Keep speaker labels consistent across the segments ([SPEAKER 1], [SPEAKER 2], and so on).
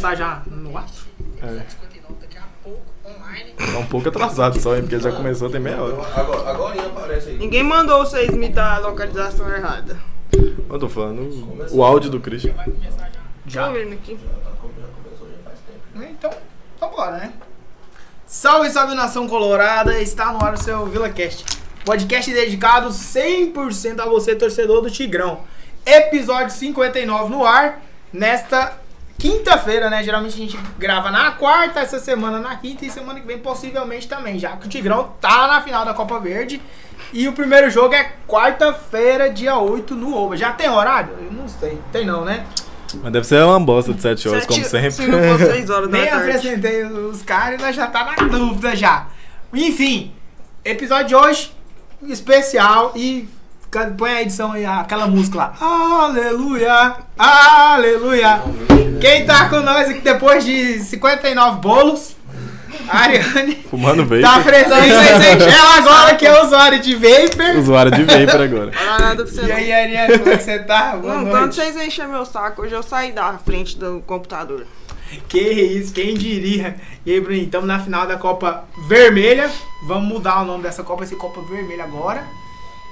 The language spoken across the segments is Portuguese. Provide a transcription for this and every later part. [SPEAKER 1] Tá já no ar?
[SPEAKER 2] É,
[SPEAKER 3] 59 daqui a pouco, online.
[SPEAKER 2] tá um pouco atrasado só, hein, porque já começou tem meia hora.
[SPEAKER 4] Agora, agora aparece aí.
[SPEAKER 1] Ninguém mandou vocês me dar a localização errada.
[SPEAKER 2] Eu tô falando o- o áudio do Christian.
[SPEAKER 1] Deixa
[SPEAKER 3] Tá
[SPEAKER 1] eu ver aqui.
[SPEAKER 3] Então, então bora, né? Salve, salve nação colorada! Está no ar o seu VilaCast. Podcast dedicado 100% a você, torcedor do Tigrão. Episódio 59 no ar, nesta quinta-feira, né? Geralmente a gente grava na quarta, essa semana na quinta e semana que vem possivelmente também, já que o Tigrão tá na final da Copa Verde. E o primeiro jogo é quarta-feira, dia 8, no Oba. Já tem horário? Eu não sei. Tem não, né?
[SPEAKER 2] Mas deve ser uma bosta de 7 horas, como
[SPEAKER 1] Sete- Se
[SPEAKER 2] sempre.
[SPEAKER 1] não for 6 horas da
[SPEAKER 3] Nem
[SPEAKER 1] tarde.
[SPEAKER 3] apresentei os caras e nós já tá na dúvida já. Enfim, episódio de hoje especial e ca- põe a edição aí, aquela música lá. Aleluia, aleluia. Quem tá com nós aqui depois de 59 bolos, a Ariane
[SPEAKER 2] Fumando
[SPEAKER 3] tá
[SPEAKER 2] vapor.
[SPEAKER 3] presente. Ela agora que é usuária de vapor.
[SPEAKER 2] Usuário de vapor agora.
[SPEAKER 1] Falar nada pra você
[SPEAKER 3] E aí,
[SPEAKER 1] não.
[SPEAKER 3] Ariane, como é que você tá? Boa
[SPEAKER 1] Não, tanto
[SPEAKER 3] noite.
[SPEAKER 1] vocês enchem meu saco, hoje eu saí da frente do computador.
[SPEAKER 3] Que isso, quem diria? E aí, Bruninho, estamos na final da Copa Vermelha. Vamos mudar o nome dessa Copa, vai ser Copa Vermelha agora.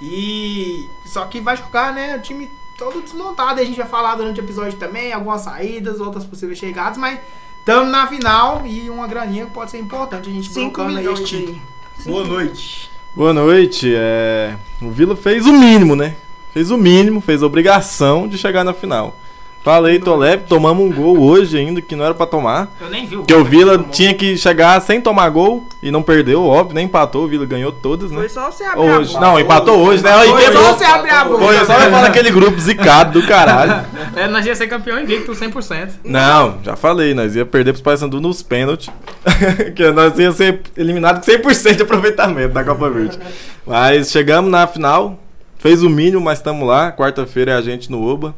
[SPEAKER 3] E. Só que vai jogar, né? O time todo desmontado. E a gente vai falar durante o episódio também, algumas saídas, outras possíveis chegadas, mas estamos na final e uma graninha que pode ser importante. A gente
[SPEAKER 1] 5
[SPEAKER 3] bancando aí
[SPEAKER 1] milhões
[SPEAKER 3] esse título.
[SPEAKER 1] de...
[SPEAKER 3] Boa noite.
[SPEAKER 2] Boa noite. é, O Vila fez o mínimo, né? Fez o mínimo, fez a obrigação de chegar na final. Falei, tô leve, tomamos um gol hoje ainda, que não era pra tomar.
[SPEAKER 3] Eu nem vi o né,
[SPEAKER 2] Porque o Vila tinha que chegar sem tomar gol e não perdeu, óbvio, nem empatou. O Vila ganhou todas, né?
[SPEAKER 1] Foi só você abrir
[SPEAKER 2] Hoje.
[SPEAKER 1] a boca.
[SPEAKER 2] Não, empatou hoje, né? Aí
[SPEAKER 3] Foi
[SPEAKER 2] quebrou.
[SPEAKER 3] só você abrir a boca.
[SPEAKER 2] Foi, eu só ia falar aquele grupo zicado do caralho.
[SPEAKER 3] É, nós ia ser campeão invicto 100%.
[SPEAKER 2] Não, já falei, nós ia perder pros Paysandu nos pênaltis. que nós ia ser eliminado com 100% de aproveitamento da Copa Verde. Mas chegamos na final, fez o mínimo, mas estamos lá. Quarta-feira é a gente no Oba,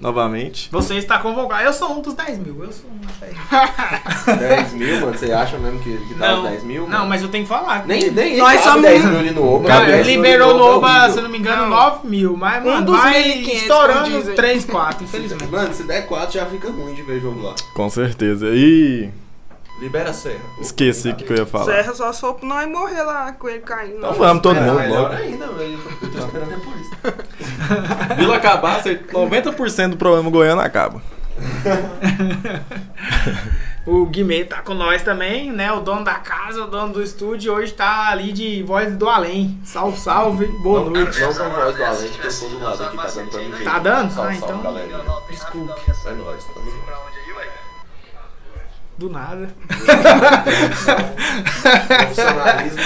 [SPEAKER 2] novamente.
[SPEAKER 3] Você está convocado. Eu sou um dos 10 mil. Eu sou um dos 10 mil.
[SPEAKER 4] 10 mil, mano. Você acha mesmo que, que dá
[SPEAKER 3] Não,
[SPEAKER 4] os 10 mil?
[SPEAKER 3] não,
[SPEAKER 4] mano?
[SPEAKER 3] mas eu tenho que falar.
[SPEAKER 4] Nem, nem
[SPEAKER 1] Nós
[SPEAKER 4] ele
[SPEAKER 1] somos-
[SPEAKER 4] cabe 10 mil ali no né? Oba.
[SPEAKER 2] Cabe
[SPEAKER 3] Cara,
[SPEAKER 2] Gabriel.
[SPEAKER 3] ele liberou no Oba, se eu não me engano,
[SPEAKER 1] Não.
[SPEAKER 3] 9 mil. Mas,
[SPEAKER 1] Um
[SPEAKER 3] mano,
[SPEAKER 1] dos
[SPEAKER 3] vai
[SPEAKER 1] 1.500, como
[SPEAKER 3] estourando
[SPEAKER 1] dizem.
[SPEAKER 3] 3, 4, infelizmente.
[SPEAKER 4] Mano, se der 4 já fica ruim de ver jogo lá.
[SPEAKER 2] Com certeza. E
[SPEAKER 4] Libera a serra.
[SPEAKER 2] esqueci o que, que eu ia falar.
[SPEAKER 1] Serra só se for pra nós morrer lá com ele caindo.
[SPEAKER 2] Então vamos, todo
[SPEAKER 4] Não,
[SPEAKER 2] mundo
[SPEAKER 4] É, melhor
[SPEAKER 2] logo.
[SPEAKER 4] ainda, velho. Eu tô esperando é por isso.
[SPEAKER 2] Vila acabar, 90% do problema goiano acaba.
[SPEAKER 3] O Guimê tá com nós também, né? O dono da casa, o dono do estúdio, hoje tá ali de voz do além. Salve, salve, boa
[SPEAKER 4] Não,
[SPEAKER 3] noite.
[SPEAKER 4] não com voz do além, porque eu sou do lado aqui, tá dando pra mim ver.
[SPEAKER 3] Tá dando? Ah,
[SPEAKER 4] Salve,
[SPEAKER 3] então.
[SPEAKER 4] salve, galera.
[SPEAKER 3] Desculpe,
[SPEAKER 4] É nóis, tamo junto.
[SPEAKER 3] do nada.
[SPEAKER 4] Profissionalismo.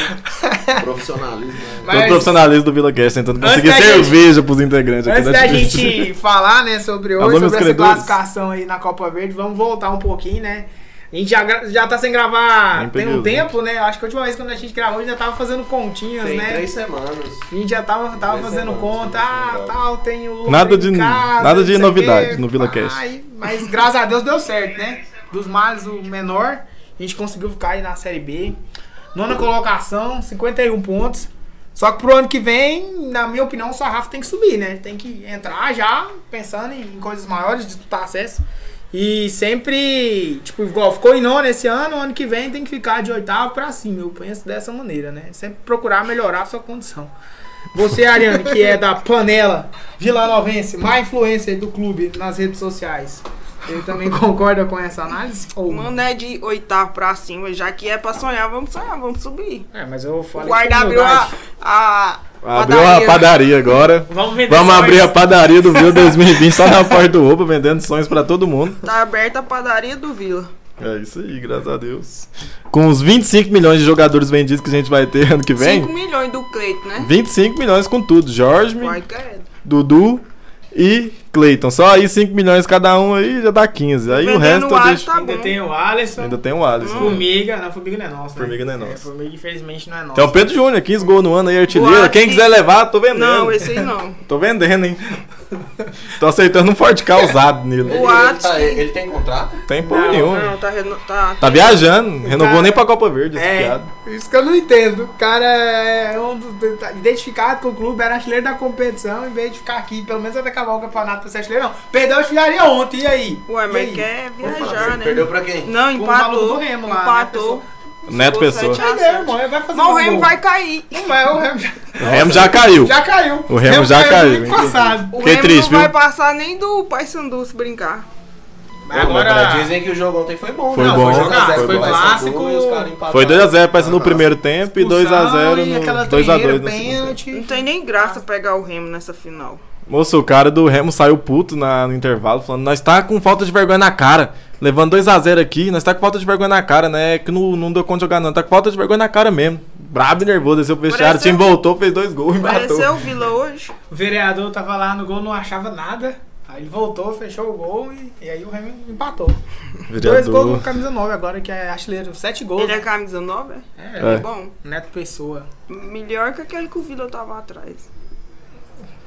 [SPEAKER 4] Profissionalismo. né?
[SPEAKER 3] Mas-
[SPEAKER 2] Todo profissionalismo do Vila Cast tentando
[SPEAKER 3] Antes
[SPEAKER 2] conseguir
[SPEAKER 3] da gente-
[SPEAKER 2] cerveja pros integrantes aqui
[SPEAKER 3] Antes
[SPEAKER 2] tá
[SPEAKER 3] da
[SPEAKER 2] difícil.
[SPEAKER 3] gente falar, né, sobre
[SPEAKER 2] Alô,
[SPEAKER 3] hoje,
[SPEAKER 2] meus
[SPEAKER 3] sobre essa
[SPEAKER 2] credores.
[SPEAKER 3] classificação aí na Copa Verde, vamos voltar um pouquinho, né? A gente já, gra- já tá sem gravar
[SPEAKER 2] Nem
[SPEAKER 3] tem um
[SPEAKER 2] período,
[SPEAKER 3] tempo, né? Acho que a última vez quando a gente gravou, a gente já tava fazendo continhas,
[SPEAKER 4] Tem
[SPEAKER 3] né?
[SPEAKER 4] três semanas.
[SPEAKER 3] A gente já tava,
[SPEAKER 4] Tem
[SPEAKER 3] tava
[SPEAKER 4] três
[SPEAKER 3] fazendo
[SPEAKER 4] semanas,
[SPEAKER 3] conta,
[SPEAKER 4] né?
[SPEAKER 3] ah, tal, tem o.
[SPEAKER 2] Nada
[SPEAKER 3] Lucas em
[SPEAKER 2] de-
[SPEAKER 3] casa,
[SPEAKER 2] nada
[SPEAKER 3] não
[SPEAKER 2] de
[SPEAKER 3] sei o
[SPEAKER 2] novidade
[SPEAKER 3] quê.
[SPEAKER 2] no VilaCast.
[SPEAKER 3] Ai, Mas graças a Deus deu certo, né? Dos males, o menor, a gente conseguiu ficar aí na Série B. Nona colocação, 51 pontos. Só que pro ano que vem, na minha opinião, o sarrafo tem que subir, né? Tem que entrar já pensando em em coisas maiores, disputar acesso. E sempre, tipo, igual ficou em nono esse ano, ano que vem tem que ficar de oitavo pra cima. Eu penso dessa maneira, né? Sempre procurar melhorar a sua condição. Você, Ariane, que é da Panela Vila Novense, má influencer do clube nas redes sociais. Ele também concorda com essa análise? Ou...
[SPEAKER 1] Mano, é de oitavo pra cima, já que é pra sonhar, vamos sonhar, vamos subir.
[SPEAKER 3] É, mas eu
[SPEAKER 1] O
[SPEAKER 3] falei.
[SPEAKER 1] guarda
[SPEAKER 3] com
[SPEAKER 1] abriu a,
[SPEAKER 3] humildade.
[SPEAKER 1] a
[SPEAKER 2] Abriu a padaria agora.
[SPEAKER 3] Vamos vender
[SPEAKER 2] Vamos
[SPEAKER 3] sonhos.
[SPEAKER 2] abrir a padaria do Vila 2020 só na porta do Opa, vendendo sonhos pra todo mundo.
[SPEAKER 1] Tá aberta a padaria do Vila.
[SPEAKER 2] É isso aí, graças a Deus. Com os 25 milhões de jogadores vendidos que a gente vai ter ano que
[SPEAKER 1] 5
[SPEAKER 2] vem,
[SPEAKER 1] milhões do Cleito, né?
[SPEAKER 2] 25 milhões com tudo. Jorge,
[SPEAKER 1] Vai, credo.
[SPEAKER 2] Dudu e Cleiton. Só aí 5 milhões cada um aí já dá 15. Aí o
[SPEAKER 1] Vendendo Hum.
[SPEAKER 2] resto eu
[SPEAKER 1] alho,
[SPEAKER 2] deixo.
[SPEAKER 1] tá
[SPEAKER 3] Ainda
[SPEAKER 1] bom.
[SPEAKER 3] tem o Alisson.
[SPEAKER 2] Ainda tem o Alisson.
[SPEAKER 3] Formiga. Não, formiga não é nossa. né?
[SPEAKER 2] Formiga não é nossa.
[SPEAKER 3] formiga, infelizmente, não é nossa.
[SPEAKER 2] Tem um o Pedro Júnior, 15 gols no ano aí, artilheiro.
[SPEAKER 1] Boate.
[SPEAKER 2] Quem quiser levar, tô vendendo.
[SPEAKER 1] Não, esse aí não.
[SPEAKER 2] Tô vendendo, hein? Tô aceitando um forte causado nele.
[SPEAKER 1] O Atos
[SPEAKER 4] tá-
[SPEAKER 1] que-
[SPEAKER 4] ele tem contrato?
[SPEAKER 2] Tem porra nenhuma.
[SPEAKER 1] Não, tá, reno- tá,
[SPEAKER 2] Tá viajando, renovou
[SPEAKER 3] Tá.
[SPEAKER 2] nem pra Copa Verde esse
[SPEAKER 3] É,
[SPEAKER 2] piado.
[SPEAKER 3] isso que eu não entendo. O cara é um dos- tá identificado com o clube, era artilheiro da competição, em vez de ficar aqui, pelo menos até acabar o campeonato pra ser artilheiro, não. Perdeu a artilharia ontem, e aí?
[SPEAKER 1] Ué,
[SPEAKER 3] E
[SPEAKER 1] mas
[SPEAKER 3] aí?
[SPEAKER 1] quer
[SPEAKER 2] É,
[SPEAKER 4] Você
[SPEAKER 1] viajar, né?
[SPEAKER 4] Perdeu pra quem?
[SPEAKER 1] Não,
[SPEAKER 3] Com o maluco
[SPEAKER 1] empatou.
[SPEAKER 3] do Remo lá, né,
[SPEAKER 1] empatou.
[SPEAKER 2] Neto
[SPEAKER 1] Ficou
[SPEAKER 2] Pessoa.
[SPEAKER 1] sete a
[SPEAKER 3] Perdeu,
[SPEAKER 1] sete.
[SPEAKER 3] irmão, ele vai fazer
[SPEAKER 1] Mas o
[SPEAKER 3] um
[SPEAKER 1] Remo
[SPEAKER 3] gol.
[SPEAKER 1] vai cair.
[SPEAKER 3] Não vai, o Remo já,
[SPEAKER 2] O Remo já caiu.
[SPEAKER 3] já caiu.
[SPEAKER 2] O Remo já caiu,
[SPEAKER 3] ano
[SPEAKER 2] hein?
[SPEAKER 3] passado.
[SPEAKER 1] O
[SPEAKER 2] Fiquei
[SPEAKER 1] Remo
[SPEAKER 2] triste,
[SPEAKER 1] não vai
[SPEAKER 2] viu?
[SPEAKER 1] passar nem do Paysandu se brincar.
[SPEAKER 3] Mas
[SPEAKER 4] Pô, mas
[SPEAKER 3] agora...
[SPEAKER 4] Dizem que o jogo ontem foi bom,
[SPEAKER 2] Foi
[SPEAKER 4] né?
[SPEAKER 2] bom,
[SPEAKER 4] foi, jogado,
[SPEAKER 2] foi
[SPEAKER 4] foi
[SPEAKER 2] bom.
[SPEAKER 4] clássico. E os caras empataram.
[SPEAKER 2] Foi 2x0 parece no
[SPEAKER 4] Ah,
[SPEAKER 2] primeiro tempo e
[SPEAKER 3] expulsão
[SPEAKER 2] 2x0
[SPEAKER 3] e
[SPEAKER 2] no
[SPEAKER 3] aquela
[SPEAKER 2] 2x2
[SPEAKER 3] torneira,
[SPEAKER 2] no segundo tempo.
[SPEAKER 3] pênalti.
[SPEAKER 1] Não tem nem graça pegar o Remo nessa final.
[SPEAKER 2] Moço, o cara do Remo saiu puto na- no intervalo, falando: Nós tá com falta de vergonha na cara. Levando 2x0 aqui, nós tá com falta de vergonha na cara, né? É Que não, não deu conta de jogar, não. Tá com falta de vergonha na cara mesmo. Brabo e nervoso, desceu pro vestiário. O
[SPEAKER 1] Pareceu-
[SPEAKER 2] time voltou, fez dois gols e matou.
[SPEAKER 1] Apareceu o Vila hoje.
[SPEAKER 3] O vereador tava lá no gol, não achava nada. Aí ele voltou, fechou o gol e, e aí o Remo empatou. Dois gols
[SPEAKER 2] Vereador.
[SPEAKER 3] no camisa 9 agora, que é artilheiro. Sete gols.
[SPEAKER 1] Ele é camisa 9, é?
[SPEAKER 3] É,
[SPEAKER 2] É.
[SPEAKER 1] Bom,
[SPEAKER 3] Neto Pessoa.
[SPEAKER 1] melhor que aquele que o Vila tava atrás.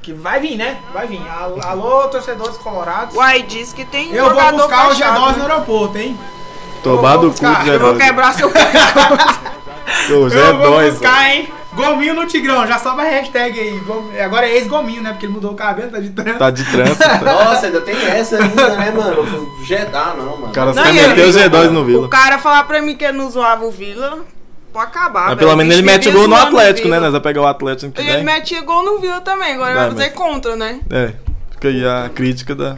[SPEAKER 3] Que vai vir, né? Vai vir. Alô, alô, torcedores colorados.
[SPEAKER 1] Uai, diz que tem
[SPEAKER 3] Eu vou
[SPEAKER 1] jogador
[SPEAKER 3] buscar o
[SPEAKER 1] fechado,
[SPEAKER 3] G2
[SPEAKER 1] né?
[SPEAKER 3] no aeroporto, hein?
[SPEAKER 2] Tomado o cu
[SPEAKER 3] Cara,
[SPEAKER 2] do
[SPEAKER 1] Eu vou
[SPEAKER 2] G2.
[SPEAKER 1] quebrar seu...
[SPEAKER 2] O
[SPEAKER 3] Eu vou
[SPEAKER 2] G2.
[SPEAKER 3] buscar, hein? Gominho no Tigrão, já sobe a hashtag aí. Gom- Agora é ex-gominho, né? Porque ele mudou o cabelo, tá de trança.
[SPEAKER 2] Tá de trança. tá?
[SPEAKER 4] Nossa, ainda tem essa ainda, né, mano? O Jeddah, não, mano.
[SPEAKER 2] O cara
[SPEAKER 1] Não,
[SPEAKER 2] só
[SPEAKER 1] e ele-
[SPEAKER 2] meteu o G2 no Vila.
[SPEAKER 1] O cara falar pra mim que ele não zoava o Vila, pode acabar,
[SPEAKER 2] Ah, Mas
[SPEAKER 1] velho.
[SPEAKER 2] pelo menos ele
[SPEAKER 1] Bicho
[SPEAKER 2] mete
[SPEAKER 1] vivia
[SPEAKER 2] gol no
[SPEAKER 1] zoando o
[SPEAKER 2] Atlético, né?
[SPEAKER 1] Vila.
[SPEAKER 2] Nós vai pegar o Atlético ano que
[SPEAKER 1] Ele
[SPEAKER 2] vem.
[SPEAKER 1] metia gol no Vila também, agora
[SPEAKER 2] Vai,
[SPEAKER 1] vai fazer contra, né?
[SPEAKER 2] É, fica aí a crítica da,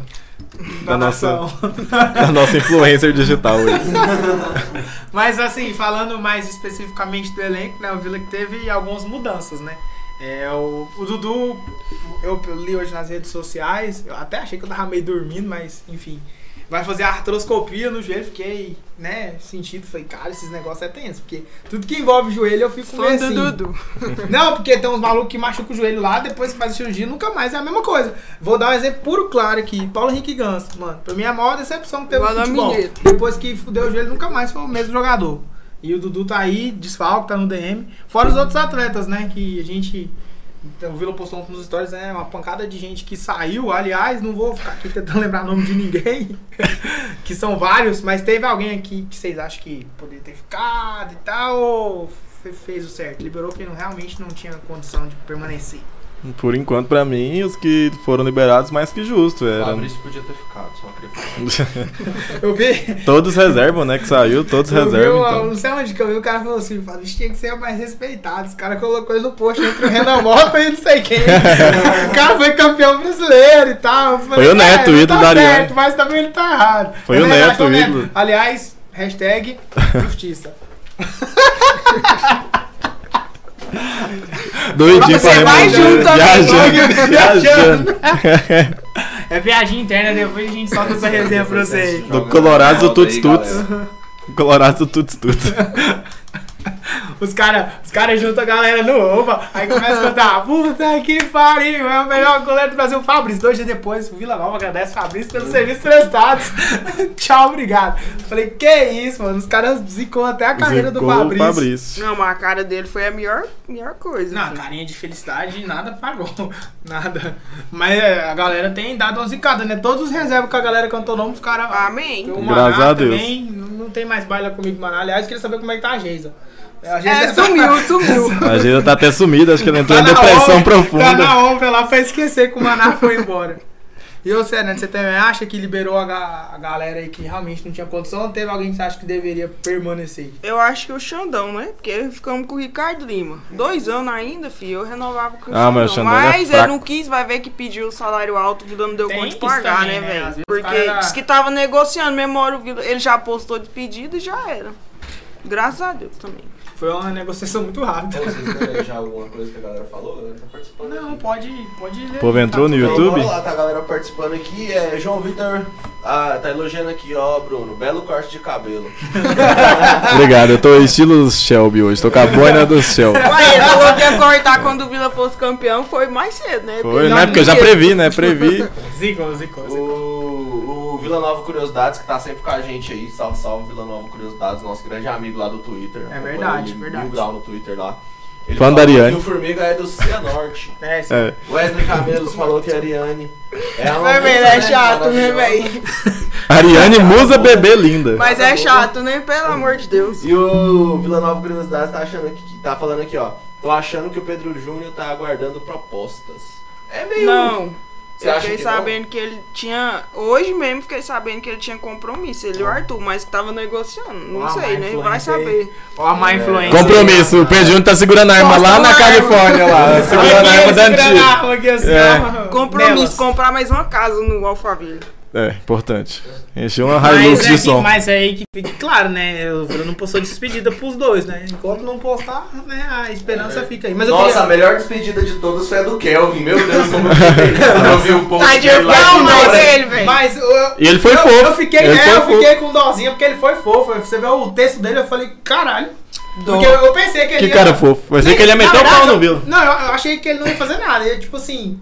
[SPEAKER 2] da, nossa,
[SPEAKER 3] nação.
[SPEAKER 2] da nossa influencer digital hoje.
[SPEAKER 3] Mas assim, falando mais especificamente do elenco, né? O Vila que teve algumas mudanças, né? É, o, o Dudu, eu li hoje nas redes sociais, eu até achei que eu tava meio dormindo, mas enfim. Vai fazer artroscopia no joelho, fiquei, né, sentido, falei, cara, esses negócios é tenso, porque tudo que envolve joelho eu fico meio
[SPEAKER 1] Falando
[SPEAKER 3] assim.
[SPEAKER 1] do Dudu.
[SPEAKER 3] Não, porque tem uns malucos que machucam o joelho lá, depois que faz a cirurgia, nunca mais é a mesma coisa. Vou dar um exemplo puro claro aqui. Paulo Henrique Ganso, mano. Pra mim, é a maior decepção que teve
[SPEAKER 1] Igual
[SPEAKER 3] no
[SPEAKER 1] a
[SPEAKER 3] futebol.
[SPEAKER 1] Mineiro.
[SPEAKER 3] Depois que fudeu o joelho, nunca mais foi o mesmo jogador. E o Dudu tá aí, desfalque, tá no DM. Fora os outros atletas, né, que a gente... Então, o Vila postou nos stories, né? Uma pancada de gente que saiu. Aliás, não vou ficar aqui tentando lembrar o nome de ninguém, que são vários, mas teve alguém aqui que vocês acham que poderia ter ficado e tal, ou fe- fez o certo? Liberou quem não- realmente não tinha condição de permanecer.
[SPEAKER 2] Por enquanto, pra mim, os que foram liberados, mais que justo.
[SPEAKER 4] O
[SPEAKER 2] Era...
[SPEAKER 4] Fabrício podia ter ficado, só queria falar.
[SPEAKER 3] Eu vi.
[SPEAKER 2] todos reservam, né? Que saiu, todos
[SPEAKER 3] Eu vi
[SPEAKER 2] reservam.
[SPEAKER 3] uma-
[SPEAKER 2] Então.
[SPEAKER 3] Não sei onde que eu vi, o cara falou assim, fala, "Isso tinha que ser mais respeitado. Os caras colocou ele no post entre o Renan Mota e não sei quem. o cara foi campeão brasileiro e tal. Eu falei,
[SPEAKER 2] Foi o Neto,
[SPEAKER 3] "É,
[SPEAKER 2] o
[SPEAKER 3] ele
[SPEAKER 2] ídolo
[SPEAKER 3] tá
[SPEAKER 2] da Ariane."
[SPEAKER 3] certo, mas também ele tá errado.
[SPEAKER 2] Foi
[SPEAKER 3] Eu
[SPEAKER 2] o
[SPEAKER 3] nem
[SPEAKER 2] Neto,
[SPEAKER 3] acho
[SPEAKER 2] o ídolo.
[SPEAKER 3] né? Aliás, hashtag justiça.
[SPEAKER 2] Doidinho pra
[SPEAKER 1] Você
[SPEAKER 2] remontar.
[SPEAKER 1] vai junto também,
[SPEAKER 2] Viajando, viajando.
[SPEAKER 3] É viagem interna, depois a gente solta essa resenha pra vocês.
[SPEAKER 2] Do Colorado,
[SPEAKER 4] Joga na
[SPEAKER 2] tuts,
[SPEAKER 4] alta aí,
[SPEAKER 2] tuts.
[SPEAKER 4] galera.
[SPEAKER 2] Colorado tuts tuts.
[SPEAKER 3] Os caras os cara juntam a galera no Opa, aí começa a cantar, puta que pariu, é o melhor goleiro do Brasil, Fabrício. Dois dias depois, o Vila Nova agradece Fabrício pelos serviços prestados. Tchau, obrigado. Falei, que isso, mano, os caras zicou até a carreira
[SPEAKER 2] Zicou
[SPEAKER 3] do
[SPEAKER 2] o
[SPEAKER 3] Fabrício.
[SPEAKER 2] Fabrício.
[SPEAKER 1] Não, mas a cara dele foi a melhor, melhor coisa.
[SPEAKER 3] Não,
[SPEAKER 1] assim.
[SPEAKER 3] carinha de felicidade, nada pagou, nada. Mas é, a galera tem dado uma zicada, né? Todos os reservas que a galera cantou nome, os caras...
[SPEAKER 1] Amém.
[SPEAKER 3] O
[SPEAKER 2] Graças
[SPEAKER 3] Maná
[SPEAKER 2] a Deus.
[SPEAKER 3] também, não não tem mais baila comigo, Maná. Aliás, queria saber como é que tá a Geisa. A
[SPEAKER 1] É, sumiu, sumiu.
[SPEAKER 2] A Geira tá até sumida, acho que ela entrou em
[SPEAKER 3] Tá na
[SPEAKER 2] depressão
[SPEAKER 3] ombra, Tá
[SPEAKER 2] profunda.
[SPEAKER 3] na ombra lá pra esquecer que o Maná foi embora. E você, Neto, você também acha que liberou a, ga- a galera aí que realmente não tinha condição? Ou teve alguém que você acha que deveria permanecer?
[SPEAKER 1] Eu acho que o Xandão, né? Porque ficamos com o Ricardo Lima. Dois anos ainda, filho, eu renovava com o
[SPEAKER 2] Ah, mas o
[SPEAKER 1] Xandão.
[SPEAKER 2] Xandão é
[SPEAKER 1] Mas ele
[SPEAKER 2] fraco.
[SPEAKER 1] não quis, vai ver que pediu o salário alto, o Vila não deu
[SPEAKER 3] Tem
[SPEAKER 1] conta de
[SPEAKER 3] isso
[SPEAKER 1] pagar,
[SPEAKER 3] também,
[SPEAKER 1] né,
[SPEAKER 3] né? Às
[SPEAKER 1] velho?
[SPEAKER 3] vezes o
[SPEAKER 1] Porque
[SPEAKER 3] cara-
[SPEAKER 1] disse que tava negociando, memória o Vila. Ele já postou de pedido e já era. Graças a Deus também.
[SPEAKER 3] Foi uma negociação muito rápida.
[SPEAKER 4] Pô, Vocês planejam alguma coisa que a galera falou? A galera tá participando.
[SPEAKER 3] Não,
[SPEAKER 4] aqui.
[SPEAKER 3] pode, pode ler.
[SPEAKER 2] O povo entrou no
[SPEAKER 3] Tá tudo
[SPEAKER 4] Então,
[SPEAKER 2] YouTube.
[SPEAKER 4] Bora lá, tá a galera participando aqui. É, João Vitor ah, tá elogiando aqui, ó, Bruno. Belo corte de cabelo.
[SPEAKER 2] Obrigado, eu tô estilo Shelby hoje, tô com a boina do Shelby.
[SPEAKER 1] Ué, ele falou que ia cortar quando o Vila fosse campeão, foi mais cedo, né?
[SPEAKER 2] Foi,
[SPEAKER 1] não-
[SPEAKER 2] né? Porque eu já previ, né? Previ.
[SPEAKER 3] bem. Zico, zico, zico.
[SPEAKER 4] O, o Vila Nova Curiosidades, que tá sempre com a gente aí. Salve, salve, Vila Nova Curiosidades, nosso grande amigo lá do Twitter.
[SPEAKER 3] É verdade,
[SPEAKER 4] Acompanha ele
[SPEAKER 3] verdade.
[SPEAKER 4] Mil grau no Twitter lá. Ele
[SPEAKER 2] Fã da
[SPEAKER 4] falou
[SPEAKER 2] Ariane.
[SPEAKER 4] que o Formiga é do Cianorte.
[SPEAKER 3] É, sim.
[SPEAKER 2] É.
[SPEAKER 4] Wesley Camelos falou que a Ariane é uma
[SPEAKER 1] Vai, velho,
[SPEAKER 4] moça,
[SPEAKER 1] é
[SPEAKER 4] né,
[SPEAKER 1] chato, né,
[SPEAKER 4] maravilhosa.
[SPEAKER 1] velho?
[SPEAKER 2] Ariane Musa Bebê Linda.
[SPEAKER 1] Mas é chato, né? Pelo amor de Deus.
[SPEAKER 4] E o Vila Nova Curiosidades tá achando aqui, que- tá falando aqui, ó. Tô achando que o Pedro Júnior tá aguardando propostas. É meio.
[SPEAKER 1] Não.
[SPEAKER 4] Você
[SPEAKER 1] Eu
[SPEAKER 4] acha
[SPEAKER 1] fiquei
[SPEAKER 4] que não?
[SPEAKER 1] sabendo que ele tinha. Hoje mesmo fiquei sabendo que ele tinha compromisso. Ele e o Arthur, mas que tava negociando. Não
[SPEAKER 3] Ah,
[SPEAKER 1] sei,
[SPEAKER 3] mas
[SPEAKER 1] né? Vai
[SPEAKER 3] influência aí.
[SPEAKER 1] saber.
[SPEAKER 3] Ó, a má influência.
[SPEAKER 2] Compromisso, o Pedro Júnior tá segurando a arma lá na Califórnia, lá. Segurando a arma dando tiro.
[SPEAKER 3] aqui assim,
[SPEAKER 2] É.
[SPEAKER 3] ó.
[SPEAKER 1] Compromisso,
[SPEAKER 3] Nelas.
[SPEAKER 1] comprar mais uma casa no Alphaville.
[SPEAKER 2] É, importante. Encheu uma
[SPEAKER 3] Mas,
[SPEAKER 2] Hilux
[SPEAKER 3] é
[SPEAKER 2] de
[SPEAKER 3] que-
[SPEAKER 2] som.
[SPEAKER 3] mas aí que fique claro, né? Eu eu não postou despedida pros dois, né? Enquanto não postar, né, a esperança fica aí. Mas eu
[SPEAKER 4] Nossa,
[SPEAKER 3] queria-
[SPEAKER 4] a melhor despedida de todas foi a do Kelvin. Meu Deus, como eu fiquei. Quando eu vi um pouco
[SPEAKER 1] Tá de pau, mas ele, velho.
[SPEAKER 3] Mas eu,
[SPEAKER 2] E ele foi
[SPEAKER 3] eu,
[SPEAKER 2] fofo.
[SPEAKER 3] Eu fiquei,
[SPEAKER 2] Ele
[SPEAKER 3] é,
[SPEAKER 2] foi
[SPEAKER 3] eu
[SPEAKER 2] fofo.
[SPEAKER 3] fiquei com dozinha porque ele foi fofo. Você vê o texto dele, eu falei, caralho. Porque eu, eu pensei que ele
[SPEAKER 2] Que
[SPEAKER 3] ia-
[SPEAKER 2] cara fofo. Mas é que ele ia
[SPEAKER 3] Na
[SPEAKER 2] meter o
[SPEAKER 3] verdade,
[SPEAKER 2] pau
[SPEAKER 3] eu-
[SPEAKER 2] no Vila.
[SPEAKER 3] né? Não, eu, eu achei que ele não ia fazer nada. Ele, tipo assim,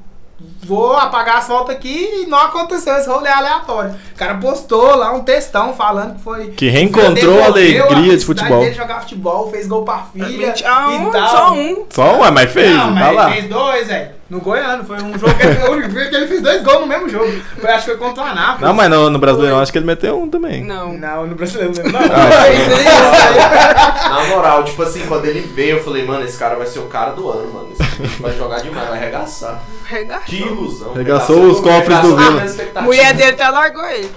[SPEAKER 3] vou apagar as fotos aqui e não aconteceu esse rolê aleatório. O cara postou lá um textão falando que foi.
[SPEAKER 2] Que reencontrou a
[SPEAKER 3] desenvolveu
[SPEAKER 2] alegria de
[SPEAKER 3] felicidade
[SPEAKER 2] futebol.
[SPEAKER 3] dele jogar futebol, fez gol pra filha.
[SPEAKER 1] Ah,
[SPEAKER 3] e
[SPEAKER 1] um,
[SPEAKER 3] tal.
[SPEAKER 1] só um.
[SPEAKER 2] Só um, é, mas fez,
[SPEAKER 3] não, mas
[SPEAKER 2] tá lá.
[SPEAKER 3] ele fez dois, velho. No Goiano, foi um jogo que ele, eu vi que ele fez dois gols no mesmo jogo. Eu acho que foi contra o Anápolis.
[SPEAKER 2] Não, mas no, no brasileiro eu acho que ele meteu um também.
[SPEAKER 1] Não.
[SPEAKER 3] Não, no brasileiro não.
[SPEAKER 2] Ah,
[SPEAKER 4] Na moral, tipo assim, quando ele veio, eu falei, mano, esse cara vai ser o cara do ano, mano. Esse bicho vai jogar demais, vai arregaçar. Que ilusão.
[SPEAKER 2] Arregaçou
[SPEAKER 4] Arregaçou
[SPEAKER 2] os cofres do
[SPEAKER 4] arregaçou
[SPEAKER 2] Vila.
[SPEAKER 4] as expectativas.
[SPEAKER 1] Mulher dele tá largou ele.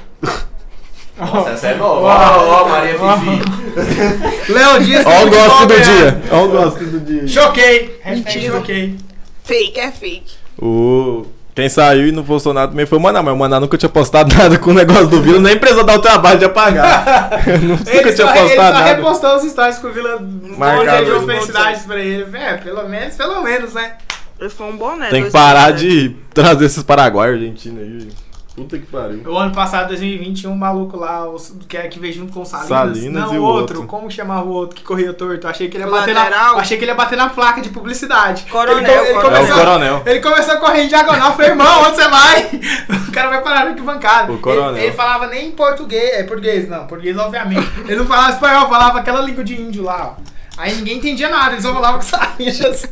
[SPEAKER 4] Nossa, essa é nova. Ó, ó, Maria Fifi.
[SPEAKER 3] Léo Dias.
[SPEAKER 2] Ó o
[SPEAKER 3] futebol
[SPEAKER 2] gosto do
[SPEAKER 3] goiano.
[SPEAKER 2] dia. Ó o gosto do dia.
[SPEAKER 3] Choquei. Hashtag
[SPEAKER 1] Mentira.
[SPEAKER 3] choquei.
[SPEAKER 1] Fake é fake.
[SPEAKER 2] O... Quem saiu e não postou nada também foi o Maná, mas o Maná nunca tinha postado nada com o negócio do Vila, nem precisou dar o trabalho de apagar. nunca
[SPEAKER 3] Ele
[SPEAKER 2] tinha
[SPEAKER 3] só, ele só
[SPEAKER 2] postado nada.
[SPEAKER 3] repostou os stories com o Vila
[SPEAKER 2] Marcado,
[SPEAKER 3] desejou
[SPEAKER 2] né?
[SPEAKER 3] felicidades pra ele. Véi, pelo menos, pelo menos, né?
[SPEAKER 1] Ele foi um boné.
[SPEAKER 2] Tem que
[SPEAKER 1] dois
[SPEAKER 2] parar
[SPEAKER 1] boné.
[SPEAKER 2] de trazer esses paraguaios argentinos aí. gente. Puta que pariu.
[SPEAKER 3] O ano passado, 2020, um maluco lá, o- que, é, que veio junto com o Salinas.
[SPEAKER 2] Salinas
[SPEAKER 3] não,
[SPEAKER 2] e o
[SPEAKER 3] outro.
[SPEAKER 2] outro.
[SPEAKER 3] Como chamava o outro que corria torto? Achei que ele ia bater
[SPEAKER 1] Lateral?
[SPEAKER 3] na. Achei que ele ia bater na placa de publicidade.
[SPEAKER 1] Coronel,
[SPEAKER 3] ele, co- ele
[SPEAKER 1] coronel.
[SPEAKER 2] É o
[SPEAKER 3] começou,
[SPEAKER 2] coronel.
[SPEAKER 3] ele começou a correr em diagonal, falei, irmão, onde você vai? O cara vai parar no que bancada.
[SPEAKER 2] O coronel.
[SPEAKER 3] Ele, ele falava nem português, é português, não, português obviamente. Ele não falava espanhol, falava aquela língua de índio lá, ó. Aí ninguém entendia nada, ele só falava com Salinas.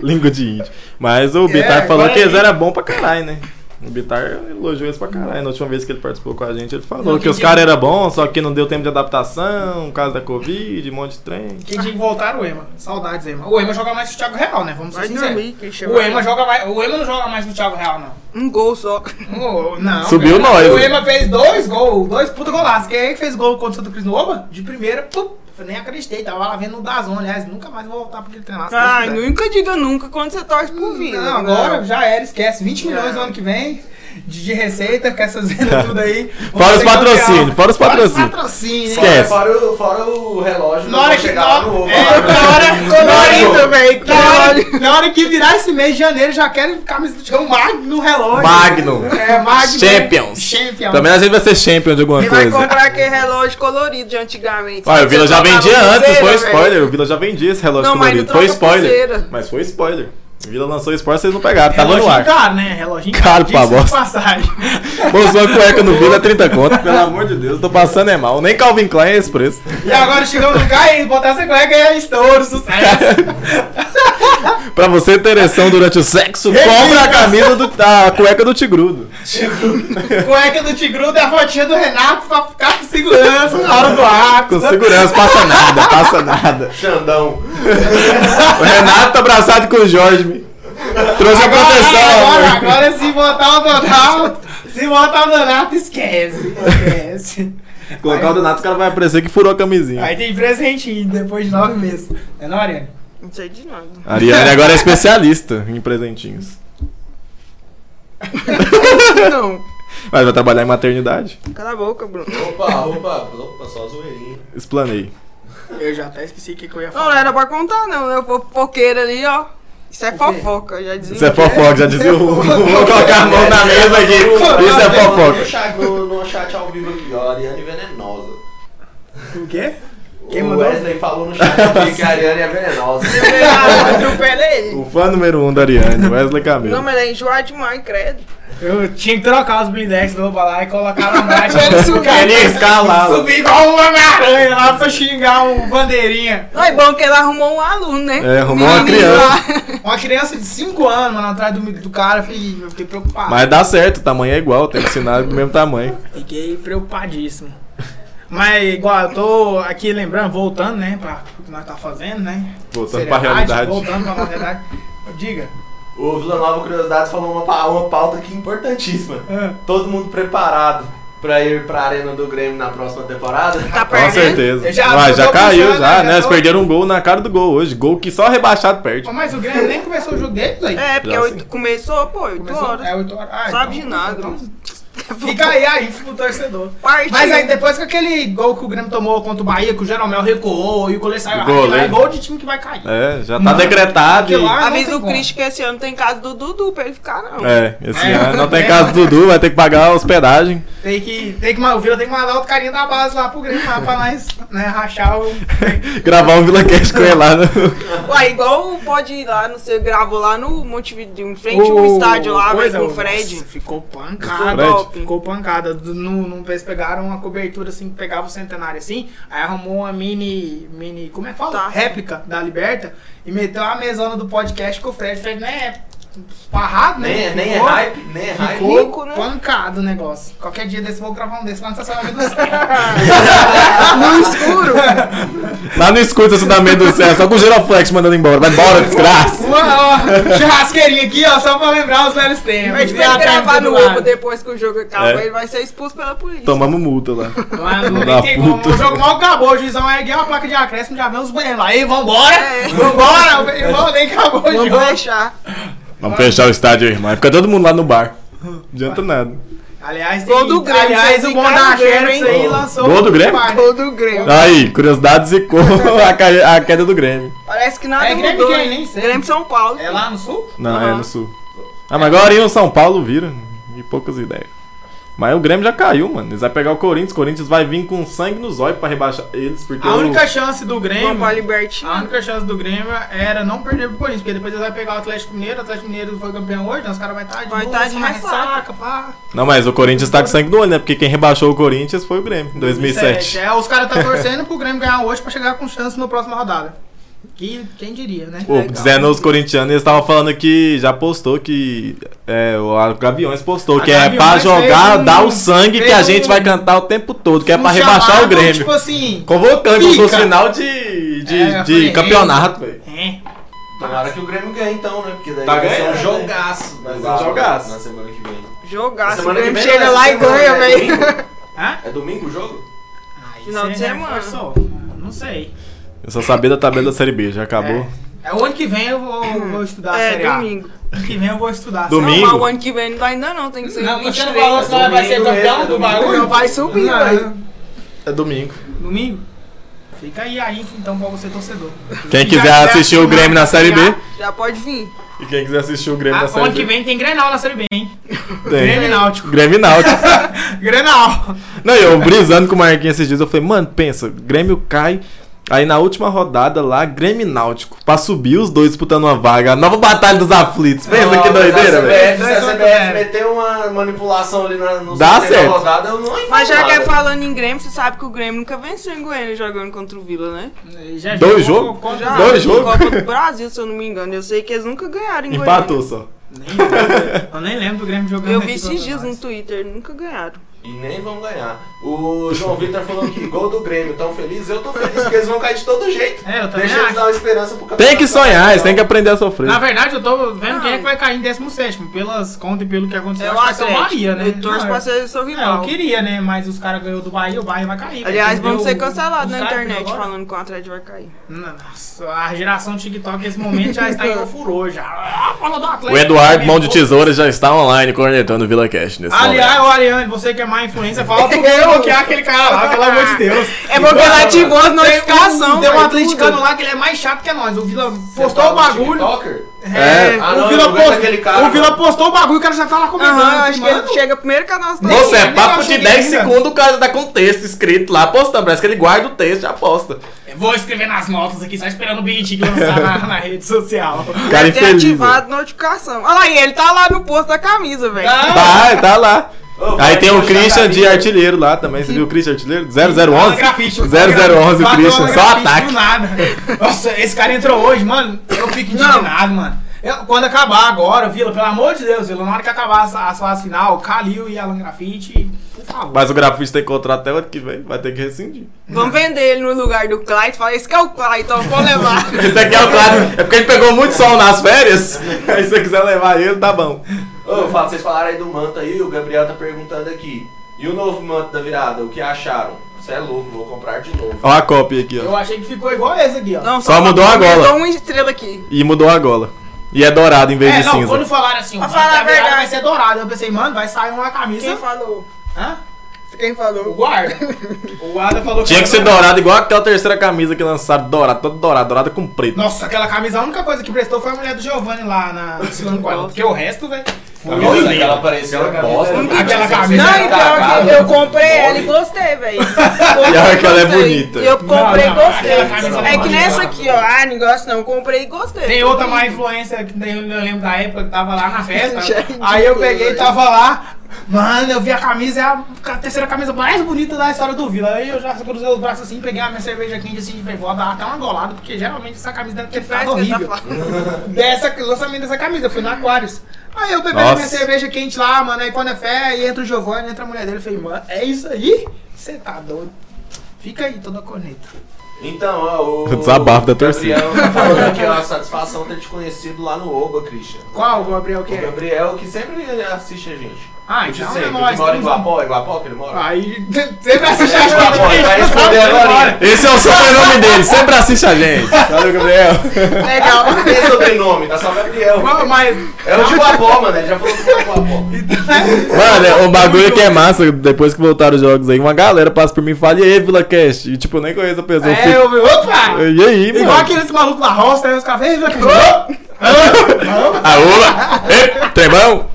[SPEAKER 2] Língua de índio. Mas o
[SPEAKER 3] É,
[SPEAKER 2] Bitar falou
[SPEAKER 3] agora
[SPEAKER 2] que eles
[SPEAKER 3] aí.
[SPEAKER 2] eram bons pra caralho, né? O Bitar elogiou eles pra caralho. Na última vez que ele participou com a gente, ele falou
[SPEAKER 3] Não,
[SPEAKER 2] que
[SPEAKER 3] que
[SPEAKER 2] os
[SPEAKER 3] dia-
[SPEAKER 2] caras eram bons, só que não deu tempo de adaptação, por causa da Covid, um monte de trem.
[SPEAKER 3] Quem tinha que voltar era o Ema. Saudades, Ema. O Ema joga mais que o Thiago Real, né? Vamos ser
[SPEAKER 1] Vai
[SPEAKER 3] sinceros.
[SPEAKER 1] dormir, Christian.
[SPEAKER 3] O Ema, joga mais... o Ema não joga mais que o Thiago Real, não.
[SPEAKER 1] Um gol só.
[SPEAKER 3] Oh, não.
[SPEAKER 2] Subiu
[SPEAKER 3] cara.
[SPEAKER 2] nós.
[SPEAKER 3] O Ema fez dois gols, dois puta golaços. Quem é que fez gol contra o Santa Cruz no Oba? De primeira, pum. Eu nem acreditei, tava lá vendo o Dazon, aliás, nunca mais vou voltar pra aquele treinar. se Deus
[SPEAKER 1] Ai,
[SPEAKER 3] quiser.
[SPEAKER 1] nunca diga nunca quando você torce pro Vila.
[SPEAKER 3] Não, agora
[SPEAKER 1] Não.
[SPEAKER 3] já era, esquece. 20 milhões
[SPEAKER 1] Não.
[SPEAKER 3] no ano que vem de, de receita, com essas vendas tudo aí.
[SPEAKER 2] Fora
[SPEAKER 3] Vamos
[SPEAKER 2] os
[SPEAKER 3] ser campeão.
[SPEAKER 2] patrocínios, fora os patrocínios.
[SPEAKER 3] patrocínios, hein?
[SPEAKER 2] Esquece.
[SPEAKER 4] Fora, o- fora o relógio,
[SPEAKER 3] Na hora
[SPEAKER 4] vai
[SPEAKER 3] que.
[SPEAKER 4] chegar
[SPEAKER 3] Na
[SPEAKER 4] lá
[SPEAKER 3] hora,
[SPEAKER 4] no ovo.
[SPEAKER 3] é, na hora, na hora,
[SPEAKER 1] Colorido, velho.
[SPEAKER 3] na hora- na hora que virar esse mês de janeiro, já quero camisa do Tião um Magno no relógio.
[SPEAKER 2] Magnum.
[SPEAKER 3] É, Magno.
[SPEAKER 2] Champions.
[SPEAKER 3] Champions.
[SPEAKER 2] Pelo menos a gente vai ser champion de alguma
[SPEAKER 1] Ele vai
[SPEAKER 2] coisa.
[SPEAKER 1] comprar aquele relógio colorido de antigamente.
[SPEAKER 2] Olha, o Vila já
[SPEAKER 1] Você
[SPEAKER 2] vendia
[SPEAKER 1] trocava
[SPEAKER 2] antes,
[SPEAKER 1] pulseira,
[SPEAKER 2] foi
[SPEAKER 1] velho.
[SPEAKER 2] spoiler. O Vila já vendia esse relógio
[SPEAKER 1] Não, mas
[SPEAKER 2] colorido.
[SPEAKER 1] não
[SPEAKER 2] Foi
[SPEAKER 1] troca
[SPEAKER 2] spoiler.
[SPEAKER 1] pulseira. É
[SPEAKER 2] Mas foi spoiler. O Vila lançou spoiler, vocês não pegaram, tava
[SPEAKER 3] Reloginho
[SPEAKER 2] tá no ar.
[SPEAKER 3] caro, né? Reloginho
[SPEAKER 2] Caro pra
[SPEAKER 3] diga-se de
[SPEAKER 2] bosta.
[SPEAKER 3] passagem.
[SPEAKER 2] Pôs uma cueca no Vila é 30 conto, pelo amor de Deus, tô passando é mal. Nem Calvin Klein é esse preço.
[SPEAKER 3] E agora chegamos no lugar e botar essa cueca é estouro, sucesso.
[SPEAKER 2] Pra você ter ereção durante o sexo, compra a camisa do, a cueca do Tigrudo.
[SPEAKER 3] cueca do Tigrudo é a fotinha do Renato pra ficar com segurança na hora do ar.
[SPEAKER 2] Com segurança, passa nada, passa nada.
[SPEAKER 4] Xandão.
[SPEAKER 2] O Renato tá abraçado com o Jorge. me- Trouxe a proteção. né?
[SPEAKER 3] Agora,
[SPEAKER 2] amor.
[SPEAKER 3] agora se botar o Donato, se botar o Donato, esquece. Esquece.
[SPEAKER 2] Colocar o Donato, o cara vai aparecer que furou a camisinha.
[SPEAKER 3] Aí tem presentinho depois de nove meses. É não, Ariane?
[SPEAKER 1] Não sei de nada.
[SPEAKER 2] A Ariane agora é especialista em presentinhos.
[SPEAKER 1] Não.
[SPEAKER 2] Mas vai trabalhar em maternidade?
[SPEAKER 1] Cala a boca, Bruno.
[SPEAKER 4] Opa, opa, opa, só zoeirinha.
[SPEAKER 2] Explanei.
[SPEAKER 3] Eu já até esqueci o que, que eu ia
[SPEAKER 1] Não, não era pra contar, não. Eu fofoqueiro ali, ó. Isso é fofoca, eu já dizia.
[SPEAKER 2] Isso é fofoca, já dizia o. Vou colocar a mão na mesa aqui. Isso é fofoca.
[SPEAKER 4] Chegou no chat ao vivo aqui, ó, Ariane Venenosa.
[SPEAKER 3] O quê?
[SPEAKER 4] O
[SPEAKER 3] Quem
[SPEAKER 4] é o
[SPEAKER 3] mandou?
[SPEAKER 4] Wesley falou no chat aqui que a Ariane é venenosa.
[SPEAKER 1] Ah, atropelei.
[SPEAKER 2] O fã número um da Ariane, Wesley Camilo.
[SPEAKER 1] Não, mas é enjoar demais, credo.
[SPEAKER 3] Eu tinha que trocar os blindex do Oba lá e colocar na marcha.
[SPEAKER 1] Ele subiu.
[SPEAKER 2] Ele ia escalar.
[SPEAKER 3] Subi igual um Homem-Aranha lá pra xingar um bandeirinha.
[SPEAKER 1] Não, é bom que ela arrumou um aluno, né?
[SPEAKER 2] É, arrumou uma
[SPEAKER 1] Menino
[SPEAKER 2] criança.
[SPEAKER 1] lá.
[SPEAKER 3] Uma criança de 5 anos, mano, atrás do, do cara, eu fiquei, eu fiquei preocupado.
[SPEAKER 2] Mas dá certo, o tamanho é igual, tem que ensinar do mesmo tamanho.
[SPEAKER 3] Fiquei preocupadíssimo. Mas igual, eu tô aqui lembrando, voltando, né, pra o que nós tá fazendo, né?
[SPEAKER 2] Voltando pra realidade.
[SPEAKER 3] Voltando pra nossa realidade. Diga.
[SPEAKER 4] O Vila Nova Curiosidades falou uma, pa- uma pauta aqui importantíssima.
[SPEAKER 3] Ah.
[SPEAKER 4] Todo mundo preparado pra ir pra Arena do Grêmio na próxima temporada?
[SPEAKER 1] Tá
[SPEAKER 2] Com
[SPEAKER 1] perdendo.
[SPEAKER 2] certeza.
[SPEAKER 3] Eu já-
[SPEAKER 2] Vai,
[SPEAKER 3] eu
[SPEAKER 2] já
[SPEAKER 3] tô
[SPEAKER 2] caiu,
[SPEAKER 3] puxando,
[SPEAKER 2] já,
[SPEAKER 3] né?
[SPEAKER 2] né?
[SPEAKER 3] Já
[SPEAKER 2] Eles
[SPEAKER 3] tô-
[SPEAKER 2] perderam um gol na cara do gol hoje. Gol que só rebaixado perde.
[SPEAKER 3] Pô, Mas o Grêmio nem começou o jogo deles aí.
[SPEAKER 1] É, porque
[SPEAKER 2] Já
[SPEAKER 1] oito, começou, pô, 8
[SPEAKER 3] Começou-
[SPEAKER 1] horas.
[SPEAKER 3] É 8 horas. Ah,
[SPEAKER 1] Sabe de
[SPEAKER 3] então-
[SPEAKER 1] nada.
[SPEAKER 3] Fica aí a info pro torcedor.
[SPEAKER 1] Partido.
[SPEAKER 3] Mas é aí depois que aquele gol que o Grêmio tomou contra o Bahia, que o Jeromel recuou e o goleiro saiu
[SPEAKER 2] O
[SPEAKER 3] arrancado,
[SPEAKER 2] goleiro.
[SPEAKER 3] é gol de time que vai cair.
[SPEAKER 2] É, já tá
[SPEAKER 3] Mano,
[SPEAKER 2] decretado.
[SPEAKER 3] aquilo
[SPEAKER 2] e-
[SPEAKER 3] lá- Ah, não
[SPEAKER 1] Avisa
[SPEAKER 3] tem
[SPEAKER 1] o
[SPEAKER 3] como.
[SPEAKER 1] Christian que esse ano tem casa do Dudu pra ele ficar, não.
[SPEAKER 2] É, esse
[SPEAKER 3] É.
[SPEAKER 2] ano não tem caso do Dudu, vai ter que pagar a hospedagem.
[SPEAKER 3] Tem que, tem que, o Vila tem que mandar outro carinha da base lá pro Grêmio lá pra nós, né, rachar o...
[SPEAKER 2] Gravar um Vila Cast com ele lá. no-
[SPEAKER 1] Ué, igual pode ir lá, não sei, gravou lá no Montevideo, em frente a um estádio lá,
[SPEAKER 3] Coisa, é
[SPEAKER 1] velho, com o
[SPEAKER 3] nossa,
[SPEAKER 1] Fred.
[SPEAKER 3] Ficou
[SPEAKER 1] Ficou
[SPEAKER 3] pancada.
[SPEAKER 2] Fred?
[SPEAKER 1] top.
[SPEAKER 3] Ficou pancada. Do- No, no- eles pegaram uma cobertura assim, que pegava o centenário assim, aí arrumou uma mini. mini. Como é que fala?
[SPEAKER 1] Tá.
[SPEAKER 3] Réplica da Liberta e meteu a mesona do podcast com o Fred. Fred nem é parrado, né?
[SPEAKER 4] Nem, nem é
[SPEAKER 3] Ficou-
[SPEAKER 4] hype, nem é hype.
[SPEAKER 3] Ficou
[SPEAKER 1] Rico, né?
[SPEAKER 3] pancado o negócio. Qualquer dia desse eu vou gravar um desse lá no estacionamento do céu.
[SPEAKER 1] no escuro.
[SPEAKER 2] Lá no escuta esse da do céu, só com o Geroflex mandando embora. Vai embora, desgraça.
[SPEAKER 3] Uma ó, churrasqueirinha aqui, ó, só pra lembrar os velhos tempos.
[SPEAKER 1] Mas pra
[SPEAKER 3] E a
[SPEAKER 1] ele gravar
[SPEAKER 3] carne
[SPEAKER 1] no
[SPEAKER 3] do lado.
[SPEAKER 1] Ubo depois que o jogo acaba,
[SPEAKER 2] É.
[SPEAKER 1] ele vai ser expulso pela polícia.
[SPEAKER 2] Tomamos multa lá.
[SPEAKER 3] Mas não
[SPEAKER 2] Da
[SPEAKER 3] tem que- como
[SPEAKER 2] puta.
[SPEAKER 3] O jogo mal acabou, o juizão ergueu uma placa de acréscimo, já vem os banheiros lá. Ei, vambora!
[SPEAKER 1] É.
[SPEAKER 3] Vambora! O
[SPEAKER 2] É.
[SPEAKER 3] irmão nem acabou o
[SPEAKER 1] Vamos
[SPEAKER 3] jogo.
[SPEAKER 1] fechar.
[SPEAKER 2] Vamos fechar o estádio, irmão. Fica todo mundo lá no bar. Não adianta nada.
[SPEAKER 3] Aliás,
[SPEAKER 1] Gol do Grêmio,
[SPEAKER 3] aliás,
[SPEAKER 1] vocês
[SPEAKER 3] o bom
[SPEAKER 1] ficaram
[SPEAKER 3] da
[SPEAKER 1] no Grêmio,
[SPEAKER 3] Xerox
[SPEAKER 1] hein?
[SPEAKER 3] aí lançou. um
[SPEAKER 2] Gol do
[SPEAKER 3] o
[SPEAKER 2] Grêmio?
[SPEAKER 3] bar.
[SPEAKER 1] Gol do Grêmio.
[SPEAKER 2] Aí, curiosidade zicou a, ca- a queda do Grêmio.
[SPEAKER 1] Parece que nada
[SPEAKER 3] É Grêmio
[SPEAKER 1] mudou.
[SPEAKER 3] quem?
[SPEAKER 1] hein?
[SPEAKER 3] Nem sei.
[SPEAKER 1] Grêmio São Paulo.
[SPEAKER 3] É lá no sul?
[SPEAKER 2] Não, é
[SPEAKER 1] Aham.
[SPEAKER 2] no sul. Ah, mas agora o São Paulo vira. né? E poucas ideias. Mas o Grêmio já caiu, mano. Eles vão pegar o Corinthians. O Corinthians vai vir com sangue nos olhos pra rebaixar eles. Porque
[SPEAKER 3] A
[SPEAKER 2] o-
[SPEAKER 3] única chance do
[SPEAKER 1] Vamos
[SPEAKER 3] Grêmio.
[SPEAKER 1] pra Libertina.
[SPEAKER 3] A única chance do Grêmio era não perder pro Corinthians, porque depois eles vão pegar o Atlético Mineiro, o Atlético Mineiro foi campeão hoje, né? os caras vão estar de
[SPEAKER 1] Vai
[SPEAKER 3] boa,
[SPEAKER 1] tá de
[SPEAKER 3] uma
[SPEAKER 1] ressaca.
[SPEAKER 3] ressaca, pá.
[SPEAKER 2] Não, mas o Corinthians tá com sangue no olho, né? Porque quem rebaixou o Corinthians foi o Grêmio, em 2007.
[SPEAKER 3] É, os caras tá torcendo pro Grêmio ganhar hoje pra chegar com chance na próxima rodada. Que, quem diria, né?
[SPEAKER 2] Pô, dizendo os corintianos, eles estavam falando que já postou que. É, o a Gaviões postou,
[SPEAKER 3] A
[SPEAKER 2] que é pra
[SPEAKER 3] Gaviões
[SPEAKER 2] jogar,
[SPEAKER 3] fez um-
[SPEAKER 2] dar o sangue que
[SPEAKER 3] fez
[SPEAKER 2] a gente
[SPEAKER 3] um-
[SPEAKER 2] vai cantar o tempo todo, que é
[SPEAKER 3] Um
[SPEAKER 2] pra rebaixar
[SPEAKER 3] chamado,
[SPEAKER 2] o Grêmio.
[SPEAKER 3] Tipo assim.
[SPEAKER 2] Convocando como se fosse
[SPEAKER 3] Pica.
[SPEAKER 2] final de, de,
[SPEAKER 3] É, eu
[SPEAKER 2] de
[SPEAKER 3] falei,
[SPEAKER 2] campeonato, velho.
[SPEAKER 3] É.
[SPEAKER 4] Tomara que o Grêmio ganhe então, né? Porque daí
[SPEAKER 2] Tá
[SPEAKER 4] vai ser um
[SPEAKER 2] ganhando, né?
[SPEAKER 4] jogaço.
[SPEAKER 2] Vai ser um
[SPEAKER 4] na-
[SPEAKER 2] jogaço.
[SPEAKER 4] Na semana que vem.
[SPEAKER 1] Jogar. Se o
[SPEAKER 4] Semana que
[SPEAKER 1] Grêmio
[SPEAKER 4] vem
[SPEAKER 1] chega
[SPEAKER 4] não,
[SPEAKER 1] lá e
[SPEAKER 4] essa semana,
[SPEAKER 1] ganha,
[SPEAKER 4] né?
[SPEAKER 1] velho.
[SPEAKER 3] Hã?
[SPEAKER 4] É domingo o jogo?
[SPEAKER 3] Aí
[SPEAKER 1] Final de
[SPEAKER 3] você
[SPEAKER 1] semana.
[SPEAKER 3] reforçou. Não sei.
[SPEAKER 2] Eu só sabia da tabela da Série B, já acabou.
[SPEAKER 3] É. É o ano que vem eu vou, vou estudar a
[SPEAKER 1] É,
[SPEAKER 3] Tá, Série A.
[SPEAKER 1] domingo.
[SPEAKER 3] Ano que vem eu vou estudar.
[SPEAKER 2] Domingo.
[SPEAKER 1] Não, mas o ano que vem não dá ainda não, tem que ser
[SPEAKER 3] Não,
[SPEAKER 1] em
[SPEAKER 3] você não
[SPEAKER 1] 23.
[SPEAKER 3] falou senão vai ser
[SPEAKER 4] É Domingo
[SPEAKER 3] campeão
[SPEAKER 4] mesmo,
[SPEAKER 3] do
[SPEAKER 4] domingo.
[SPEAKER 3] bagulho?
[SPEAKER 1] Não vai subir,
[SPEAKER 3] Não,
[SPEAKER 1] velho.
[SPEAKER 2] É domingo.
[SPEAKER 3] um né? Domingo? Fica aí a info então pra você torcedor.
[SPEAKER 2] Quem
[SPEAKER 3] Já tá
[SPEAKER 2] quiser
[SPEAKER 3] tiver
[SPEAKER 2] assistir o
[SPEAKER 3] assinado,
[SPEAKER 2] Grêmio na Série B.
[SPEAKER 1] Já pode vir.
[SPEAKER 2] E quem quiser assistir o Grêmio
[SPEAKER 3] Ah,
[SPEAKER 2] na Série
[SPEAKER 3] ano
[SPEAKER 2] B.
[SPEAKER 3] que vem tem Grenal na Série B, hein?
[SPEAKER 2] Tem.
[SPEAKER 3] Grêmio e Náutico.
[SPEAKER 2] Grêmio e Náutico.
[SPEAKER 3] Grenal.
[SPEAKER 2] Não, eu brisando com o Marquinhos esses dias, eu falei, mano, pensa, Grêmio cai. Aí na última rodada lá, Grêmio e Náutico. Pra subir os dois disputando uma vaga. A nova batalha dos aflitos. Pensa que
[SPEAKER 4] Não, mas
[SPEAKER 2] doideira,
[SPEAKER 4] a
[SPEAKER 2] velho.
[SPEAKER 4] CBF, Se
[SPEAKER 3] é
[SPEAKER 4] a CBF meter uma manipulação ali na, no
[SPEAKER 2] Dá
[SPEAKER 4] sorteio da
[SPEAKER 2] certo.
[SPEAKER 4] rodada, eu não
[SPEAKER 1] Mas já
[SPEAKER 4] informo
[SPEAKER 1] que é
[SPEAKER 4] nada.
[SPEAKER 1] falando em Grêmio, você sabe que o Grêmio nunca venceu em Goiânia jogando contra o Vila, né?
[SPEAKER 3] Já
[SPEAKER 2] Dois
[SPEAKER 3] jogou
[SPEAKER 2] jogos?
[SPEAKER 3] contra-
[SPEAKER 1] Já,
[SPEAKER 2] Dois
[SPEAKER 1] na
[SPEAKER 2] jogos?
[SPEAKER 1] Copa do Brasil, se eu não me engano. Eu sei que eles nunca ganharam em
[SPEAKER 2] Empatou só.
[SPEAKER 3] Nem lembro. Eu nem lembro do Grêmio jogando.
[SPEAKER 1] Goiânia. Eu
[SPEAKER 3] aqui
[SPEAKER 1] vi esses
[SPEAKER 3] contra
[SPEAKER 1] dias no
[SPEAKER 3] nós.
[SPEAKER 1] Twitter, nunca ganharam.
[SPEAKER 4] E nem vão ganhar. O João Vitor falou que gol do Grêmio, tão feliz. Eu tô feliz porque eles vão cair de todo jeito.
[SPEAKER 3] É, eu também
[SPEAKER 4] Deixa eles
[SPEAKER 3] acho.
[SPEAKER 4] dar uma esperança pro campeonato.
[SPEAKER 2] Tem que sonhar, eles têm que aprender a sofrer.
[SPEAKER 3] Na verdade, eu tô vendo quem é que
[SPEAKER 1] Não.
[SPEAKER 3] vai cair em 17 pelas contas e pelo que aconteceu.
[SPEAKER 1] É
[SPEAKER 3] acho
[SPEAKER 1] o
[SPEAKER 3] que vai ser o
[SPEAKER 1] Atlético.
[SPEAKER 3] Bahia, né?
[SPEAKER 1] Eu torço
[SPEAKER 3] Não,
[SPEAKER 1] pra ser seu
[SPEAKER 3] É, eu
[SPEAKER 1] rival.
[SPEAKER 3] queria, né? Mas os caras ganhou do Bahia, o Bahia vai cair.
[SPEAKER 1] Aliás, vamos ser
[SPEAKER 3] cancelados
[SPEAKER 1] cancelados na internet falando que o Atlético vai cair.
[SPEAKER 3] Nossa, a geração TikTok nesse momento já está em um furor já. Ah, fala do Atlético.
[SPEAKER 2] O Eduardo, mão de
[SPEAKER 3] Pô,
[SPEAKER 2] tesoura, já está online cornetando o Vila Cash nesse
[SPEAKER 3] Aliás,
[SPEAKER 2] momento.
[SPEAKER 3] ô Ariane, você que é má influência, fala pro Grêmio bloquear aquele cara lá, Ah, pelo amor de Deus.
[SPEAKER 1] É porque ela ativou as notificações.
[SPEAKER 3] Tem um
[SPEAKER 1] é velho,
[SPEAKER 3] atleticano
[SPEAKER 1] tudo.
[SPEAKER 3] lá que ele é mais chato que nós. O Vila
[SPEAKER 4] Você
[SPEAKER 3] postou o
[SPEAKER 4] tá no
[SPEAKER 3] bagulho.
[SPEAKER 4] TikToker?
[SPEAKER 3] É,
[SPEAKER 4] Ah, não,
[SPEAKER 3] o,
[SPEAKER 4] eu
[SPEAKER 3] Vila
[SPEAKER 4] não aguento
[SPEAKER 3] post-
[SPEAKER 4] aquele cara,
[SPEAKER 3] o Vila
[SPEAKER 4] não.
[SPEAKER 3] postou o bagulho e o cara já tá lá comentando.
[SPEAKER 1] Aham, eu acho que ele
[SPEAKER 3] mano.
[SPEAKER 1] chega primeiro cadastro.
[SPEAKER 3] Nossa,
[SPEAKER 2] Você
[SPEAKER 3] Nossa,
[SPEAKER 2] é
[SPEAKER 3] nem
[SPEAKER 2] papo
[SPEAKER 3] eu
[SPEAKER 2] de
[SPEAKER 3] cheguei
[SPEAKER 2] 10
[SPEAKER 3] ainda.
[SPEAKER 2] segundos, o cara já tá com o texto escrito lá, apostando. Parece que ele guarda o texto e aposta.
[SPEAKER 3] Eu Vou escrever nas notas aqui, só esperando o Big lançar na, na rede social.
[SPEAKER 2] Cara
[SPEAKER 1] Deve ter
[SPEAKER 2] infeliz, né?
[SPEAKER 1] ativado notificação. Olha aí, ele tá lá no posto da camisa, velho.
[SPEAKER 3] Ah,
[SPEAKER 2] Tá, tá lá.
[SPEAKER 4] Ô,
[SPEAKER 2] Aí
[SPEAKER 4] vai
[SPEAKER 2] tem o
[SPEAKER 4] puxar
[SPEAKER 2] Christian
[SPEAKER 4] a
[SPEAKER 2] de
[SPEAKER 4] camisa.
[SPEAKER 2] artilheiro lá também. Você viu o Christian artilheiro? 011?
[SPEAKER 3] Fala um grafite, fala
[SPEAKER 2] 0011 o
[SPEAKER 3] grafite.
[SPEAKER 2] Christian,
[SPEAKER 3] Fala
[SPEAKER 2] só
[SPEAKER 3] grafite do
[SPEAKER 2] ataque.
[SPEAKER 3] nada. Nossa, esse cara entrou hoje, mano. Eu fico
[SPEAKER 1] Não.
[SPEAKER 3] indignado, mano. Eu- quando acabar agora, Vila, pelo amor de Deus, Vila, na hora que acabar a, a fase final, Kalil e Alan Grafite, por favor.
[SPEAKER 2] Mas o grafite tem contrato até o ano que vem, vai ter que rescindir.
[SPEAKER 1] Vamos vender ele no lugar do Clyde. Fala, esse que é o Clyde, então pode levar.
[SPEAKER 2] Esse aqui é o claro. É porque ele pegou muito sol nas férias. Aí se você quiser levar ele, tá bom.
[SPEAKER 4] Ô, fala, vocês falaram aí do manto aí, o Gabriel tá perguntando aqui. E o novo manto da virada, o que acharam? Você é louco, vou comprar de novo.
[SPEAKER 2] Ó a cópia aqui, ó.
[SPEAKER 3] Eu achei que ficou igual esse aqui, ó.
[SPEAKER 1] Não,
[SPEAKER 2] Só mudou a gola.
[SPEAKER 1] Mudou uma estrela aqui.
[SPEAKER 2] E mudou a gola. E é dourado em vez
[SPEAKER 3] é,
[SPEAKER 2] de
[SPEAKER 3] não,
[SPEAKER 2] cinza.
[SPEAKER 3] quando falaram assim,
[SPEAKER 1] Pra
[SPEAKER 3] o
[SPEAKER 1] falar a
[SPEAKER 3] Lanterna Virada vai
[SPEAKER 1] verdade.
[SPEAKER 3] ser dourado. Eu pensei, mano, vai sair uma camisa.
[SPEAKER 1] Quem falou?
[SPEAKER 3] Hã?
[SPEAKER 1] Quem
[SPEAKER 3] O
[SPEAKER 1] falou?
[SPEAKER 3] guarda. O guarda falou
[SPEAKER 2] Tinha que ser
[SPEAKER 3] era
[SPEAKER 2] dourado, igual aquela terceira camisa que lançaram, dourado, todo dourado, dourado com preto.
[SPEAKER 3] Nossa, aquela camisa, a única coisa que prestou foi a mulher do Giovanni lá na no segundo quadro. Porque o resto, velho. foi
[SPEAKER 4] Nossa,
[SPEAKER 3] horrível.
[SPEAKER 4] aquela parecia uma
[SPEAKER 5] Aquela
[SPEAKER 4] bosta.
[SPEAKER 5] camisa-
[SPEAKER 4] cara.
[SPEAKER 3] aquela
[SPEAKER 4] Vocês
[SPEAKER 3] camisa-
[SPEAKER 4] fizeram
[SPEAKER 1] Não, então
[SPEAKER 4] tá cagada.
[SPEAKER 1] eu, eu comprei ela e gostei, velho.
[SPEAKER 2] E olha que ela é
[SPEAKER 1] Gostei.
[SPEAKER 2] bonita.
[SPEAKER 1] Eu comprei e
[SPEAKER 3] Não, não,
[SPEAKER 1] gostei.
[SPEAKER 3] aquela camisa
[SPEAKER 1] É
[SPEAKER 3] não
[SPEAKER 1] que
[SPEAKER 3] é
[SPEAKER 1] nessa
[SPEAKER 3] bonita.
[SPEAKER 1] aqui, ó. Ah, negócio não. Comprei e gostei. Tá
[SPEAKER 3] Tem outra má influência que tem- eu lembro da época que tava lá na festa.
[SPEAKER 1] Gente,
[SPEAKER 3] aí eu
[SPEAKER 1] que
[SPEAKER 3] peguei e
[SPEAKER 1] coisa.
[SPEAKER 3] tava lá. Mano, eu vi a camisa, é a ca- terceira camisa mais bonita da história do Vila. Aí eu já cruzei os braços assim, peguei a minha cerveja quente assim, e falei, vou dar até uma golada, porque geralmente essa camisa deve ter
[SPEAKER 1] Faz
[SPEAKER 3] ficado
[SPEAKER 1] que tá
[SPEAKER 3] horrível.
[SPEAKER 1] falando.
[SPEAKER 3] dessa, lançamento dessa camisa, eu fui na Aquarius. Aí eu bebi
[SPEAKER 2] Nossa.
[SPEAKER 3] a minha cerveja quente lá, mano, aí quando é fé, aí entra o Giovanni, entra a mulher dele, eu falei, mano, é isso aí? Você tá doido. Fica aí, toda corneta.
[SPEAKER 4] Então, ó, o.
[SPEAKER 2] O desabafo da torcida.
[SPEAKER 4] Gabriel tá falando aqui, ó, a satisfação ter te conhecido lá no Oba, Christian.
[SPEAKER 3] Qual, Gabriel, que
[SPEAKER 4] O
[SPEAKER 3] é?
[SPEAKER 4] Gabriel, que sempre assiste a gente.
[SPEAKER 3] Ah,
[SPEAKER 4] De
[SPEAKER 3] então é
[SPEAKER 4] sempre,
[SPEAKER 3] nóis,
[SPEAKER 4] que mora em
[SPEAKER 3] tamo junto.
[SPEAKER 4] Guapó, é Guapó que ele mora?
[SPEAKER 3] Aí, sempre assiste as
[SPEAKER 4] Vai, vai, vai responder agora.
[SPEAKER 2] Esse é o sobrenome dele, sempre assiste a gente. Valeu, Gabriel.
[SPEAKER 1] Legal.
[SPEAKER 4] Não tem sobrenome, tá só Gabriel.
[SPEAKER 3] Mas, mas
[SPEAKER 4] É o de Guapó, mano, ele já falou que é o Guapó.
[SPEAKER 2] Mano, é- o bagulho que é massa, depois que voltaram os jogos aí, uma galera passa por mim e fala, e aí, Vila Cast? E tipo, eu nem conheço a pessoa. eu
[SPEAKER 3] é,
[SPEAKER 2] fico,
[SPEAKER 3] eu vi, opa!
[SPEAKER 2] E aí,
[SPEAKER 3] Igual
[SPEAKER 2] mano?
[SPEAKER 3] aqueles malucos da roça, aí os caras, vem, vem, aqui.
[SPEAKER 2] Aula! Ah, Ei, tremão!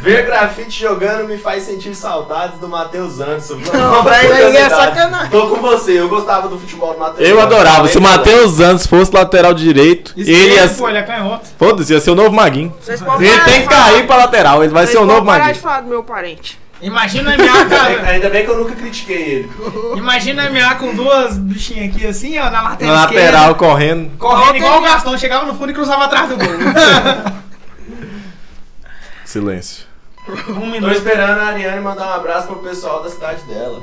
[SPEAKER 4] Ver grafite jogando me faz sentir saudades do Matheus Anderson.
[SPEAKER 1] Não, velho, aí é sacanagem.
[SPEAKER 4] Tô com você, eu gostava do futebol do Matheus
[SPEAKER 2] Eu
[SPEAKER 4] Anderson.
[SPEAKER 2] adorava. Se o
[SPEAKER 4] Falei,
[SPEAKER 2] Matheus Antes fosse lateral direito, ele ia.
[SPEAKER 3] Pô, ele é canhoto.
[SPEAKER 2] Foda-se, ia ser o novo Maguinho.
[SPEAKER 1] Vocês podem
[SPEAKER 2] Ele
[SPEAKER 1] parar
[SPEAKER 2] tem
[SPEAKER 1] de
[SPEAKER 2] que
[SPEAKER 1] falar.
[SPEAKER 2] cair pra lateral, ele vai
[SPEAKER 1] Vocês
[SPEAKER 2] ser o
[SPEAKER 1] podem
[SPEAKER 2] novo
[SPEAKER 1] parar de
[SPEAKER 2] Maguinho.
[SPEAKER 1] falar do meu parente.
[SPEAKER 3] Imagina a minha
[SPEAKER 4] Ainda
[SPEAKER 3] cara.
[SPEAKER 4] ainda bem que eu nunca critiquei ele.
[SPEAKER 3] Imagina a minha com duas bichinhas aqui assim, ó, na lateral.
[SPEAKER 2] Na
[SPEAKER 3] esquerda.
[SPEAKER 2] lateral, correndo.
[SPEAKER 3] Correndo
[SPEAKER 1] Ontem-
[SPEAKER 3] igual o Gastão, chegava no fundo e cruzava atrás do gol.
[SPEAKER 2] Silêncio.
[SPEAKER 3] um
[SPEAKER 4] Tô
[SPEAKER 3] minuto.
[SPEAKER 4] esperando a Ariane mandar um abraço pro pessoal da cidade dela.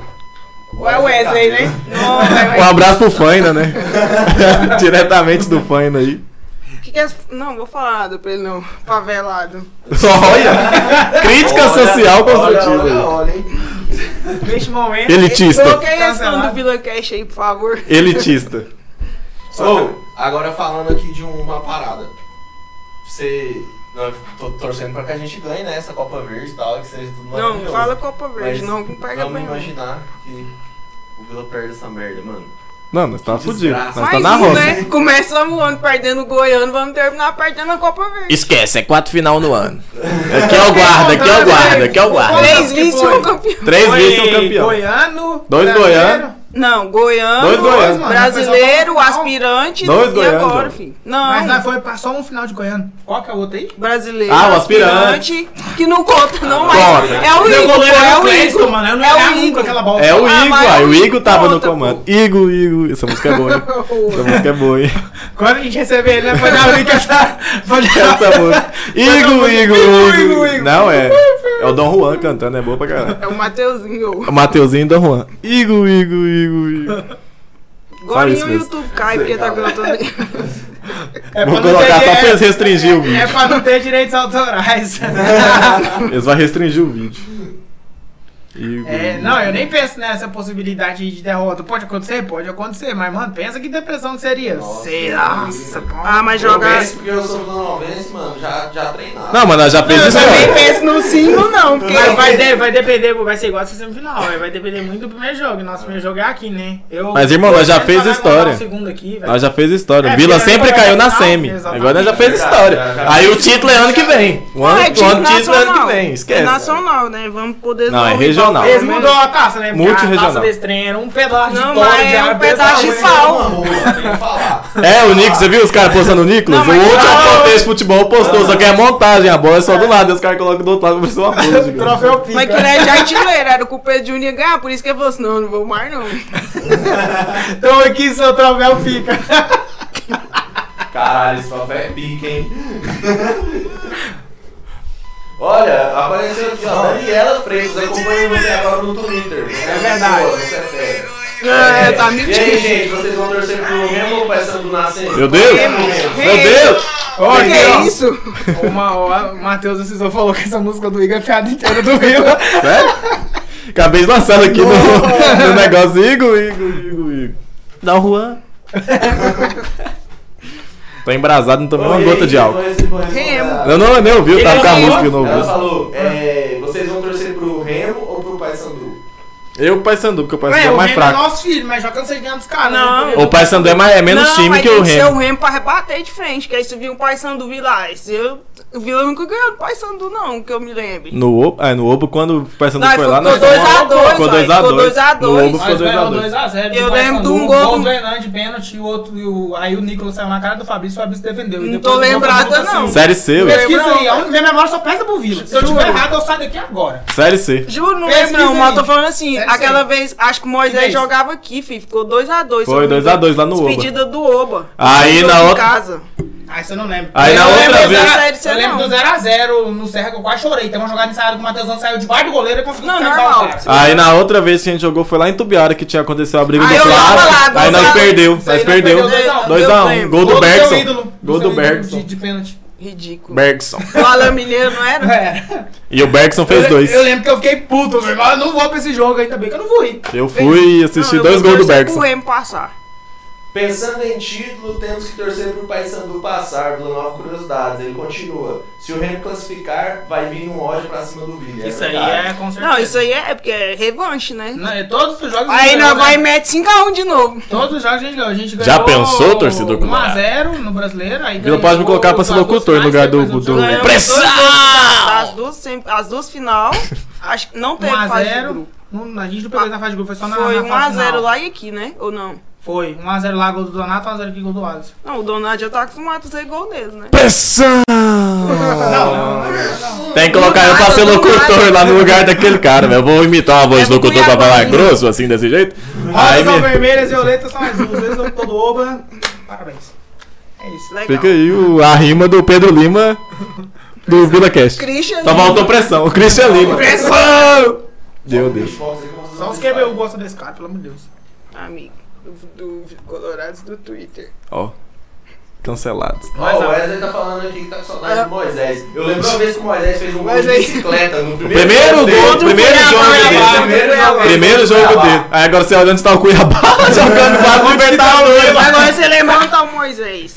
[SPEAKER 1] Ué, Wesley, né? Não,
[SPEAKER 2] Um
[SPEAKER 1] Wesley.
[SPEAKER 2] abraço pro Faina, né? Diretamente do Faina aí.
[SPEAKER 1] O que que é. Não, vou falar nada pra ele, não. Favelado.
[SPEAKER 2] Olha! Crítica
[SPEAKER 4] Olha,
[SPEAKER 2] social construtiva.
[SPEAKER 4] Olha,
[SPEAKER 2] aí.
[SPEAKER 4] olha, olha, hein?
[SPEAKER 3] Neste momento.
[SPEAKER 2] Elitista.
[SPEAKER 1] Coloquei esse nome
[SPEAKER 3] Cancelado.
[SPEAKER 1] do Vila Cash aí, por favor.
[SPEAKER 2] Elitista.
[SPEAKER 4] Ô, agora falando aqui de uma parada. Você. Não, eu tô torcendo pra que a gente ganhe, né? Essa Copa Verde e tal, que seja tudo
[SPEAKER 1] Não,
[SPEAKER 4] maravilhoso.
[SPEAKER 1] fala Copa Verde,
[SPEAKER 4] Mas
[SPEAKER 1] não, não pega
[SPEAKER 4] Vamos
[SPEAKER 1] bem. não.
[SPEAKER 4] imaginar que o Vila perde essa merda, mano.
[SPEAKER 2] Não, nós tá
[SPEAKER 4] Que
[SPEAKER 2] fudido. Nós
[SPEAKER 4] desgraça.
[SPEAKER 2] tá
[SPEAKER 1] Mais
[SPEAKER 2] na
[SPEAKER 1] um,
[SPEAKER 2] roça.
[SPEAKER 1] né? Começamos o ano perdendo o Goiano, vamos terminar perdendo a Copa Verde.
[SPEAKER 2] Esquece, é quatro final no ano. Aqui é o guarda, aqui é o guarda, aqui é o guarda.
[SPEAKER 1] Três vezes
[SPEAKER 3] foi?
[SPEAKER 1] um campeão.
[SPEAKER 2] Três
[SPEAKER 3] Foi
[SPEAKER 2] vezes é o campeão.
[SPEAKER 3] Goiano.
[SPEAKER 2] Dois
[SPEAKER 3] brasileiro.
[SPEAKER 2] goiano.
[SPEAKER 1] Não, Goiano,
[SPEAKER 2] Dois Goiano.
[SPEAKER 3] mano,
[SPEAKER 1] brasileiro,
[SPEAKER 3] foi só pra um final.
[SPEAKER 1] aspirante
[SPEAKER 2] Dois
[SPEAKER 1] e
[SPEAKER 2] Goiano,
[SPEAKER 1] agora,
[SPEAKER 2] João.
[SPEAKER 1] filho. Não,
[SPEAKER 3] Mas não foi pra- só um final de Goiano. Qual que é o outro aí?
[SPEAKER 1] brasileiro,
[SPEAKER 2] Ah, o
[SPEAKER 1] que não conta não, mas
[SPEAKER 2] Conta.
[SPEAKER 1] é o
[SPEAKER 3] Meu
[SPEAKER 1] Igor, pô,
[SPEAKER 3] goleiro
[SPEAKER 1] é
[SPEAKER 3] era
[SPEAKER 1] o
[SPEAKER 3] Cleiton,
[SPEAKER 1] Igor.
[SPEAKER 3] mano. Eu não
[SPEAKER 1] é
[SPEAKER 3] ia
[SPEAKER 1] o
[SPEAKER 3] nunca
[SPEAKER 1] Igor.
[SPEAKER 3] aquela bola.
[SPEAKER 2] É o
[SPEAKER 1] Ah,
[SPEAKER 2] Igor,
[SPEAKER 1] mas
[SPEAKER 2] aí
[SPEAKER 1] é o
[SPEAKER 2] o Igor
[SPEAKER 1] Igor,
[SPEAKER 2] tava no
[SPEAKER 1] outra,
[SPEAKER 2] comando. Igor, Igor. Essa música é boa, hein? Essa música é boa, hein?
[SPEAKER 3] Quando a gente receber ele, né? Foi dar brinca essa. Foi dar
[SPEAKER 2] Essa música. Igor,
[SPEAKER 3] música.
[SPEAKER 2] Igor,
[SPEAKER 3] Igor, Igor,
[SPEAKER 2] Igor.
[SPEAKER 3] Igor.
[SPEAKER 2] Não, é. É o Dom Juan cantando, é boa pra caralho.
[SPEAKER 1] É o Mateuzinho.
[SPEAKER 2] O Mateuzinho e Dom Juan. Igor, Igor, Igor, Igor.
[SPEAKER 1] Agora
[SPEAKER 2] isso
[SPEAKER 1] o
[SPEAKER 2] mesmo.
[SPEAKER 1] YouTube cai porque tá cantando.
[SPEAKER 3] É
[SPEAKER 2] Vou
[SPEAKER 3] pra não
[SPEAKER 2] colocar
[SPEAKER 3] ter
[SPEAKER 2] só pra
[SPEAKER 3] direito-
[SPEAKER 2] eles restringir o
[SPEAKER 3] É
[SPEAKER 2] vídeo.
[SPEAKER 3] pra não ter direitos autorais.
[SPEAKER 2] Eles vão restringir o vídeo. E,
[SPEAKER 3] É, não, eu nem penso nessa possibilidade de derrota. Pode acontecer? Pode acontecer, mas, mano, pensa que depressão que seria.
[SPEAKER 4] Nossa,
[SPEAKER 3] Sei,
[SPEAKER 4] que
[SPEAKER 3] nossa,
[SPEAKER 4] delícia.
[SPEAKER 3] pô.
[SPEAKER 1] Ah, mas
[SPEAKER 4] Eu
[SPEAKER 1] jogar.
[SPEAKER 4] penso porque eu sou flamenguense, mano, já, já treinado.
[SPEAKER 2] Não, mas nós já fez
[SPEAKER 1] Eu
[SPEAKER 2] isso.
[SPEAKER 1] também
[SPEAKER 2] ó.
[SPEAKER 1] penso no 5, não, porque.
[SPEAKER 3] Mas vai, de- vai depender, vai ser igual essa semifinal, vai- vai depender muito do primeiro jogo. Nosso primeiro jogo é aqui, né? Eu,
[SPEAKER 2] Mas, irmão, nós já fez
[SPEAKER 3] Vai mandar
[SPEAKER 2] história.
[SPEAKER 3] o um segundo aqui, vai.
[SPEAKER 2] Nós já fez história.
[SPEAKER 3] É,
[SPEAKER 2] Vila
[SPEAKER 3] porque
[SPEAKER 2] sempre
[SPEAKER 3] agora
[SPEAKER 2] caiu na
[SPEAKER 3] vai-
[SPEAKER 2] semi.
[SPEAKER 3] Exatamente.
[SPEAKER 2] Agora nós já fez
[SPEAKER 4] Verdade,
[SPEAKER 2] história.
[SPEAKER 4] já- já-
[SPEAKER 2] Aí o título é ano que vem. O ano,
[SPEAKER 1] Ah, é
[SPEAKER 2] o
[SPEAKER 1] time
[SPEAKER 2] ano título é ano que
[SPEAKER 1] nacional.
[SPEAKER 2] vem.
[SPEAKER 1] É
[SPEAKER 2] Esquece.
[SPEAKER 1] nacional, né? Vamos poder.
[SPEAKER 2] Não, é
[SPEAKER 1] resolver
[SPEAKER 2] regional.
[SPEAKER 1] qualquer
[SPEAKER 3] Eles
[SPEAKER 1] coisa.
[SPEAKER 3] multiregional. mudou a taça, né? Porque a taça
[SPEAKER 2] Multiregional.
[SPEAKER 3] desse trem era um pedaço de
[SPEAKER 1] Não,
[SPEAKER 3] torre
[SPEAKER 1] mas
[SPEAKER 3] de
[SPEAKER 1] é um
[SPEAKER 3] água,
[SPEAKER 1] pedaço de
[SPEAKER 3] desse
[SPEAKER 1] sal.
[SPEAKER 3] tamanho.
[SPEAKER 2] É, o Nick, você viu os caras postando o Nicolas? o último contexto de futebol postou, só que é montagem, a bola é só do lado, e os caras colocam do outro lado pra ser uma bola. gigante.
[SPEAKER 3] Troféu pica.
[SPEAKER 1] Mas que ele é jardineiro, era com o Pedro Júnior ia ganhar, por isso que ele falou assim: não, não vou mais não.
[SPEAKER 3] Então aqui seu troféu fica.
[SPEAKER 4] Caralho, esse papel é pica, hein? Olha, apareceu aqui, ó. Daniela Freitas acompanha você agora no Twitter. É
[SPEAKER 3] verdade.
[SPEAKER 4] Você é fera.
[SPEAKER 1] É, tá
[SPEAKER 4] E aí,
[SPEAKER 1] mentindo.
[SPEAKER 4] gente, vocês vão torcer pro Remo ou pra essa do Nascimento?
[SPEAKER 2] Meu Deus! Meu Deus!
[SPEAKER 1] Que
[SPEAKER 3] Olha,
[SPEAKER 1] é
[SPEAKER 3] ó,
[SPEAKER 1] isso?
[SPEAKER 3] Uma, ó, o Matheus Assisor falou que essa música do Igor é a piada inteira do Vila.
[SPEAKER 2] Sério? Acabei de lançar aqui no, no negócio. Igor, Igor, Igor, Igor. Dá o Juan. tô embrasado, não tomei uma
[SPEAKER 4] Oi,
[SPEAKER 2] gota
[SPEAKER 4] aí,
[SPEAKER 2] de álcool.
[SPEAKER 4] depois- depois
[SPEAKER 1] Remo.
[SPEAKER 4] vão dar-
[SPEAKER 2] Eu não, eu nem ouvi, eu tava com a
[SPEAKER 1] Ele
[SPEAKER 2] música no
[SPEAKER 1] falou?
[SPEAKER 4] Ela
[SPEAKER 2] ouvido.
[SPEAKER 4] falou, é, vocês vão torcer pro Remo ou pro Paysandu?
[SPEAKER 2] Eu, o Pai Sandu, porque o Pai
[SPEAKER 3] Ué,
[SPEAKER 2] Sandu é
[SPEAKER 3] o
[SPEAKER 2] mais
[SPEAKER 3] Remo é
[SPEAKER 2] fraco.
[SPEAKER 3] nosso filho, mas já cansei de ganhar dos caras.
[SPEAKER 1] Não.
[SPEAKER 3] né?
[SPEAKER 2] O Pai Sandu é, mais, é menos
[SPEAKER 1] não,
[SPEAKER 2] time
[SPEAKER 1] mas
[SPEAKER 2] que o
[SPEAKER 1] tem ser
[SPEAKER 2] Remo.
[SPEAKER 1] o Remo pra rebater de frente, que aí se vir um Paysandu do Vila. aí se eu- O Vila nunca ganhou do Paysandu, não, que eu me lembro.
[SPEAKER 2] No Obo, ah, no Obo, quando o Pai Sandu
[SPEAKER 1] Não,
[SPEAKER 2] foi lá,
[SPEAKER 1] ficou
[SPEAKER 2] nós tomamos-
[SPEAKER 1] 2x2,
[SPEAKER 2] Ficou
[SPEAKER 1] ó,
[SPEAKER 2] 2x2.
[SPEAKER 1] ficou 2x2.
[SPEAKER 2] No Obo ficou
[SPEAKER 3] Nós ganhamos
[SPEAKER 2] 2x2.
[SPEAKER 3] 2x0.
[SPEAKER 1] Eu
[SPEAKER 3] do
[SPEAKER 1] lembro de
[SPEAKER 3] Paysandu,
[SPEAKER 1] um gol
[SPEAKER 3] gol
[SPEAKER 1] do-
[SPEAKER 3] do Hernan de pênalti, o outro, e o- aí o Nicolas saiu na cara do Fabrício, o Fabrício defendeu. E
[SPEAKER 1] Não
[SPEAKER 3] depois
[SPEAKER 1] tô
[SPEAKER 3] o um gol foi
[SPEAKER 1] lembrada,
[SPEAKER 3] do Lucas
[SPEAKER 1] não.
[SPEAKER 3] Silva.
[SPEAKER 2] Série C, velho.
[SPEAKER 3] Pesquisa
[SPEAKER 1] Lembra,
[SPEAKER 3] aí,
[SPEAKER 1] não,
[SPEAKER 3] a minha memória só pesa pro Vila. Se eu tiver
[SPEAKER 1] Juro.
[SPEAKER 3] errado, eu saio daqui agora.
[SPEAKER 2] Série C.
[SPEAKER 1] Juro, não
[SPEAKER 3] Pesquisa
[SPEAKER 1] lembro não, mas eu tô
[SPEAKER 3] aí.
[SPEAKER 1] falando assim,
[SPEAKER 3] Deve
[SPEAKER 1] aquela
[SPEAKER 3] ser.
[SPEAKER 1] vez, acho que o
[SPEAKER 3] Que
[SPEAKER 1] Moisés
[SPEAKER 3] mês?
[SPEAKER 1] jogava aqui, filho, ficou 2x2.
[SPEAKER 2] Foi 2x2 lá no Oba.
[SPEAKER 1] Despedida do Oba.
[SPEAKER 2] Aí,
[SPEAKER 1] Jogo
[SPEAKER 2] na
[SPEAKER 1] em
[SPEAKER 2] outra-
[SPEAKER 1] casa.
[SPEAKER 3] Aí você não lembra. Ah,
[SPEAKER 2] Aí,
[SPEAKER 3] Eu
[SPEAKER 2] na
[SPEAKER 3] lembro
[SPEAKER 2] outra
[SPEAKER 3] do
[SPEAKER 2] vez-
[SPEAKER 3] zero-
[SPEAKER 1] Série C,
[SPEAKER 3] Eu lembro do
[SPEAKER 1] não.
[SPEAKER 3] 0x0 no Serra que eu quase chorei. Tem uma jogada ensaiada que o Matheusão saiu de baixo do goleiro e conseguiu
[SPEAKER 1] Não,
[SPEAKER 3] derrubar
[SPEAKER 1] normal.
[SPEAKER 3] o cara.
[SPEAKER 2] Aí na outra vez que a gente jogou foi lá em Tubiara que tinha acontecido a briga
[SPEAKER 1] Aí
[SPEAKER 2] do
[SPEAKER 1] eu
[SPEAKER 2] Flávio.
[SPEAKER 1] tava lá,
[SPEAKER 2] aí nós
[SPEAKER 1] Gonçalo.
[SPEAKER 2] perdeu,
[SPEAKER 1] Isso
[SPEAKER 2] nós
[SPEAKER 1] aí nós
[SPEAKER 2] perdeu.
[SPEAKER 3] perdeu 2x1.
[SPEAKER 2] 2x1.
[SPEAKER 1] Eu
[SPEAKER 2] gol do
[SPEAKER 3] seu
[SPEAKER 2] Bergson.
[SPEAKER 3] ídolo.
[SPEAKER 2] Gol
[SPEAKER 3] seu
[SPEAKER 2] do
[SPEAKER 3] ídolo
[SPEAKER 2] Bergson.
[SPEAKER 3] de- De pênalti.
[SPEAKER 1] Ridículo.
[SPEAKER 2] Bergson.
[SPEAKER 1] O Alan Mineiro, não era?
[SPEAKER 3] É.
[SPEAKER 2] E o Bergson fez
[SPEAKER 3] eu,
[SPEAKER 2] dois.
[SPEAKER 3] Eu lembro que eu fiquei puto, meu irmão. Eu "Ah, não vou pra esse jogo aí também, que eu não vou ir.
[SPEAKER 2] Eu fui e
[SPEAKER 1] Não,
[SPEAKER 2] assisti
[SPEAKER 1] eu
[SPEAKER 2] dois
[SPEAKER 1] vou
[SPEAKER 2] gols do
[SPEAKER 1] torcer pro
[SPEAKER 2] Bergson.
[SPEAKER 1] Remo passar.
[SPEAKER 4] Pensando em título, temos que torcer pro Paysandu passar, Vila Nova Curiosidades. Ele continua. Se o Remo classificar, vai vir um ódio pra cima do Vila.
[SPEAKER 3] Isso aí
[SPEAKER 4] verdade.
[SPEAKER 3] é com certeza.
[SPEAKER 1] Não, isso aí é porque é revanche, né?
[SPEAKER 3] Não, é todos os jogos. a
[SPEAKER 1] Aí
[SPEAKER 3] gente
[SPEAKER 1] nós
[SPEAKER 3] ganhou,
[SPEAKER 1] vai e
[SPEAKER 3] né?
[SPEAKER 1] mete 5x1 de novo.
[SPEAKER 3] Todos os jogos a gente ganhou. A gente ganhou.
[SPEAKER 2] Já pensou, torcedor colorado?
[SPEAKER 3] 1x0 no brasileiro. Aí
[SPEAKER 2] Vila pode me colocar pra ser locutor no lugar do- do-
[SPEAKER 1] Ganhamos
[SPEAKER 2] Pressão!
[SPEAKER 1] dois jogos da- As duas, sem- as duas final, acho que não teve fase de
[SPEAKER 3] 1x0.
[SPEAKER 1] grupo.
[SPEAKER 3] A gente não pegou na fase de grupo, foi só na,
[SPEAKER 1] Foi
[SPEAKER 3] na fase
[SPEAKER 1] 1x0
[SPEAKER 3] final.
[SPEAKER 1] lá e aqui, né? Ou não?
[SPEAKER 3] Foi, 1x0 lá, gol do Donato, 1x0 aqui, gol do Alisson.
[SPEAKER 1] Não, o Donald já tá acostumado a fazer gol deles, né?
[SPEAKER 2] Pressão! Tem que colocar eu pra ser
[SPEAKER 1] Do nada, do
[SPEAKER 2] locutor
[SPEAKER 1] nada.
[SPEAKER 2] lá no lugar daquele cara, velho. Eu vou imitar uma voz
[SPEAKER 1] É
[SPEAKER 2] de locutor pra
[SPEAKER 1] Cunha
[SPEAKER 2] falar
[SPEAKER 1] Gomes.
[SPEAKER 2] grosso, assim, desse jeito. Aí
[SPEAKER 3] Rosas são
[SPEAKER 2] me...
[SPEAKER 3] vermelhas, violetas são azuis. Eles são todo oba. Parabéns. É isso.
[SPEAKER 1] Legal.
[SPEAKER 2] Fica aí o- a rima do Pedro Lima do Vila Cast.
[SPEAKER 1] Christian.
[SPEAKER 2] Só faltou pressão. O Christian Lima. Pressão! Meu Deus.
[SPEAKER 3] Só os é QBU gostam desse cara, pelo amor de Deus.
[SPEAKER 1] Amigo. Do, do Colorados do Twitter.
[SPEAKER 2] Ó. Cancelados.
[SPEAKER 4] Ó,
[SPEAKER 3] Mas,
[SPEAKER 4] o
[SPEAKER 3] ó.
[SPEAKER 4] Wesley tá falando aqui que tá com saudade do Moisés. Eu lembro uma vez que o Moisés fez um gol de
[SPEAKER 1] Wesley.
[SPEAKER 4] bicicleta no primeiro,
[SPEAKER 2] Primeiro gol,
[SPEAKER 4] dele. Tá
[SPEAKER 2] primeiro
[SPEAKER 1] Cuiabá,
[SPEAKER 2] jogo
[SPEAKER 1] Cuiabá,
[SPEAKER 2] dele.
[SPEAKER 1] primeiro jogo
[SPEAKER 2] Primeiro jogo dele. Aí agora você olhando se tá o Cuiabá jogando quase
[SPEAKER 1] Agora
[SPEAKER 2] Libertadores.
[SPEAKER 1] você levanta o Moisés.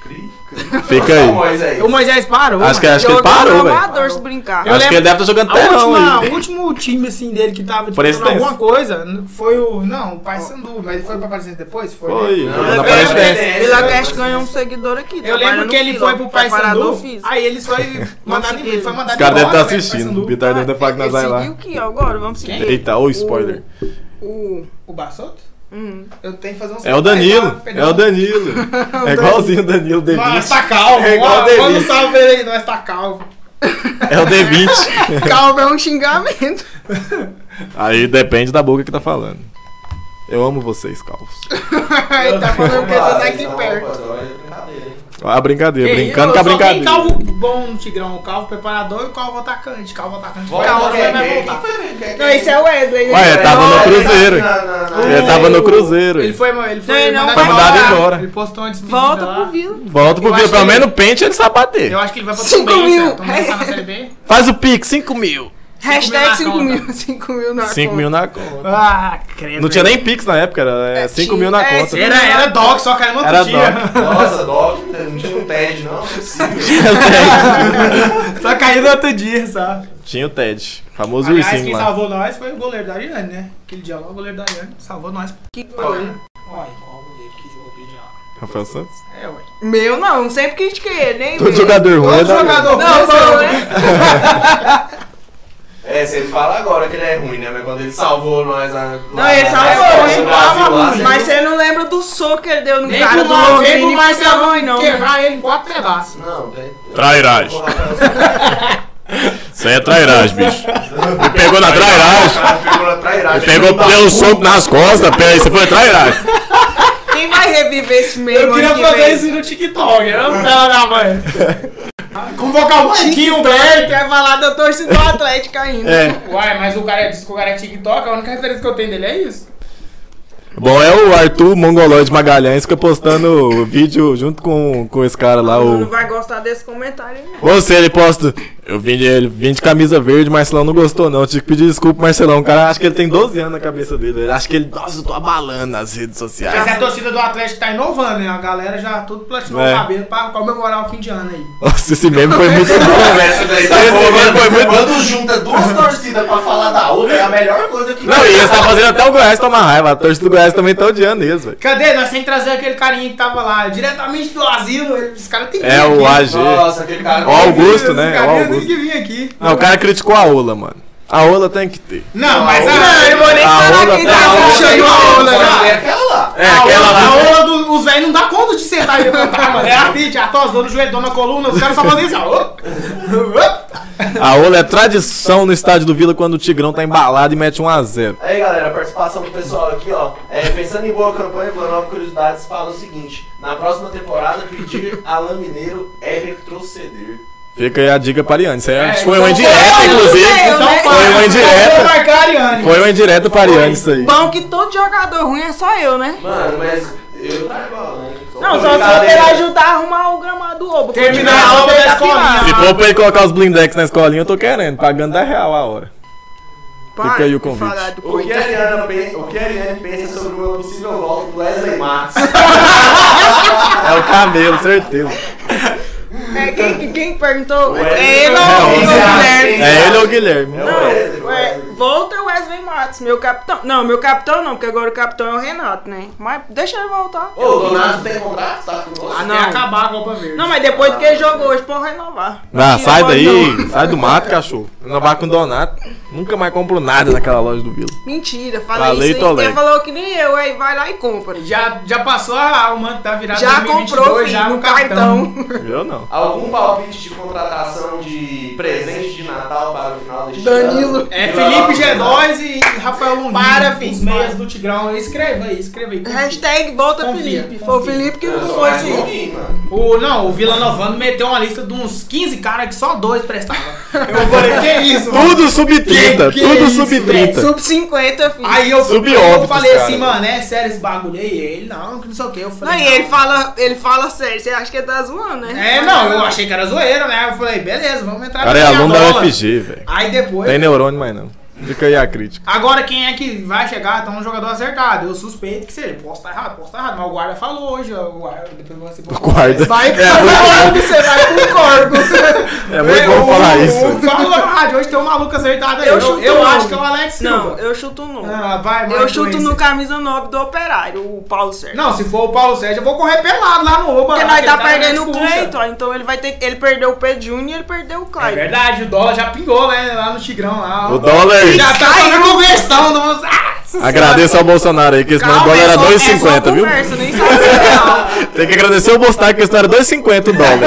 [SPEAKER 4] Cri, cri.
[SPEAKER 2] Fica
[SPEAKER 4] Ó,
[SPEAKER 2] aí.
[SPEAKER 4] o Moisés.
[SPEAKER 3] O Moisés parou.
[SPEAKER 2] Acho que, é
[SPEAKER 3] mano.
[SPEAKER 2] acho que ele
[SPEAKER 1] Jogando
[SPEAKER 2] parou, velho.
[SPEAKER 1] amador se brincar.
[SPEAKER 2] Acho que ele deve estar jogando
[SPEAKER 3] A última,
[SPEAKER 2] terrão aí.
[SPEAKER 3] o último time assim dele que tava
[SPEAKER 2] Presidência.
[SPEAKER 3] disputando alguma coisa n- foi o. Não, o Pai Sandu, mas ele foi pra Aparecidense depois? Foi. né?
[SPEAKER 2] Foi,
[SPEAKER 4] Não,
[SPEAKER 2] jogou na
[SPEAKER 4] eu
[SPEAKER 2] parede
[SPEAKER 4] lembro.
[SPEAKER 2] dessa.
[SPEAKER 4] Aparecidense,
[SPEAKER 1] Vila
[SPEAKER 4] né?
[SPEAKER 1] Cast ganhou um seguidor aqui.
[SPEAKER 3] Eu lembro que ele foi pro Pai Sandu.
[SPEAKER 1] Físico.
[SPEAKER 3] Aí eles foi mandado
[SPEAKER 1] Nossa,
[SPEAKER 3] ele foi mandado
[SPEAKER 2] Os caras
[SPEAKER 3] embora,
[SPEAKER 2] devem estar
[SPEAKER 3] né, pro
[SPEAKER 2] assistindo. O
[SPEAKER 3] Paysandu.
[SPEAKER 2] Bitar deve ter falado que nós vai
[SPEAKER 1] ele seguiu
[SPEAKER 2] lá.
[SPEAKER 1] o que agora? Vamos seguir.
[SPEAKER 2] Eita, ô spoiler.
[SPEAKER 1] O.
[SPEAKER 3] O Bassoto?
[SPEAKER 1] Uhum.
[SPEAKER 3] Eu tenho que fazer um
[SPEAKER 2] É o Danilo. É o Danilo. É igualzinho o Danilo
[SPEAKER 3] Nós
[SPEAKER 2] D20.
[SPEAKER 3] tá calmo.
[SPEAKER 2] É igual
[SPEAKER 3] Ó,
[SPEAKER 2] o Denis.
[SPEAKER 3] Manda um salve pra ele aí, nós tá calmo.
[SPEAKER 2] É o D20.
[SPEAKER 1] Calma, é um xingamento.
[SPEAKER 2] Aí depende da boca que tá falando. Eu amo vocês, calvos.
[SPEAKER 1] Aí tá
[SPEAKER 3] um
[SPEAKER 1] falando que eu tô
[SPEAKER 4] Moisés,
[SPEAKER 1] aqui
[SPEAKER 4] não,
[SPEAKER 1] perto.
[SPEAKER 4] rapaz, olha, é brincadeira, hein?
[SPEAKER 2] Ó a brincadeira,
[SPEAKER 3] Que isso,
[SPEAKER 2] brincando com a
[SPEAKER 3] só tá Tem
[SPEAKER 2] brincadeira.
[SPEAKER 3] calvo bom no Tigrão, o calvo preparador e o calvo atacante. Calvo atacante.
[SPEAKER 4] Volta,
[SPEAKER 3] calvo
[SPEAKER 4] quem-
[SPEAKER 3] vai
[SPEAKER 4] quem-
[SPEAKER 3] voltar.
[SPEAKER 4] quem- quem-
[SPEAKER 1] Não, esse é o Wesley. né?
[SPEAKER 2] Ué, tava no
[SPEAKER 4] Olha,
[SPEAKER 2] Cruzeiro. É, tá-
[SPEAKER 4] na- na- na-
[SPEAKER 2] Ele tava no Cruzeiro.
[SPEAKER 3] Ele
[SPEAKER 2] Ele
[SPEAKER 3] foi, ele foi,
[SPEAKER 1] Não, ele não
[SPEAKER 3] mandado
[SPEAKER 1] vai
[SPEAKER 2] voltar.
[SPEAKER 3] Ele postou antes
[SPEAKER 1] Volta pro Vila.
[SPEAKER 2] Volta pro
[SPEAKER 3] Eu
[SPEAKER 2] Vila,
[SPEAKER 3] acho
[SPEAKER 2] pelo
[SPEAKER 3] que-
[SPEAKER 2] menos o pente ele sabe bater.
[SPEAKER 3] Eu acho que ele vai pra né?
[SPEAKER 1] Cinco
[SPEAKER 3] Tombense,
[SPEAKER 1] mil.
[SPEAKER 3] né? Tombense tá na Série B.
[SPEAKER 2] Faz o Pix, 5 mil.
[SPEAKER 1] Hashtag 5
[SPEAKER 3] 5 mil na
[SPEAKER 1] mil, 5 mil na
[SPEAKER 2] 5 mil na conta.
[SPEAKER 3] Ah, credo.
[SPEAKER 2] Não tinha nem Pix na época, era
[SPEAKER 1] É,
[SPEAKER 2] 5
[SPEAKER 1] tinha-
[SPEAKER 2] mil na
[SPEAKER 1] é,
[SPEAKER 2] conta.
[SPEAKER 1] tinha-
[SPEAKER 3] Era, era doc, só caiu no outro
[SPEAKER 2] Era
[SPEAKER 3] dia.
[SPEAKER 4] Nossa, Doc, não tinha um TED, não, não é possível.
[SPEAKER 3] Só caiu no outro dia, sabe?
[SPEAKER 2] Tinha o Ted, famoso
[SPEAKER 3] Aliás, quem
[SPEAKER 2] ursinho lá.
[SPEAKER 3] salvou nós foi o goleiro da Ariane, né? Aquele dia lá, o goleiro da Ariane salvou nós.
[SPEAKER 1] Que
[SPEAKER 3] Olha, qual goleiro que jogou aquele dia lá?
[SPEAKER 2] Rafael Santos?
[SPEAKER 3] É, ué.
[SPEAKER 1] Meu não, sempre critiquei ele, nem
[SPEAKER 2] Todo
[SPEAKER 1] ele.
[SPEAKER 2] jogador ruim é
[SPEAKER 3] Todo
[SPEAKER 2] da-
[SPEAKER 3] jogador
[SPEAKER 1] Não, bom, né?
[SPEAKER 4] É, você fala agora que ele é ruim, né? Mas quando ele salvou nós lá.
[SPEAKER 1] Não,
[SPEAKER 2] é
[SPEAKER 1] ele
[SPEAKER 4] lá
[SPEAKER 1] salvou,
[SPEAKER 4] atrás,
[SPEAKER 3] é
[SPEAKER 1] hein?
[SPEAKER 4] no Brasil,
[SPEAKER 1] Calma,
[SPEAKER 4] lá, assim.
[SPEAKER 1] Bruno. Mas você não lembra do soco que ele deu no
[SPEAKER 3] Nem
[SPEAKER 1] cara
[SPEAKER 3] com
[SPEAKER 1] do
[SPEAKER 3] o Londrina,
[SPEAKER 1] Londrina.
[SPEAKER 3] nem com o Marcelo,
[SPEAKER 1] não, não.
[SPEAKER 3] Quebrar ele em quatro pedaços.
[SPEAKER 4] Não, tem.
[SPEAKER 5] Trairagem.
[SPEAKER 4] Eu vou lá pra-
[SPEAKER 5] Isso aí é trairagem, bicho. Me pegou na trairagem.
[SPEAKER 4] Cara, pegou na trairagem.
[SPEAKER 5] Me pegou, deu um soco nas costas. Pera aí, você foi trairagem.
[SPEAKER 1] Quem vai reviver esse meme
[SPEAKER 3] Eu queria
[SPEAKER 1] ano que
[SPEAKER 3] fazer
[SPEAKER 1] vem?
[SPEAKER 3] isso no TikTok, eu não tava na mãe. Convocar o Marquinho
[SPEAKER 1] Ele
[SPEAKER 3] Berto.
[SPEAKER 1] quer falar da torcida do Atlético ainda.
[SPEAKER 2] É.
[SPEAKER 3] Uai, mas o cara disse que o cara é TikTok, a única referência que eu tenho dele é isso.
[SPEAKER 2] Bom, é o Arthur Mongoló de Magalhães que fica postando vídeo junto com, com esse cara lá,
[SPEAKER 1] Bruno
[SPEAKER 2] Ah, o.
[SPEAKER 1] vai gostar desse comentário, né?
[SPEAKER 2] Você, ele posta. Eu vim de, ele vim de camisa verde, Marcelão não gostou, não. Eu tive que pedir desculpa, Marcelão. O cara acha que ele tem 12 anos na cabeça dele. Ele acha que ele. Nossa, eu tô abalando as redes sociais.
[SPEAKER 3] Mas a torcida do Atlético tá inovando, né? A galera já tudo platinou
[SPEAKER 2] É.
[SPEAKER 3] o cabelo pra comemorar o fim de ano aí.
[SPEAKER 2] Nossa, esse meme foi muito bom.
[SPEAKER 4] Conversa daí, tá
[SPEAKER 2] Esse
[SPEAKER 4] bom,
[SPEAKER 2] meme
[SPEAKER 4] mano.
[SPEAKER 2] foi muito-
[SPEAKER 4] Quando junta duas torcidas pra falar da outra, é a melhor coisa que
[SPEAKER 2] Não, e eles tá fazendo até o Goiás tomar raiva. A torcida do Goiás também tá odiando eles, velho.
[SPEAKER 3] Cadê? Nós temos que trazer aquele carinha que tava lá, diretamente do asilo. ele- Os caras têm que
[SPEAKER 2] É
[SPEAKER 3] vir
[SPEAKER 2] o
[SPEAKER 3] aqui.
[SPEAKER 2] AG.
[SPEAKER 4] Nossa, aquele cara.
[SPEAKER 2] Ó, o Augusto,
[SPEAKER 3] Os
[SPEAKER 2] né? É o
[SPEAKER 3] carinha tem
[SPEAKER 2] Augusto.
[SPEAKER 3] que vir aqui.
[SPEAKER 2] Não, o cara criticou a Ola, mano. A Ola tem que ter.
[SPEAKER 3] Não, mas a. Ah,
[SPEAKER 4] Não, eu vou
[SPEAKER 1] nem
[SPEAKER 2] A
[SPEAKER 1] falar
[SPEAKER 2] Ola
[SPEAKER 1] quem
[SPEAKER 2] tá-
[SPEAKER 1] tá
[SPEAKER 2] a Ola
[SPEAKER 1] puxando
[SPEAKER 4] Chegou
[SPEAKER 1] a
[SPEAKER 4] a
[SPEAKER 1] Ola.
[SPEAKER 4] outra. É aquela lá.
[SPEAKER 2] É,
[SPEAKER 3] A
[SPEAKER 2] aquela
[SPEAKER 3] onda-
[SPEAKER 2] lá.
[SPEAKER 3] A onda do- os velhos não dá conta de sentar e levantar, mano. É artrite, artose, dor no joelho, dor na coluna, os caras só fazem isso, ó.
[SPEAKER 2] A Ola é tradição no estádio do Vila quando o Tigrão tá embalado e mete 1x0.
[SPEAKER 4] Aí galera, a participação do pessoal aqui, ó. É, pensando em boa campanha, Vanov Curiosidades fala o seguinte: na próxima temporada, pedir Alan Mineiro é retroceder.
[SPEAKER 2] Fica aí a dica pra Ariane. Isso aí
[SPEAKER 3] É,
[SPEAKER 2] foi uma
[SPEAKER 3] então-
[SPEAKER 2] indireta,
[SPEAKER 1] Eu não sei, É,
[SPEAKER 2] inclusive.
[SPEAKER 1] eu não-
[SPEAKER 3] Então,
[SPEAKER 2] Foi uma indireta.
[SPEAKER 3] Vou marcar a Ariane.
[SPEAKER 2] Foi uma indireta pra Ariane isso aí.
[SPEAKER 1] Bom que todo jogador ruim é só eu, né?
[SPEAKER 4] Mano, mas eu tava né? falando.
[SPEAKER 1] Não, só se eu ajudar a arrumar o gramado do Oba.
[SPEAKER 3] Terminar a aula da escolinha.
[SPEAKER 2] Se for pra ele colocar os blindex na escolinha, eu tô querendo. Pagando 10 real a hora.
[SPEAKER 1] Para
[SPEAKER 2] Fica aí o
[SPEAKER 1] de
[SPEAKER 2] convite.
[SPEAKER 1] falar do
[SPEAKER 4] O que a
[SPEAKER 1] coitado.
[SPEAKER 4] Ariana pen- o que a Ariane pensa sobre uma possível volta do Wesley Matos?
[SPEAKER 1] Ah,
[SPEAKER 2] É o camelo, certeza.
[SPEAKER 1] É,
[SPEAKER 2] tá-
[SPEAKER 1] quem, quem perguntou?
[SPEAKER 4] Wesley.
[SPEAKER 1] É ele ou
[SPEAKER 2] É,
[SPEAKER 1] o
[SPEAKER 2] Wesley.
[SPEAKER 1] Guilherme?
[SPEAKER 2] É ele ou o Guilherme?
[SPEAKER 4] É o Wesley,
[SPEAKER 1] Não, ué,
[SPEAKER 4] Wesley.
[SPEAKER 1] volta o Wesley Matos, meu capitão. Não, meu capitão não, porque agora o capitão é o Renato, né? Mas deixa ele voltar.
[SPEAKER 4] Ô, o Donato tem contrato? Tá com você?
[SPEAKER 3] Até
[SPEAKER 1] Ah, Não.
[SPEAKER 3] acabar a Ah. Copa Verde.
[SPEAKER 1] Não, mas depois do que ele jogou hoje, pode renovar.
[SPEAKER 2] Ah,
[SPEAKER 1] Tira
[SPEAKER 2] sai
[SPEAKER 1] o Rodolfo.
[SPEAKER 2] daí. Sai do mato, cachorro. Renovar com o Donato. Nunca mais compro nada naquela loja do Vila.
[SPEAKER 1] Mentira, falei
[SPEAKER 2] Falei,
[SPEAKER 1] isso
[SPEAKER 2] tô
[SPEAKER 1] aí. Quem
[SPEAKER 2] lendo.
[SPEAKER 1] falou que nem eu, aí vai lá e compra.
[SPEAKER 3] Já, já passou a, o manto da virada
[SPEAKER 1] Já
[SPEAKER 3] 2022,
[SPEAKER 1] comprou, filho,
[SPEAKER 3] já
[SPEAKER 1] no cartão.
[SPEAKER 2] Eu não.
[SPEAKER 4] Algum palpite de contratação de presente de Natal para o final deste
[SPEAKER 1] Danilo.
[SPEAKER 4] ano?
[SPEAKER 3] É Felipe G2 e Rafael Lundin.
[SPEAKER 1] Para,
[SPEAKER 3] filho.
[SPEAKER 1] filho.
[SPEAKER 3] Os meias do Tigrão. Escreva aí, escreva aí.
[SPEAKER 1] Hashtag volta
[SPEAKER 3] Confia, confia.
[SPEAKER 1] Felipe.
[SPEAKER 3] Ah, é
[SPEAKER 1] Foi o Felipe que
[SPEAKER 4] Eu
[SPEAKER 1] não
[SPEAKER 4] sou
[SPEAKER 1] foi
[SPEAKER 4] mais
[SPEAKER 1] esse.
[SPEAKER 4] novinho, mano.
[SPEAKER 3] O, não, o Vila Novano meteu uma lista de uns 15 caras que só dois prestavam. Eu falei, que isso? mano?
[SPEAKER 2] Tudo sub-30.
[SPEAKER 3] Que- que
[SPEAKER 2] Tudo
[SPEAKER 3] isso,
[SPEAKER 2] sub-30.
[SPEAKER 1] Sub 50, filho.
[SPEAKER 3] Aí eu,
[SPEAKER 2] Subóbito,
[SPEAKER 3] eu falei
[SPEAKER 2] cara.
[SPEAKER 3] assim, mano, é sério esse bagulho aí? Ele, não, que não sei o que. Eu falei,
[SPEAKER 1] Não, e ele fala, ele fala sério, você acha que ele tá zoando, né?
[SPEAKER 3] É, não, eu achei que era zoeira, né? Eu falei, beleza, vamos entrar
[SPEAKER 2] O cara é
[SPEAKER 3] na
[SPEAKER 2] aluno da
[SPEAKER 3] bola.
[SPEAKER 2] UFG, velho.
[SPEAKER 3] Aí depois.
[SPEAKER 2] Tem neurônio, mas não. Fica aí a crítica.
[SPEAKER 3] Agora quem é que vai chegar? Então um jogador acertado. Eu suspeito que seja. Posso estar errado, posso estar errado. Mas o guarda falou hoje. ó, O guarda, depois você pode.
[SPEAKER 2] Guarda.
[SPEAKER 3] Vai,
[SPEAKER 2] É muito
[SPEAKER 3] você vai com o corpo.
[SPEAKER 2] É muito bom falar isso.
[SPEAKER 3] Falou no rádio, hoje tem um maluco acertado aí.
[SPEAKER 1] Eu
[SPEAKER 3] Eu,
[SPEAKER 1] chuto
[SPEAKER 3] eu
[SPEAKER 1] o
[SPEAKER 3] acho
[SPEAKER 1] nome.
[SPEAKER 3] que é o Alex Silva.
[SPEAKER 1] Não, eu chuto no.
[SPEAKER 3] Ah, vai, mais
[SPEAKER 1] eu chuto
[SPEAKER 3] doença.
[SPEAKER 1] no camisa 9 do operário, o Paulo Sérgio.
[SPEAKER 3] Não, é se for o Paulo Sérgio, eu vou correr pelado lá no Oba.
[SPEAKER 1] Porque
[SPEAKER 3] lá,
[SPEAKER 1] nós
[SPEAKER 3] que
[SPEAKER 1] tá
[SPEAKER 3] ele na
[SPEAKER 1] perdendo o
[SPEAKER 3] expulsa.
[SPEAKER 1] Cleiton, ó, então ele vai ter que. Ele perdeu o Pedro Júnior e ele perdeu o
[SPEAKER 3] É
[SPEAKER 1] Cleiton.
[SPEAKER 3] verdade, o dólar já pingou, né? Lá no Tigrão lá.
[SPEAKER 2] O dólar.
[SPEAKER 3] Já tá só na conversão. Nossa,
[SPEAKER 2] Agradeço ao Bolsonaro aí, que esse
[SPEAKER 1] Calma,
[SPEAKER 2] dólar
[SPEAKER 1] é
[SPEAKER 2] era
[SPEAKER 1] só- é
[SPEAKER 2] 2,50,
[SPEAKER 1] só
[SPEAKER 2] viu?
[SPEAKER 1] Conversa, nem sabe se é real.
[SPEAKER 2] Tem que agradecer o Bolsonaro, que esse dólar era 2,50 o dólar.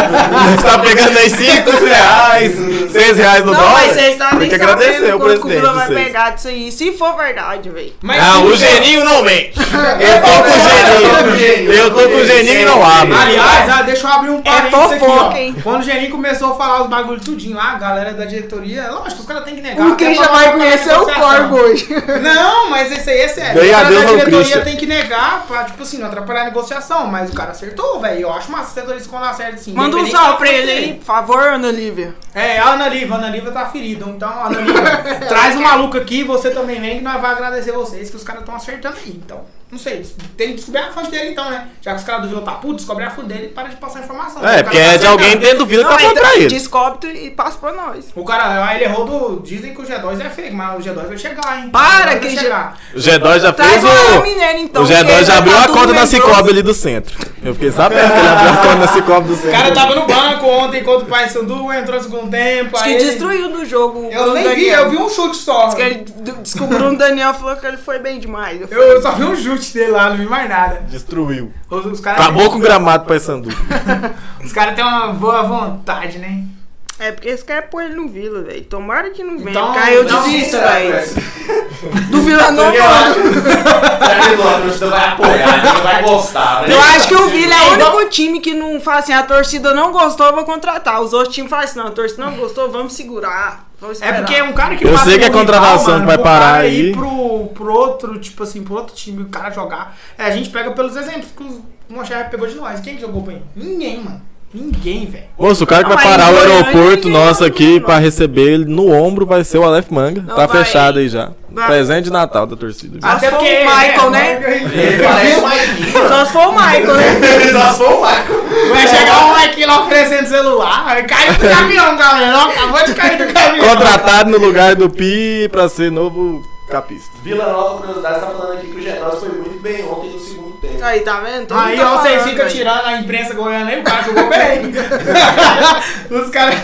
[SPEAKER 2] Você tá pegando aí 5 reais, 6 reais no
[SPEAKER 1] Não,
[SPEAKER 2] dólar.
[SPEAKER 1] mas é- vocês
[SPEAKER 2] Tem
[SPEAKER 1] sabem
[SPEAKER 2] que
[SPEAKER 1] que
[SPEAKER 2] agradecer o
[SPEAKER 1] quanto que o
[SPEAKER 2] presidente.
[SPEAKER 1] Vila vai
[SPEAKER 2] vocês.
[SPEAKER 1] pegar disso aí, se for verdade, velho.
[SPEAKER 3] Mas é,
[SPEAKER 2] Ah,
[SPEAKER 3] se
[SPEAKER 2] o
[SPEAKER 3] tiver-
[SPEAKER 2] geninho não mente. Eu tô
[SPEAKER 3] é
[SPEAKER 2] com o geninho. Eu tô com o geninho e não abro.
[SPEAKER 3] Aliás, ah, deixa eu abrir um parênteses aqui, ó.
[SPEAKER 1] É fofoca, hein?
[SPEAKER 3] Quando o Geninho começou a falar os bagulhos tudinho lá, a galera da diretoria, lógico, os caras têm que negar.
[SPEAKER 1] Porque
[SPEAKER 3] até
[SPEAKER 1] Um já
[SPEAKER 3] pra-
[SPEAKER 1] vai
[SPEAKER 3] pra
[SPEAKER 1] conhecer o
[SPEAKER 3] negociação.
[SPEAKER 1] corvo hoje.
[SPEAKER 3] Não, mas mas esse aí é sério.
[SPEAKER 2] Ganhei
[SPEAKER 3] o
[SPEAKER 2] a
[SPEAKER 3] cara
[SPEAKER 2] Deus
[SPEAKER 3] da
[SPEAKER 2] ao
[SPEAKER 3] diretoria
[SPEAKER 2] Cristo.
[SPEAKER 3] tem que negar pra, tipo assim, não atrapalhar a negociação. Mas o cara acertou, velho. Eu acho massa os setores quando acerta assim.
[SPEAKER 1] Manda um
[SPEAKER 3] independente
[SPEAKER 1] salve
[SPEAKER 2] tá
[SPEAKER 3] da
[SPEAKER 1] pra ele
[SPEAKER 3] dele.
[SPEAKER 1] aí, por favor, Ana Lívia.
[SPEAKER 3] É, a Ana Liva, a Ana Liva tá ferida. Então, Ana Liva, traz um maluco aqui, você também vem, que nós vamos agradecer vocês, que os caras estão acertando aí. Então, não sei, tem que descobrir a fonte dele então, né? Já que os caras do Vila tá puto, descobre a fonte dele e para de passar informação. O
[SPEAKER 2] É,
[SPEAKER 3] cara
[SPEAKER 2] porque
[SPEAKER 3] tá
[SPEAKER 2] é de
[SPEAKER 3] acertando.
[SPEAKER 2] alguém dentro do Vila
[SPEAKER 1] Não,
[SPEAKER 2] pra falar
[SPEAKER 1] então,
[SPEAKER 2] pra ele.
[SPEAKER 1] Descobre e passa pra nós.
[SPEAKER 3] O cara, aí ele errou do. Dizem que o G2 é fake, mas o G2 vai chegar, hein?
[SPEAKER 1] Para
[SPEAKER 3] O G2 vai
[SPEAKER 1] que
[SPEAKER 3] chegar.
[SPEAKER 5] O G2 já fez
[SPEAKER 1] Traz uma
[SPEAKER 5] o.
[SPEAKER 1] mineira, então.
[SPEAKER 2] o
[SPEAKER 1] porque
[SPEAKER 2] G2
[SPEAKER 1] ele
[SPEAKER 2] já abriu
[SPEAKER 1] tá
[SPEAKER 2] a
[SPEAKER 1] tudo
[SPEAKER 2] conta da
[SPEAKER 1] medroso.
[SPEAKER 2] Cicobi ali do centro. Eu fiquei sabendo que ele abriu a conta da Cicobi do
[SPEAKER 3] O cara
[SPEAKER 2] centro.
[SPEAKER 3] tava no banco ontem contra o Pai Sandu, entrou no segundo tempo.
[SPEAKER 1] Diz
[SPEAKER 3] aí
[SPEAKER 1] que
[SPEAKER 3] ele-
[SPEAKER 1] destruiu no jogo. o
[SPEAKER 3] Eu nem vi,
[SPEAKER 1] Daniel.
[SPEAKER 3] eu vi um chute só.
[SPEAKER 1] Diz que ele d- descobriu no Daniel falou que ele foi bem demais. Eu
[SPEAKER 3] Eu, eu só vi um chute dele lá, não vi mais nada.
[SPEAKER 2] Destruiu.
[SPEAKER 3] Os, os caras
[SPEAKER 2] Acabou com o gramado pra Sandu.
[SPEAKER 3] os cara têm uma boa vontade, né?
[SPEAKER 1] É, porque esse cara pôr ele no Vila, velho. Tomara que não venha.
[SPEAKER 3] Então,
[SPEAKER 1] cara, eu
[SPEAKER 3] não,
[SPEAKER 1] desisto,
[SPEAKER 4] Será,
[SPEAKER 1] velho.
[SPEAKER 4] Francis?
[SPEAKER 1] Do Vila não
[SPEAKER 4] Eu
[SPEAKER 1] pode.
[SPEAKER 4] acho. Será que o Lopes vai apoiar, ele não vai gostar, né?
[SPEAKER 1] Eu acho que o Vila é o
[SPEAKER 3] É igual-
[SPEAKER 1] único time que não fala assim, a torcida não gostou, eu vou contratar. Os outros times falam assim, não, a torcida não gostou, vamos segurar. Vamos
[SPEAKER 3] É
[SPEAKER 1] esperar.
[SPEAKER 3] porque um cara que
[SPEAKER 2] Eu
[SPEAKER 3] passa
[SPEAKER 2] sei
[SPEAKER 3] por
[SPEAKER 2] que a
[SPEAKER 3] um rival,
[SPEAKER 2] contratação
[SPEAKER 3] mano,
[SPEAKER 2] vai
[SPEAKER 3] pro
[SPEAKER 2] parar
[SPEAKER 3] cara
[SPEAKER 2] aí.
[SPEAKER 3] ir Pro, pro outro, tipo assim, pro outro time, o cara jogar. É, a gente pega pelos exemplos que o Moncherre pegou de nós. Quem que jogou bem? Ninguém, mano. Ninguém, velho.
[SPEAKER 2] Moço, o cara que vai
[SPEAKER 1] Não, mas
[SPEAKER 2] parar o
[SPEAKER 1] em Goiânia
[SPEAKER 2] aeroporto
[SPEAKER 1] ninguém
[SPEAKER 2] nosso
[SPEAKER 1] vai
[SPEAKER 2] aqui
[SPEAKER 1] mesmo.
[SPEAKER 2] pra receber ele no ombro vai ser o Aleph Manga.
[SPEAKER 1] Não,
[SPEAKER 2] Tá
[SPEAKER 1] vai.
[SPEAKER 2] fechado aí já.
[SPEAKER 1] Vai.
[SPEAKER 2] Presente de Natal da torcida.
[SPEAKER 1] Só se
[SPEAKER 3] Até
[SPEAKER 1] for o
[SPEAKER 3] porque, né,
[SPEAKER 1] Michael, né?
[SPEAKER 4] Ele parece o Maiquinho.
[SPEAKER 1] Só se for o Michael, né?
[SPEAKER 4] Ele só foi o Michael.
[SPEAKER 3] Vai chegar um aqui lá oferecendo celular, vai cair do caminhão, galera. Ó, Acabou de cair do caminhão.
[SPEAKER 2] Contratado no lugar do Pi pra ser novo capista.
[SPEAKER 4] Vila Nova Curiosidade tá falando aqui que o Genós foi muito bem ontem no segundo tempo.
[SPEAKER 1] Aí, tá vendo? Todo
[SPEAKER 3] Aí,
[SPEAKER 1] mundo tá
[SPEAKER 3] ó, vocês
[SPEAKER 1] falando,
[SPEAKER 3] ficam
[SPEAKER 1] velho.
[SPEAKER 3] tirando a imprensa goiana aí, o cara jogou bem. os caras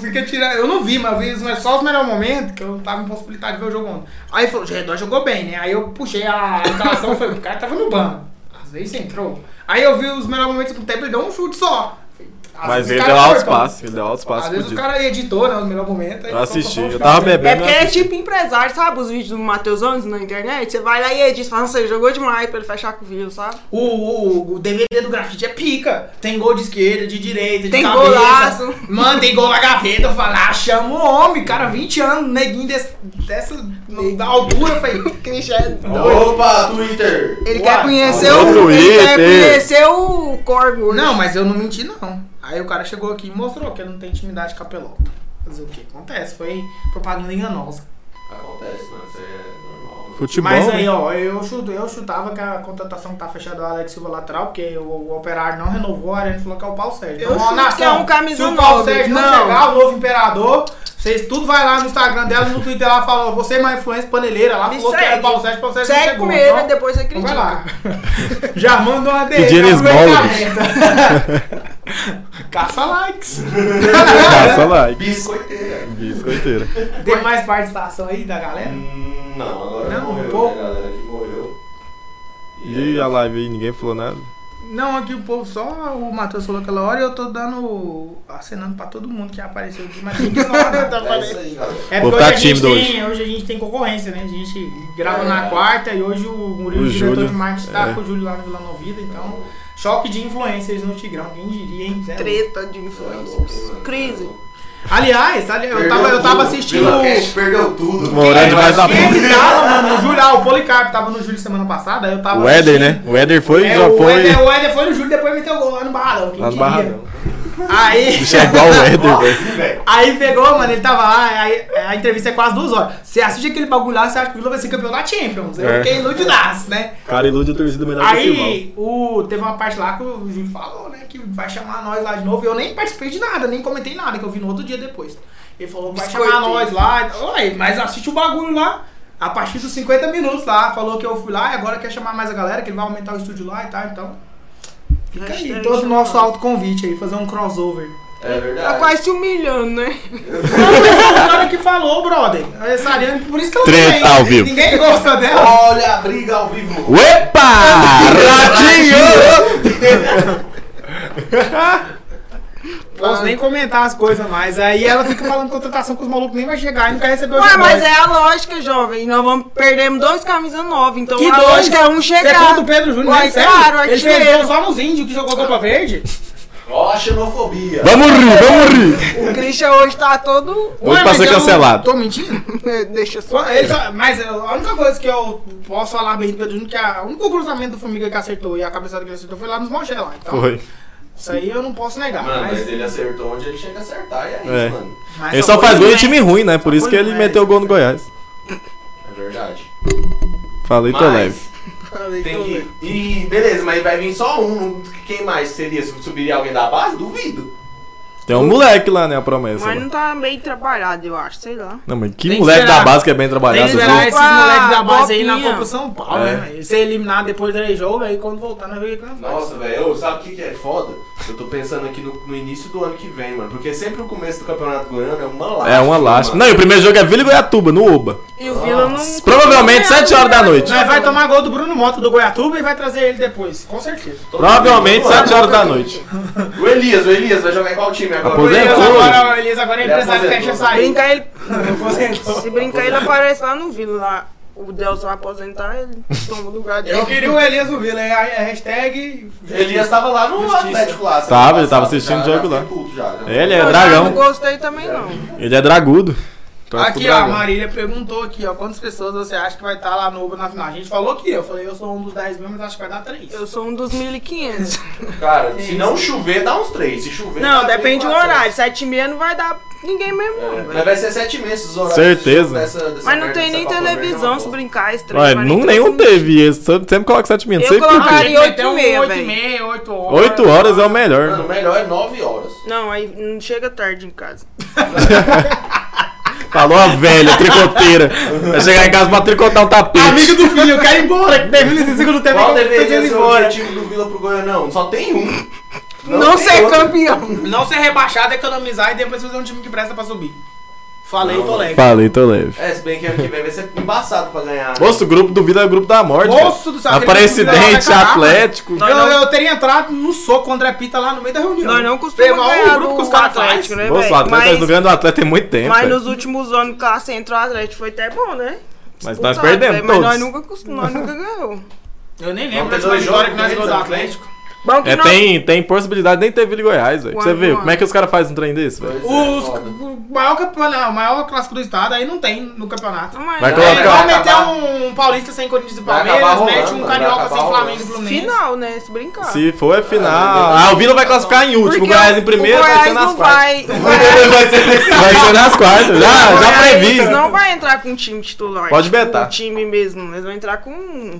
[SPEAKER 3] ficam tirando. Eu não vi, mas eu vi os- só os melhores momentos que eu tava impossibilitado de ver o jogo ontem. Aí falou, o Redor jogou bem, né? Aí eu puxei a escalação e falei, o cara tava no banco. Às vezes entrou. Aí eu vi os melhores momentos do tempo, ele deu um chute só. Às
[SPEAKER 2] Mas
[SPEAKER 3] vezes
[SPEAKER 2] ele
[SPEAKER 3] o
[SPEAKER 2] deu
[SPEAKER 3] cara
[SPEAKER 2] altos
[SPEAKER 3] cortou.
[SPEAKER 2] passes, ele deu altos passes
[SPEAKER 3] Às vezes o
[SPEAKER 2] fudido.
[SPEAKER 3] cara editou, né? Os melhores momentos. aí
[SPEAKER 2] Eu assisti,
[SPEAKER 3] colocou
[SPEAKER 2] eu
[SPEAKER 3] um
[SPEAKER 2] tava
[SPEAKER 3] chute.
[SPEAKER 2] bebendo.
[SPEAKER 1] É porque é tipo empresário, sabe? Os vídeos do Matheus Anjos na internet, você vai lá e edita, fala, você jogou demais pra ele fechar com o Vila, sabe?
[SPEAKER 3] O, o, o DVD do grafite é pica. Tem gol de esquerda, de direita, de
[SPEAKER 1] Tem
[SPEAKER 3] cabeça.
[SPEAKER 1] golaço.
[SPEAKER 3] Mano, tem gol na gaveta. Eu falo, ah, chama o homem, cara, 20 anos, neguinho desse, dessa da altura. Eu falei,
[SPEAKER 1] Cristiano.
[SPEAKER 4] Opa, Twitter!
[SPEAKER 1] Ele
[SPEAKER 3] Uai, tá
[SPEAKER 1] quer conhecer
[SPEAKER 2] olha o
[SPEAKER 1] o. Ele quer
[SPEAKER 2] Twitter.
[SPEAKER 1] conhecer o né? Corgo. hoje.
[SPEAKER 3] não, mas eu não menti, não. Aí o cara chegou aqui e mostrou que ele não tem intimidade com a pelota. Fazer o que? Acontece, foi propaganda enganosa.
[SPEAKER 4] Acontece, mano, isso aí é normal.
[SPEAKER 2] Futebol.
[SPEAKER 3] mas aí,
[SPEAKER 2] né?
[SPEAKER 3] ó, eu, chuto, eu chutava que a contratação que tá fechada do Alex Silva lateral, porque o, o operário não renovou, a Arena falou que é o Paulo Sérgio.
[SPEAKER 1] Eu
[SPEAKER 3] Então, ó,
[SPEAKER 1] chuto que
[SPEAKER 3] nação,
[SPEAKER 1] é um camisa
[SPEAKER 3] Se o Paulo
[SPEAKER 1] nove.
[SPEAKER 3] Sérgio não,
[SPEAKER 1] Não.
[SPEAKER 3] chegar, o novo imperador, vocês tudo vai lá no Instagram dela, no Twitter lá, falou, você é uma influência paneleira lá,
[SPEAKER 1] Me
[SPEAKER 3] falou que era
[SPEAKER 1] segue.
[SPEAKER 3] o Paulo Sérgio, o Paulo Sérgio não
[SPEAKER 1] Segue
[SPEAKER 3] chegou.
[SPEAKER 1] primeiro,
[SPEAKER 3] então-
[SPEAKER 1] depois você
[SPEAKER 3] então vai
[SPEAKER 1] critica.
[SPEAKER 3] lá. Já manda uma DM.
[SPEAKER 2] Pedindo
[SPEAKER 3] já
[SPEAKER 2] esmolas.
[SPEAKER 3] aproveita. Caça likes. é.
[SPEAKER 2] Passa like.
[SPEAKER 4] Biscoiteira.
[SPEAKER 2] Biscoiteira.
[SPEAKER 3] Tem mais participação aí da galera?
[SPEAKER 4] Hum, Não, agora
[SPEAKER 3] Não,
[SPEAKER 4] morreu,
[SPEAKER 3] um pouco.
[SPEAKER 4] né, galera que morreu. é
[SPEAKER 2] E a live aí, ninguém falou nada.
[SPEAKER 3] Não, aqui o povo só o Matheus falou aquela hora e eu tô dando. acenando pra todo mundo que apareceu aqui, mas tem que falar.
[SPEAKER 4] É isso aí, galera.
[SPEAKER 3] É
[SPEAKER 2] O povo
[SPEAKER 3] porque hoje,
[SPEAKER 2] tá
[SPEAKER 3] a gente
[SPEAKER 2] tímido
[SPEAKER 3] tem, hoje. a gente tem concorrência, né? A gente grava
[SPEAKER 4] É.
[SPEAKER 3] na quarta e hoje o Murilo,
[SPEAKER 2] O
[SPEAKER 3] o diretor
[SPEAKER 2] Júlio,
[SPEAKER 3] de marketing, tá
[SPEAKER 2] é.
[SPEAKER 3] com o Júlio lá no Vila Novida, então. Choque de influências no Tigrão, quem diria, hein? Zé?
[SPEAKER 1] Treta de
[SPEAKER 4] Foi um
[SPEAKER 1] influências.
[SPEAKER 4] pouco, né?
[SPEAKER 1] Crise.
[SPEAKER 3] Aliás, ali- eu tava, eu tava assistindo.
[SPEAKER 4] Vila
[SPEAKER 3] o-
[SPEAKER 4] Cash perdeu tudo.
[SPEAKER 2] Morando debaixo da
[SPEAKER 3] Quem
[SPEAKER 2] ponte.
[SPEAKER 3] que tava, mano? O Júlio, ah, o Policarpo tava no Júlio semana passada, aí eu tava.
[SPEAKER 2] O Éder,
[SPEAKER 3] assistindo.
[SPEAKER 2] né? O Éder foi,
[SPEAKER 3] Ah, É,
[SPEAKER 2] já
[SPEAKER 3] o
[SPEAKER 2] foi.
[SPEAKER 3] Éder, o Éder foi no Júlio depois meteu gol lá no Barradão, quem
[SPEAKER 2] Lá no
[SPEAKER 3] diria?
[SPEAKER 2] Barradão.
[SPEAKER 3] Aí.
[SPEAKER 2] Bicho é igual o Éder, velho.
[SPEAKER 4] velho.
[SPEAKER 3] Aí pegou, mano, ele tava lá, aí a entrevista é quase duas horas. Você assiste aquele bagulho lá, você acha que o Vila vai ser campeão da Champions. Eu
[SPEAKER 2] É.
[SPEAKER 3] fiquei iludidaço, né?
[SPEAKER 2] Cara ilude a torcida melhor
[SPEAKER 3] Aí o, teve uma parte lá que o Júlio falou, né? Que vai chamar nós lá de novo. Eu nem participei de nada, nem comentei nada, que eu vi no outro dia depois. Ele falou, vai chamar
[SPEAKER 1] Biscoiteiro.
[SPEAKER 3] nós lá. e tal. Ué, mas assiste o bagulho lá. A partir dos 50 minutos lá, falou que eu fui lá e agora quer chamar mais a galera, que ele vai aumentar o estúdio lá e tal, então. Fica aí,
[SPEAKER 1] Hashtag
[SPEAKER 3] todo o nosso
[SPEAKER 1] chamado.
[SPEAKER 3] autoconvite aí, fazer um crossover.
[SPEAKER 4] É
[SPEAKER 1] Tá
[SPEAKER 4] verdade.
[SPEAKER 1] quase se humilhando, né?
[SPEAKER 3] Não, mas é o cara que falou, brother. Essa Ariane, por isso que eu
[SPEAKER 5] Treta
[SPEAKER 3] não
[SPEAKER 5] ao vivo.
[SPEAKER 3] Ninguém gosta dela.
[SPEAKER 4] Olha a briga ao vivo.
[SPEAKER 2] Epa! Ratinho!
[SPEAKER 3] Posso nem comentar as coisas mais. Aí ela fica falando contratação que os malucos nem vai chegar e não quer receber o
[SPEAKER 1] Ué,
[SPEAKER 3] jogo.
[SPEAKER 1] mas é a lógica, jovem. Nós vamos perdemos dois camisas novas. Então
[SPEAKER 3] Que
[SPEAKER 1] a
[SPEAKER 3] dois?
[SPEAKER 1] lógica é um
[SPEAKER 3] Você conta
[SPEAKER 1] chegar.
[SPEAKER 3] o Pedro Júnior,
[SPEAKER 1] Ué,
[SPEAKER 3] né? Sério?
[SPEAKER 1] claro, é
[SPEAKER 3] Ele
[SPEAKER 1] artilheiro.
[SPEAKER 3] fez gol só nos índios que jogou Copa Verde.
[SPEAKER 4] Ó a xenofobia.
[SPEAKER 2] Vamos rir, vamos rir.
[SPEAKER 1] O Christian hoje tá todo.
[SPEAKER 2] Hoje pra
[SPEAKER 3] mas
[SPEAKER 2] ser
[SPEAKER 3] eu
[SPEAKER 2] cancelado.
[SPEAKER 3] Tô mentindo?
[SPEAKER 1] Deixa só
[SPEAKER 3] Só- ele
[SPEAKER 1] ele.
[SPEAKER 3] só- mas a única coisa que eu posso falar bem do Pedro Júnior é que a- o único cruzamento do Formiga que acertou e a cabeçada que ele acertou foi lá nos Mogé lá. Então,
[SPEAKER 2] Foi.
[SPEAKER 3] isso aí eu não posso negar.
[SPEAKER 4] Mano,
[SPEAKER 3] mas,
[SPEAKER 4] mas ele acertou onde ele tinha que acertar e é isso,
[SPEAKER 2] É.
[SPEAKER 4] mano.
[SPEAKER 3] mas
[SPEAKER 2] Ele só faz
[SPEAKER 3] foi
[SPEAKER 2] gol em
[SPEAKER 3] bem.
[SPEAKER 2] time ruim, né? Por
[SPEAKER 3] Só
[SPEAKER 2] isso que
[SPEAKER 3] foi
[SPEAKER 2] ele
[SPEAKER 3] bem.
[SPEAKER 2] meteu o gol no Goiás.
[SPEAKER 4] É verdade.
[SPEAKER 2] Falei, tô
[SPEAKER 4] Mas-
[SPEAKER 2] leve.
[SPEAKER 4] Tem que. E beleza, mas vai vir só um. Quem mais seria? Se subiria alguém da base? Duvido.
[SPEAKER 2] Tem um moleque lá, né? A promessa.
[SPEAKER 1] Mas
[SPEAKER 2] lá.
[SPEAKER 1] não tá bem trabalhado, eu acho, sei lá.
[SPEAKER 2] Não, mas que
[SPEAKER 3] Tem que
[SPEAKER 2] moleque
[SPEAKER 3] esperar.
[SPEAKER 2] da base que é
[SPEAKER 3] Tem
[SPEAKER 2] bem
[SPEAKER 3] que
[SPEAKER 2] trabalhado.
[SPEAKER 3] esperar
[SPEAKER 2] viu?
[SPEAKER 3] esses
[SPEAKER 1] Ah,
[SPEAKER 3] moleques da base aí na
[SPEAKER 1] Copinha.
[SPEAKER 3] Copa São Paulo,
[SPEAKER 2] É.
[SPEAKER 3] né? Ser eliminado depois de três jogos, aí quando voltar, nós vamos ver o que nós faz.
[SPEAKER 4] Nossa, velho, ô, sabe o que, que é foda? Eu tô pensando aqui no, no início do ano que vem, mano. Porque sempre o começo do campeonato goiano é uma lástima.
[SPEAKER 2] É uma lástima. Não, e o primeiro jogo é Vila e Goiatuba, no Oba.
[SPEAKER 1] E o Vila não.
[SPEAKER 2] Provavelmente 7 horas da noite.
[SPEAKER 3] Nós vai tomar gol do Bruno Mota do Goiatuba e vai trazer ele depois, com certeza.
[SPEAKER 2] Provavelmente 7 horas da noite.
[SPEAKER 4] O Elias, o Elias vai jogar em qual time agora?
[SPEAKER 3] O Elias
[SPEAKER 2] Aposentou.
[SPEAKER 3] agora, o Elias agora é
[SPEAKER 4] Ele
[SPEAKER 3] empresário
[SPEAKER 4] aposentou.
[SPEAKER 3] fecha essa aí.
[SPEAKER 1] Brincar ele.
[SPEAKER 3] Aposentou.
[SPEAKER 1] Se brincar, ele aparece lá no Vila. Lá. O Delson vai aposentar, ele toma o lugar dele.
[SPEAKER 3] Eu queria o Elias no Vila, é a a hashtag.
[SPEAKER 4] Elias tava lá no
[SPEAKER 3] Justiça.
[SPEAKER 4] Atlético lá. semana
[SPEAKER 2] Tava, ele
[SPEAKER 4] passada,
[SPEAKER 2] tava assistindo
[SPEAKER 4] já-
[SPEAKER 2] o jogo
[SPEAKER 4] já
[SPEAKER 2] lá.
[SPEAKER 4] fiquei puto já, já.
[SPEAKER 2] Ele
[SPEAKER 1] Eu
[SPEAKER 2] é
[SPEAKER 1] já
[SPEAKER 2] dragão.
[SPEAKER 1] Não gostei também, não.
[SPEAKER 2] Ele é dragudo. Torce pro
[SPEAKER 3] Aqui, ó, a
[SPEAKER 2] dragão.
[SPEAKER 3] Marília perguntou aqui, ó, quantas pessoas você acha que vai estar lá no Uber na final? A gente falou que eu falei, eu sou um dos 10 mil, mas acho que vai dar 3.
[SPEAKER 1] Eu sou um dos 1500.
[SPEAKER 4] Cara, se não chover, dá uns três. Se chover.
[SPEAKER 1] Não,
[SPEAKER 4] dá três,
[SPEAKER 1] depende do
[SPEAKER 4] quatro,
[SPEAKER 1] horário. 7 e meia não vai dar ninguém mesmo,
[SPEAKER 4] É,
[SPEAKER 1] não,
[SPEAKER 4] mas
[SPEAKER 1] velho.
[SPEAKER 4] vai ser sete meses os horários.
[SPEAKER 2] Certeza.
[SPEAKER 4] dessa- dessa
[SPEAKER 1] Mas não
[SPEAKER 4] merda
[SPEAKER 1] tem
[SPEAKER 4] dessa
[SPEAKER 1] nem
[SPEAKER 4] Copa Verde,
[SPEAKER 1] televisão
[SPEAKER 4] não,
[SPEAKER 1] se
[SPEAKER 4] pô.
[SPEAKER 1] brincar, esse trem.
[SPEAKER 2] Ué,
[SPEAKER 1] mas
[SPEAKER 2] não,
[SPEAKER 1] nem
[SPEAKER 2] nenhum
[SPEAKER 1] transmite.
[SPEAKER 2] teve. esse Sempre sempre coloca 7 minutos.
[SPEAKER 1] Eu
[SPEAKER 2] Sei por
[SPEAKER 1] colocaria
[SPEAKER 2] quê.
[SPEAKER 1] Maria, oito e meia,
[SPEAKER 3] 8
[SPEAKER 1] velho.
[SPEAKER 3] 8 horas.
[SPEAKER 2] 8 horas é o melhor.
[SPEAKER 4] Mano, o melhor é nove horas.
[SPEAKER 1] Não, aí não chega tarde em casa.
[SPEAKER 2] Falou a velha tricoteira. Vai chegar em casa pra tricotar um tapete.
[SPEAKER 3] Amigo do filho, eu quero ir embora, um que termina esse segundo tempo
[SPEAKER 4] Qual é
[SPEAKER 3] que eu tô
[SPEAKER 4] deveria
[SPEAKER 3] indo
[SPEAKER 4] ser o
[SPEAKER 3] embora.
[SPEAKER 4] objetivo do Vila pro Goianão? Só tem um.
[SPEAKER 1] Não,
[SPEAKER 4] tem
[SPEAKER 1] ser
[SPEAKER 4] outro.
[SPEAKER 1] campeão.
[SPEAKER 3] Não ser rebaixado, economizar e depois fazer um time que presta pra subir. Falei,
[SPEAKER 4] Não.
[SPEAKER 3] tô leve.
[SPEAKER 2] Falei, tô leve.
[SPEAKER 4] É, se bem que ano que vem vai ser embaçado pra ganhar. né?
[SPEAKER 2] Moço, o grupo do Vila é o grupo da morte.
[SPEAKER 3] Moço do céu,
[SPEAKER 2] velho.
[SPEAKER 3] aquele grupo da
[SPEAKER 2] Aparecidente,
[SPEAKER 3] hora, caraca.
[SPEAKER 2] Atlético.
[SPEAKER 3] Eu, eu teria entrado no soco contra a Pita lá no meio da reunião.
[SPEAKER 1] Nós não
[SPEAKER 3] Foi
[SPEAKER 1] costumamos
[SPEAKER 3] mal
[SPEAKER 1] ganhar
[SPEAKER 3] o grupo que os
[SPEAKER 1] do
[SPEAKER 3] caras fazem.
[SPEAKER 1] Atlético, né,
[SPEAKER 2] Moço, o
[SPEAKER 1] velho?
[SPEAKER 2] Atlético, nós não
[SPEAKER 1] Mas,
[SPEAKER 2] ganhamos do é Atlético tem muito tempo.
[SPEAKER 1] mas
[SPEAKER 2] velho.
[SPEAKER 1] nos últimos anos que lá você entrou, o Atlético foi até bom, né?
[SPEAKER 2] Mas nós
[SPEAKER 1] Disputado,
[SPEAKER 2] perdemos
[SPEAKER 1] velho, Mas
[SPEAKER 2] todos.
[SPEAKER 1] nós nunca, cost- nós nunca ganhou.
[SPEAKER 3] Eu nem
[SPEAKER 4] Vamos ter
[SPEAKER 3] lembro da vitória
[SPEAKER 4] dois
[SPEAKER 3] que
[SPEAKER 4] jogos né?
[SPEAKER 3] nós ganhamos do
[SPEAKER 4] deles,
[SPEAKER 3] Atlético.
[SPEAKER 1] Bom que
[SPEAKER 2] É,
[SPEAKER 1] nós-
[SPEAKER 2] tem, tem possibilidade de nem ter Vila e Goiás, velho. Pra Você
[SPEAKER 1] Uau,
[SPEAKER 2] ver
[SPEAKER 1] uau.
[SPEAKER 2] como é que os caras fazem um trem desse, velho.
[SPEAKER 4] Pois é,
[SPEAKER 3] Os,
[SPEAKER 4] foda.
[SPEAKER 3] o maior campeonato, o maior clássico do estado, aí não tem no campeonato.
[SPEAKER 1] Mas-
[SPEAKER 2] Vai
[SPEAKER 3] É
[SPEAKER 2] colocar-
[SPEAKER 3] igual
[SPEAKER 4] Vai
[SPEAKER 3] meter
[SPEAKER 4] acabar-
[SPEAKER 3] um, paulista sem Corinthians e
[SPEAKER 4] Vai acabar
[SPEAKER 3] Palmeiras, mete
[SPEAKER 4] rolando,
[SPEAKER 3] um
[SPEAKER 4] vai
[SPEAKER 3] carioca
[SPEAKER 4] acabar
[SPEAKER 3] sem Flamengo e
[SPEAKER 4] rolando.
[SPEAKER 3] Fluminense.
[SPEAKER 1] Final, né? Se brincar.
[SPEAKER 2] Se for, é final.
[SPEAKER 4] Ah,
[SPEAKER 2] Ah, o Vila vai classificar em último,
[SPEAKER 1] Porque
[SPEAKER 2] o Goiás em primeiro,
[SPEAKER 1] o
[SPEAKER 2] vai ser
[SPEAKER 1] Goiás
[SPEAKER 2] nas
[SPEAKER 1] não
[SPEAKER 2] quartas.
[SPEAKER 1] vai. O Goiás,
[SPEAKER 2] Vai ser, vai ser nas quartas. Já, já
[SPEAKER 1] Goiás, eles
[SPEAKER 2] previ.
[SPEAKER 1] não vai entrar com um time titular.
[SPEAKER 2] Pode
[SPEAKER 1] tipo,
[SPEAKER 2] betar.
[SPEAKER 1] O time mesmo. Eles vão entrar com.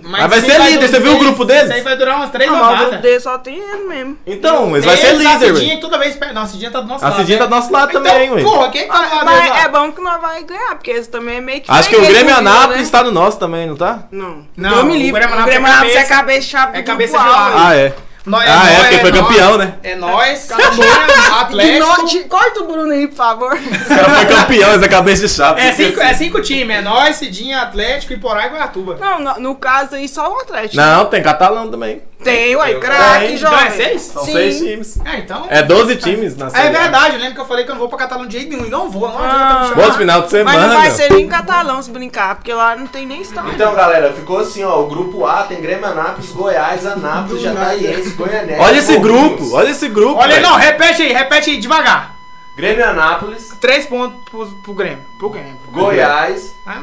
[SPEAKER 2] Mas vai
[SPEAKER 3] isso aí
[SPEAKER 2] ser líder, você viu o
[SPEAKER 3] isso aí-
[SPEAKER 2] grupo deles?
[SPEAKER 3] Isso aí vai durar umas três
[SPEAKER 1] Não, mas o grupo
[SPEAKER 3] rodadas.
[SPEAKER 1] dele só tem ele mesmo.
[SPEAKER 2] Então, mas vai ser
[SPEAKER 3] Eles, É, a
[SPEAKER 2] líder,
[SPEAKER 3] Cidinha
[SPEAKER 2] velho.
[SPEAKER 3] que toda vez perde. Não, a Cidinha tá do nosso
[SPEAKER 2] A
[SPEAKER 3] lado.
[SPEAKER 2] Cidinha tá do nosso lado
[SPEAKER 3] Então,
[SPEAKER 2] também, velho.
[SPEAKER 3] Porra, quem tá lá
[SPEAKER 1] Mas
[SPEAKER 3] mesmo?
[SPEAKER 1] é bom que nós vai ganhar, porque eles também é meio que.
[SPEAKER 2] Acho que o
[SPEAKER 1] freguês
[SPEAKER 2] Grêmio
[SPEAKER 1] do Vila,
[SPEAKER 2] Anápolis
[SPEAKER 1] né?
[SPEAKER 2] está no nosso também, não tá?
[SPEAKER 1] Não.
[SPEAKER 3] Não,
[SPEAKER 1] Não,
[SPEAKER 3] o
[SPEAKER 1] me livre.
[SPEAKER 3] Grêmio
[SPEAKER 1] O
[SPEAKER 3] Anápolis é
[SPEAKER 1] Grêmio Anápolis é
[SPEAKER 3] cabeça.
[SPEAKER 1] cabeça chave
[SPEAKER 3] É
[SPEAKER 1] do
[SPEAKER 3] cabeça
[SPEAKER 1] grupo
[SPEAKER 3] de
[SPEAKER 1] A,
[SPEAKER 3] lá.
[SPEAKER 1] velho.
[SPEAKER 2] Ah, é.
[SPEAKER 3] Nós-
[SPEAKER 2] Ah, é,
[SPEAKER 3] nós-
[SPEAKER 2] porque foi
[SPEAKER 3] nós-
[SPEAKER 2] campeão, né?
[SPEAKER 3] É nós, Colônia,
[SPEAKER 1] é De
[SPEAKER 3] Atlético. é
[SPEAKER 1] noite- Corta o Bruno aí, por favor.
[SPEAKER 2] O cara foi campeão, essa cabeça de chapa.
[SPEAKER 3] É cinco, é cinco times, é nós, Cidinha, Atlético, Iporá e Guaratuba.
[SPEAKER 1] Não, no, no caso aí só o Atlético.
[SPEAKER 2] Não, tem catalão também.
[SPEAKER 1] Tem, ué,
[SPEAKER 4] Tem.
[SPEAKER 1] craque,
[SPEAKER 3] Então
[SPEAKER 1] Ah, jovem.
[SPEAKER 3] é seis?
[SPEAKER 2] São
[SPEAKER 1] Sim.
[SPEAKER 2] seis times.
[SPEAKER 3] É, então.
[SPEAKER 2] É 12 times na Série
[SPEAKER 3] É
[SPEAKER 2] A.
[SPEAKER 3] verdade, lembra que eu falei que eu não vou pra Catalão de jeito nenhum. E não vou, não adianta me
[SPEAKER 1] Ah.
[SPEAKER 2] Bom
[SPEAKER 3] chamar.
[SPEAKER 2] final de
[SPEAKER 1] Mas
[SPEAKER 2] semana,
[SPEAKER 1] não vai
[SPEAKER 2] meu.
[SPEAKER 1] ser nem catalão se brincar, porque lá não tem nem estádio.
[SPEAKER 4] Então, galera, ficou assim, ó. O grupo A tem Grêmio Anápolis, Goiás, Anápolis,
[SPEAKER 3] Do nada.
[SPEAKER 4] Jataiense, Goianésia.
[SPEAKER 2] Olha esse
[SPEAKER 4] Morrinhos.
[SPEAKER 2] grupo, olha esse grupo.
[SPEAKER 3] Olha aí,
[SPEAKER 2] velho.
[SPEAKER 3] não, repete aí, repete aí, devagar.
[SPEAKER 4] Grêmio Anápolis,
[SPEAKER 3] Três pontos pro, pro Grêmio. Pro Grêmio.
[SPEAKER 4] Goiás,
[SPEAKER 3] Ah,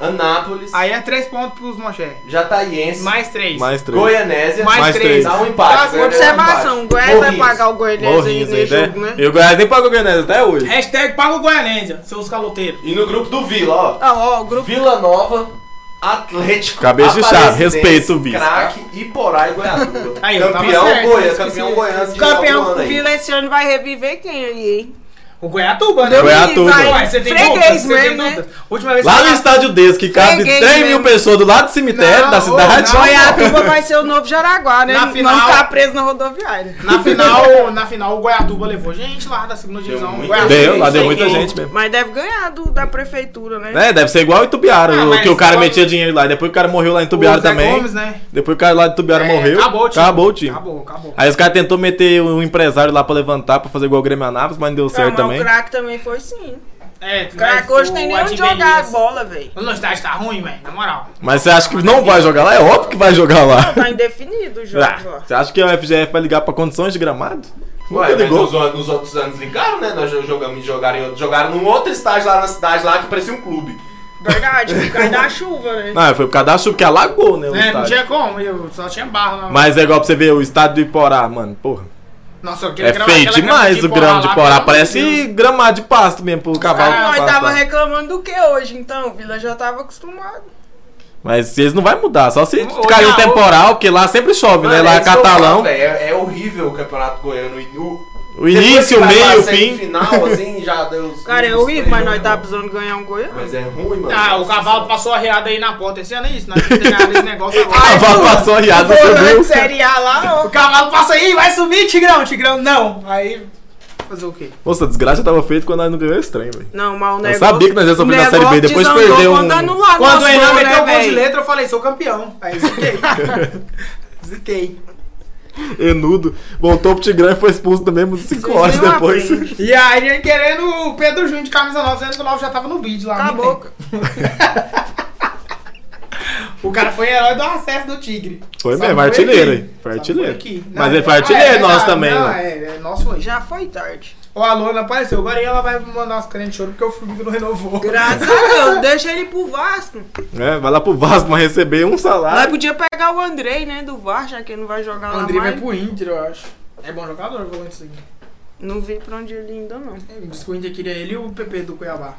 [SPEAKER 4] Anápolis,
[SPEAKER 3] Aí é três pontos pros Moché.
[SPEAKER 4] Jataiense,
[SPEAKER 3] Mais três.
[SPEAKER 2] Mais três.
[SPEAKER 4] Goianésia.
[SPEAKER 3] Mais
[SPEAKER 2] mais
[SPEAKER 3] três.
[SPEAKER 2] três.
[SPEAKER 4] Dá um empate.
[SPEAKER 3] Tá,
[SPEAKER 4] Goianésia dá um
[SPEAKER 1] Observação,
[SPEAKER 4] empate.
[SPEAKER 1] o Goiás vai
[SPEAKER 4] Morrinhos.
[SPEAKER 1] pagar o Goiás aí
[SPEAKER 2] Morrinhos
[SPEAKER 1] nesse
[SPEAKER 2] aí,
[SPEAKER 1] jogo,
[SPEAKER 2] né?
[SPEAKER 1] né?
[SPEAKER 2] E o Goiás nem pagou o Goianésia até hoje.
[SPEAKER 3] Hashtag paga o Goianésia, seus caloteiros.
[SPEAKER 4] E no grupo do Vila, ó.
[SPEAKER 1] Ah, ó, o grupo.
[SPEAKER 4] Vila Nova, Atlético,
[SPEAKER 2] Cabeça de chave,
[SPEAKER 4] Aparecidense,
[SPEAKER 2] respeita o vice.
[SPEAKER 4] Craque, Iporá e Goiatuba.
[SPEAKER 3] Aí, eu tava
[SPEAKER 4] campeão
[SPEAKER 3] certo,
[SPEAKER 4] Goiânia,
[SPEAKER 3] esqueci,
[SPEAKER 4] campeão
[SPEAKER 3] esqueci.
[SPEAKER 4] Goiânia de
[SPEAKER 1] Campeão
[SPEAKER 4] novo
[SPEAKER 3] né?
[SPEAKER 4] ano aí.
[SPEAKER 1] Vila esse ano vai reviver quem aí, hein?
[SPEAKER 3] O Goiatuba, né?
[SPEAKER 2] Goiatuba.
[SPEAKER 1] Vai,
[SPEAKER 3] Ué, você tem
[SPEAKER 1] freguês
[SPEAKER 3] dúvidas? Você tem
[SPEAKER 1] mesmo, né?
[SPEAKER 3] dúvidas? Última vez
[SPEAKER 2] é Lá
[SPEAKER 3] que
[SPEAKER 2] no estádio desse, que cabe
[SPEAKER 1] Freguês
[SPEAKER 2] 3 mil
[SPEAKER 1] mesmo.
[SPEAKER 2] pessoas do lado do cemitério,
[SPEAKER 3] Não,
[SPEAKER 2] da cidade.
[SPEAKER 3] ô, não.
[SPEAKER 1] Goiatuba vai ser o novo Jaraguá, né?
[SPEAKER 3] Na
[SPEAKER 1] não
[SPEAKER 3] final-
[SPEAKER 1] ficar preso na rodoviária.
[SPEAKER 3] na final, na final o Goiatuba levou gente lá da segunda divisão. é
[SPEAKER 4] muita
[SPEAKER 3] Goiatuba,
[SPEAKER 2] Deu, lá
[SPEAKER 3] não sei
[SPEAKER 2] deu muita
[SPEAKER 3] quem.
[SPEAKER 2] gente mesmo.
[SPEAKER 1] Mas deve ganhar do, da prefeitura, né?
[SPEAKER 2] É, deve ser igual o Itubiara,
[SPEAKER 3] Ah,
[SPEAKER 2] o-
[SPEAKER 3] mas
[SPEAKER 2] que o cara
[SPEAKER 3] quando-
[SPEAKER 2] metia dinheiro lá. e Depois o cara morreu lá em Itubiara
[SPEAKER 3] O Zé
[SPEAKER 2] também.
[SPEAKER 3] Gomes, né?
[SPEAKER 2] Depois o cara lá de Itubiara
[SPEAKER 3] É,
[SPEAKER 2] morreu.
[SPEAKER 3] Acabou o time.
[SPEAKER 2] Acabou o time.
[SPEAKER 3] Acabou, acabou.
[SPEAKER 2] Aí os caras tentou
[SPEAKER 3] Ah,
[SPEAKER 2] meter um empresário lá pra levantar, pra fazer igual o Grêmio Anápolis, mas não deu
[SPEAKER 1] Não,
[SPEAKER 2] certo
[SPEAKER 1] mas
[SPEAKER 2] também.
[SPEAKER 1] o craque também foi sim.
[SPEAKER 3] É,
[SPEAKER 1] O Crack hoje tem nem onde jogar
[SPEAKER 3] bola.
[SPEAKER 1] bola, velho.
[SPEAKER 3] O estádio tá ruim, velho, na moral.
[SPEAKER 2] Mas você acha que não vai jogar lá? É óbvio que vai jogar lá.
[SPEAKER 1] Tá indefinido o jogo,
[SPEAKER 2] Ah,
[SPEAKER 1] ó.
[SPEAKER 2] Você acha que a FGF vai ligar pra condições de gramado? Nunca
[SPEAKER 4] Ué, mas
[SPEAKER 2] ligou.
[SPEAKER 4] nos, an- nos outros anos ligaram, né? Nós jo- jogamos, jogaram, em outro- jogaram num outro estágio lá na cidade, lá que parecia um clube.
[SPEAKER 1] Verdade, por causa da chuva, né?
[SPEAKER 2] Não, foi por causa da chuva que alagou, né? o
[SPEAKER 3] É, não
[SPEAKER 2] estádio.
[SPEAKER 3] tinha como, eu só tinha barro lá.
[SPEAKER 2] Mas é igual pra você ver o estádio do Iporá, mano. Porra.
[SPEAKER 3] Nossa, aquele
[SPEAKER 2] É
[SPEAKER 3] grama-
[SPEAKER 2] feio
[SPEAKER 3] aquela
[SPEAKER 2] demais
[SPEAKER 3] grama
[SPEAKER 2] o grama de
[SPEAKER 3] lá,
[SPEAKER 2] Porá.
[SPEAKER 3] pelo amor de
[SPEAKER 2] Parece
[SPEAKER 3] Deus.
[SPEAKER 2] gramado de pasto mesmo pro cavalo.
[SPEAKER 1] Ah, nós
[SPEAKER 2] passar.
[SPEAKER 1] tava reclamando do que hoje, então? O Vila já tava acostumado.
[SPEAKER 2] Mas eles não vai mudar, só se
[SPEAKER 3] Ô,
[SPEAKER 2] cair um
[SPEAKER 3] Iaô.
[SPEAKER 2] temporal, porque lá sempre chove, né?
[SPEAKER 4] Mano,
[SPEAKER 2] Lá é
[SPEAKER 4] esse que eu falo,
[SPEAKER 2] catalão.
[SPEAKER 4] velho, É, é horrível o campeonato goiano. E O,
[SPEAKER 2] O início, o meio, o fim.
[SPEAKER 4] final, assim, já deu. os-
[SPEAKER 1] Cara, é
[SPEAKER 4] os-
[SPEAKER 1] horrível, mas nós tá precisando ganhar um Goiânia.
[SPEAKER 4] Mas é ruim, mano.
[SPEAKER 3] Ah, o cavalo passou arreado aí na porta. Esse ano é isso, nós temos que ter nada desse negócio
[SPEAKER 2] A
[SPEAKER 3] agora.
[SPEAKER 2] vaca passou riada, você
[SPEAKER 1] Volante
[SPEAKER 2] viu?
[SPEAKER 1] Série A lá,
[SPEAKER 3] O
[SPEAKER 1] ó.
[SPEAKER 3] cavalo passa aí, vai subir, Tigrão, Tigrão, não. Aí, fazer o quê?
[SPEAKER 2] Nossa, a desgraça tava feita quando nós não ganhamos esse trem, velho.
[SPEAKER 1] Não, mas o negócio...
[SPEAKER 2] sabia que nós ia subir
[SPEAKER 1] o
[SPEAKER 2] na Série B,
[SPEAKER 1] negócio
[SPEAKER 2] depois
[SPEAKER 1] desandou
[SPEAKER 2] perdeu
[SPEAKER 1] Quando
[SPEAKER 2] um-
[SPEAKER 1] anularam
[SPEAKER 3] Quando o
[SPEAKER 1] nosso
[SPEAKER 3] Enan
[SPEAKER 1] gol,
[SPEAKER 3] meteu
[SPEAKER 1] né,
[SPEAKER 3] o gol de
[SPEAKER 1] velho?
[SPEAKER 3] letra, eu falei, sou campeão. Aí ziquei. ziquei.
[SPEAKER 2] Enudo. Voltou pro Tigrão e foi expulso também, uns 5
[SPEAKER 1] Vocês
[SPEAKER 2] horas
[SPEAKER 1] não
[SPEAKER 2] depois.
[SPEAKER 1] aprendem.
[SPEAKER 3] E aí, ele querendo o Pedro Júnior de camisa 9, sendo que o 9 já tava no vídeo lá.
[SPEAKER 1] Cala a
[SPEAKER 3] não
[SPEAKER 1] boca.
[SPEAKER 3] tem. O cara foi herói do acesso do Tigre.
[SPEAKER 2] Foi
[SPEAKER 3] Só
[SPEAKER 2] mesmo,
[SPEAKER 3] não
[SPEAKER 2] artilheiro,
[SPEAKER 3] aqui.
[SPEAKER 2] hein? Foi
[SPEAKER 3] Só não
[SPEAKER 2] artilheiro.
[SPEAKER 3] aqui.
[SPEAKER 2] Mas
[SPEAKER 3] Não,
[SPEAKER 2] ele foi
[SPEAKER 3] é-
[SPEAKER 2] artilheiro
[SPEAKER 3] é
[SPEAKER 2] nosso
[SPEAKER 3] verdade,
[SPEAKER 2] também,
[SPEAKER 3] Não,
[SPEAKER 2] né?
[SPEAKER 3] é, é nosso hoje.
[SPEAKER 1] Já foi tarde.
[SPEAKER 3] O aluno apareceu, agora ela vai mandar umas carinhas de choro porque o Fubico não renovou.
[SPEAKER 1] Graças a Deus, deixa ele pro Vasco.
[SPEAKER 2] É, vai lá pro Vasco pra receber um
[SPEAKER 1] Nós
[SPEAKER 2] salário.
[SPEAKER 1] podia pegar o Andrei, né, do VAR, já que ele não vai jogar
[SPEAKER 3] O
[SPEAKER 1] lá
[SPEAKER 3] André vai
[SPEAKER 1] mais.
[SPEAKER 3] pro Inter, eu acho. É bom jogador, volante sim.
[SPEAKER 1] Não vi pra onde ele ainda não.
[SPEAKER 3] Diz que o Inter queria ele e o PP do Cuiabá.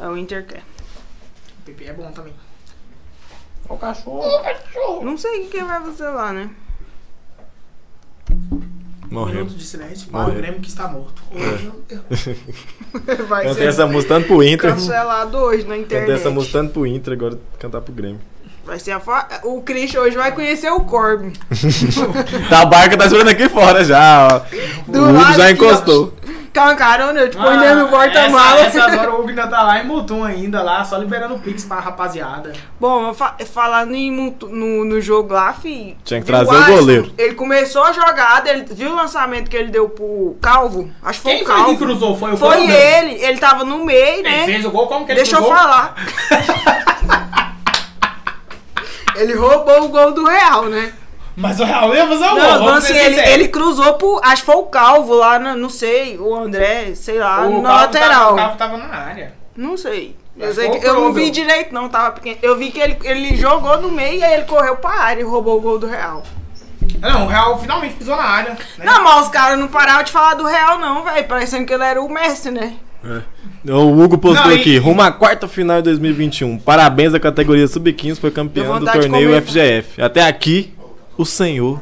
[SPEAKER 1] É o Inter quer.
[SPEAKER 3] O PP é bom também.
[SPEAKER 4] é um
[SPEAKER 3] Olha o cachorro.
[SPEAKER 1] Não sei quem vai você lá, né?
[SPEAKER 2] Morreu.
[SPEAKER 3] Minuto de silêncio para
[SPEAKER 2] Morreu.
[SPEAKER 3] o Grêmio que está morto.
[SPEAKER 1] Vai
[SPEAKER 2] Eu
[SPEAKER 1] ser
[SPEAKER 2] tenho essa música tanto pro Inter. Eu
[SPEAKER 1] cancelado hoje na
[SPEAKER 2] tenho
[SPEAKER 1] internet.
[SPEAKER 2] essa música tanto pro Inter, agora cantar pro Grêmio.
[SPEAKER 1] Vai ser a fa... O Christian hoje vai conhecer o Corbin.
[SPEAKER 2] Tá, a barca tá esperando aqui fora já, ó.
[SPEAKER 1] Do
[SPEAKER 2] o Hugo
[SPEAKER 1] lado
[SPEAKER 2] já
[SPEAKER 1] aqui, ó.
[SPEAKER 2] encostou.
[SPEAKER 1] Tá uma carona, eu te ponho
[SPEAKER 3] Ah,
[SPEAKER 1] dentro do porta-mala.
[SPEAKER 3] Essa, essa hora o Hugo ainda tá lá em Mutum ainda lá, só liberando o Pix pra rapaziada.
[SPEAKER 1] Bom, mas fa falando em muito- no, no jogo lá, fi.
[SPEAKER 2] Tinha que
[SPEAKER 1] viu
[SPEAKER 2] trazer o
[SPEAKER 1] Alisson?
[SPEAKER 2] goleiro.
[SPEAKER 1] Ele começou a jogada, ele viu o lançamento que ele deu pro Calvo? Acho que foi
[SPEAKER 3] Quem
[SPEAKER 1] o
[SPEAKER 3] foi
[SPEAKER 1] Calvo.
[SPEAKER 3] que cruzou? Foi o
[SPEAKER 1] Foi
[SPEAKER 3] Fernando?
[SPEAKER 1] ele, ele tava no meio,
[SPEAKER 3] Ele
[SPEAKER 1] né?
[SPEAKER 3] fez o gol, como que ele
[SPEAKER 1] Deixa eu
[SPEAKER 3] cruzou?
[SPEAKER 1] falar. ele roubou o gol do Real, né?
[SPEAKER 3] Mas o Real ia fazer o gol.
[SPEAKER 1] Não,
[SPEAKER 3] vamos
[SPEAKER 1] assim,
[SPEAKER 3] ser
[SPEAKER 1] ele,
[SPEAKER 3] sinceros.
[SPEAKER 1] ele cruzou pro. Acho que foi o Calvo lá, na- não sei, o André, sei lá,
[SPEAKER 3] O
[SPEAKER 1] na
[SPEAKER 3] Calvo
[SPEAKER 1] tá lateral.
[SPEAKER 3] Tava, o Calvo tava na área.
[SPEAKER 1] Não sei.
[SPEAKER 3] Acho
[SPEAKER 1] Eu, sei
[SPEAKER 3] que
[SPEAKER 1] que-
[SPEAKER 3] foi o
[SPEAKER 1] eu não
[SPEAKER 3] Calvo.
[SPEAKER 1] vi direito, não, tava pequeno. Eu vi que ele, ele jogou no meio e aí ele correu pra área e roubou o gol do Real.
[SPEAKER 3] Ah, Não, o Real finalmente pisou na área. né?
[SPEAKER 1] Não, mas os caras não paravam de falar do Real, não, velho. Parecendo que ele era o Messi, né?
[SPEAKER 2] O Hugo postou
[SPEAKER 3] Não, e-
[SPEAKER 2] aqui, rumo à quarta final de 2021. Parabéns à categoria Sub-15, foi campeão do
[SPEAKER 1] vontade de
[SPEAKER 2] torneio
[SPEAKER 1] comer. né?
[SPEAKER 2] FGF. Até aqui, o senhor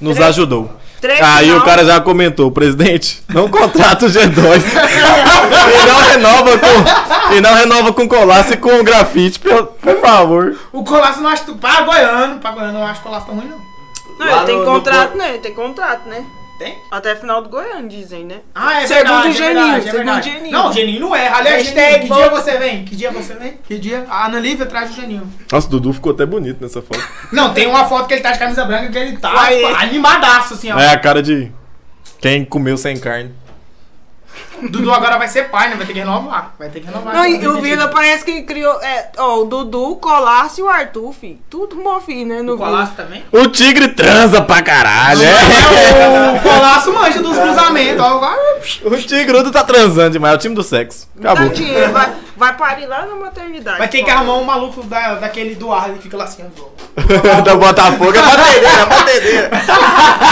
[SPEAKER 2] nos
[SPEAKER 1] Três-
[SPEAKER 2] ajudou.
[SPEAKER 1] Três
[SPEAKER 2] Aí
[SPEAKER 1] final.
[SPEAKER 2] o cara já comentou, presidente, não contrata o G2. e não renova com. E não renova com colasso e com o grafite, por, por favor.
[SPEAKER 3] O Colasso não acha. Pra Goiano, pra Goiano eu não acho o Colasso tão ruim, não.
[SPEAKER 1] Não,
[SPEAKER 4] Lá
[SPEAKER 1] ele tem
[SPEAKER 4] no- no
[SPEAKER 1] contrato,
[SPEAKER 4] Cor-
[SPEAKER 1] né? Ele tem contrato, né?
[SPEAKER 3] Tem?
[SPEAKER 1] Até a final do Goiânia, dizem, né?
[SPEAKER 3] Ah, é
[SPEAKER 1] Segundo
[SPEAKER 3] verdade,
[SPEAKER 1] o
[SPEAKER 3] é
[SPEAKER 1] Geninho,
[SPEAKER 3] verdade, é
[SPEAKER 1] segundo
[SPEAKER 3] verdade.
[SPEAKER 1] o Geninho.
[SPEAKER 3] Não, o Geninho não erra. Aliás,
[SPEAKER 1] Hashtag
[SPEAKER 3] Geninho, que dia
[SPEAKER 1] volta.
[SPEAKER 3] você vem? Que dia você vem? Que dia? A Ana Lívia traz o Geninho.
[SPEAKER 2] Nossa, o Dudu ficou até bonito nessa foto.
[SPEAKER 3] Não, tem uma foto que ele tá de camisa branca que ele tá
[SPEAKER 1] Aí.
[SPEAKER 3] tipo, animadaço, assim, ó.
[SPEAKER 2] É a cara de quem comeu sem carne.
[SPEAKER 3] Dudu agora vai ser pai, né? Vai ter que renovar. Vai ter que renovar.
[SPEAKER 1] Não, e o Vila parece que criou. É, ó, o Dudu, o Colasso e o Arthur, fi. Tudo bom, fi, né? No
[SPEAKER 3] O
[SPEAKER 1] Vila.
[SPEAKER 3] Colasso também?
[SPEAKER 2] O tigre transa pra caralho,
[SPEAKER 3] É, o Colasso manja dos cruzamentos. ó. Agora,
[SPEAKER 2] O tigrudo tá transando demais, é o time do sexo. Acabou.
[SPEAKER 1] Dá dinheiro, vai, vai parir lá na maternidade.
[SPEAKER 3] vai ter que
[SPEAKER 1] pô.
[SPEAKER 3] arrumar um maluco da, daquele do ar que fica lá assim, ó.
[SPEAKER 2] da Botafogo é batedeira, é batedeira.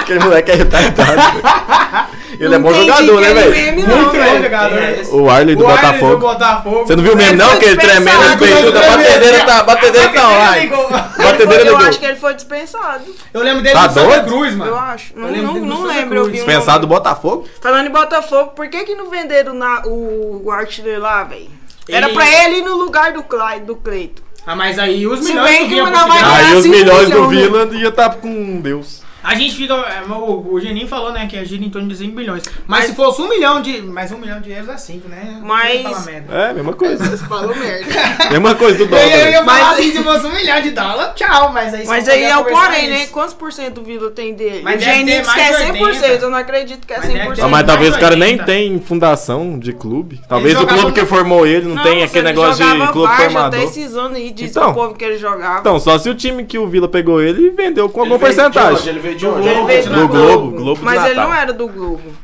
[SPEAKER 2] Aquele moleque é retardado. Ele é
[SPEAKER 1] Não
[SPEAKER 2] bom
[SPEAKER 1] entendi
[SPEAKER 2] jogador, né,
[SPEAKER 1] aquele
[SPEAKER 2] velho?
[SPEAKER 1] meme, não,
[SPEAKER 3] Muito bom
[SPEAKER 1] velho.
[SPEAKER 3] jogador.
[SPEAKER 4] Quem é esse?
[SPEAKER 3] né?
[SPEAKER 2] O Arley do
[SPEAKER 3] O Arley do
[SPEAKER 2] Botafogo.
[SPEAKER 3] Botafogo.
[SPEAKER 2] Você não viu o meme,
[SPEAKER 1] Ele
[SPEAKER 2] não?
[SPEAKER 1] foi
[SPEAKER 2] Que ele tremendo, ele
[SPEAKER 1] dispensado,
[SPEAKER 2] peitudo. A
[SPEAKER 3] ele foi
[SPEAKER 2] batedeira tá, a batedeira tá
[SPEAKER 3] Batedeira
[SPEAKER 2] online.
[SPEAKER 3] ligou.
[SPEAKER 2] Batedeira
[SPEAKER 1] Eu acho
[SPEAKER 2] ligou.
[SPEAKER 1] que ele foi dispensado.
[SPEAKER 3] Eu lembro dele
[SPEAKER 2] Tá
[SPEAKER 3] do Santa
[SPEAKER 2] doido?
[SPEAKER 3] Cruz, mano.
[SPEAKER 1] Eu acho. Não,
[SPEAKER 3] lembro
[SPEAKER 1] não,
[SPEAKER 3] dele do
[SPEAKER 1] não
[SPEAKER 3] Santa
[SPEAKER 1] lembro, eu
[SPEAKER 3] Cruz.
[SPEAKER 1] vi um
[SPEAKER 2] Dispensado do Botafogo?
[SPEAKER 1] Falando em Botafogo, por que que não venderam na- o, o artilheiro lá, velho? Era
[SPEAKER 3] E-
[SPEAKER 1] pra ele ir no lugar do, Clyde, do Cleito.
[SPEAKER 3] Ah, mas aí os
[SPEAKER 1] Se
[SPEAKER 3] milhões
[SPEAKER 1] bem
[SPEAKER 3] do
[SPEAKER 1] que
[SPEAKER 3] Vila
[SPEAKER 1] não vai
[SPEAKER 3] Portugal-
[SPEAKER 1] ganhar.
[SPEAKER 2] Aí os
[SPEAKER 1] cinco
[SPEAKER 2] milhões do
[SPEAKER 1] milhões, né?
[SPEAKER 2] Vila ia tá com Deus.
[SPEAKER 3] A gente fica. é, O, o Geninho falou, né? Que gira em torno de 5 bilhões. Mas, se fosse um milhão de. Mas um milhão de euros é 5, né?
[SPEAKER 1] Mas-
[SPEAKER 3] Fala merda.
[SPEAKER 2] É, mesma coisa.
[SPEAKER 6] Você falou merda.
[SPEAKER 2] mesma coisa do
[SPEAKER 3] Eu, eu
[SPEAKER 2] dólar.
[SPEAKER 3] ia falar assim, se fosse um milhão de dólar, tchau, mas aí
[SPEAKER 1] Mas
[SPEAKER 3] você
[SPEAKER 1] aí
[SPEAKER 3] podia
[SPEAKER 1] é o
[SPEAKER 3] conversar
[SPEAKER 1] porém, né?
[SPEAKER 3] isso.
[SPEAKER 1] Quantos por cento do Vila tem dele?
[SPEAKER 3] Mas deve
[SPEAKER 1] o
[SPEAKER 3] ter
[SPEAKER 1] Geninho diz que
[SPEAKER 3] mais
[SPEAKER 1] é
[SPEAKER 3] de
[SPEAKER 1] 100%,
[SPEAKER 3] 80.
[SPEAKER 1] eu não acredito que é
[SPEAKER 3] Mas deve
[SPEAKER 1] 100%.
[SPEAKER 3] ter
[SPEAKER 2] Ah, mas
[SPEAKER 3] mais
[SPEAKER 2] talvez o cara nem
[SPEAKER 3] 80.
[SPEAKER 2] tem fundação de clube. Talvez
[SPEAKER 3] Ele
[SPEAKER 2] o clube
[SPEAKER 3] jogava
[SPEAKER 2] que
[SPEAKER 3] no-
[SPEAKER 2] formou ele não, tem aquele
[SPEAKER 1] ele
[SPEAKER 2] negócio de
[SPEAKER 1] jogava
[SPEAKER 2] clube
[SPEAKER 1] Varsa
[SPEAKER 2] formador.
[SPEAKER 1] até esses anos aí, diz
[SPEAKER 2] Então.
[SPEAKER 1] que o povo que ele jogava.
[SPEAKER 2] Então, só se o time que o Vila pegou ele vendeu com
[SPEAKER 4] Ele
[SPEAKER 2] alguma
[SPEAKER 4] veio de onde?
[SPEAKER 2] porcentagem.
[SPEAKER 4] Ele veio de onde?
[SPEAKER 1] ele veio de
[SPEAKER 2] Do
[SPEAKER 1] Natal.
[SPEAKER 2] Globo, Globo de
[SPEAKER 1] Mas ele
[SPEAKER 2] Natal.
[SPEAKER 1] não era do Globo.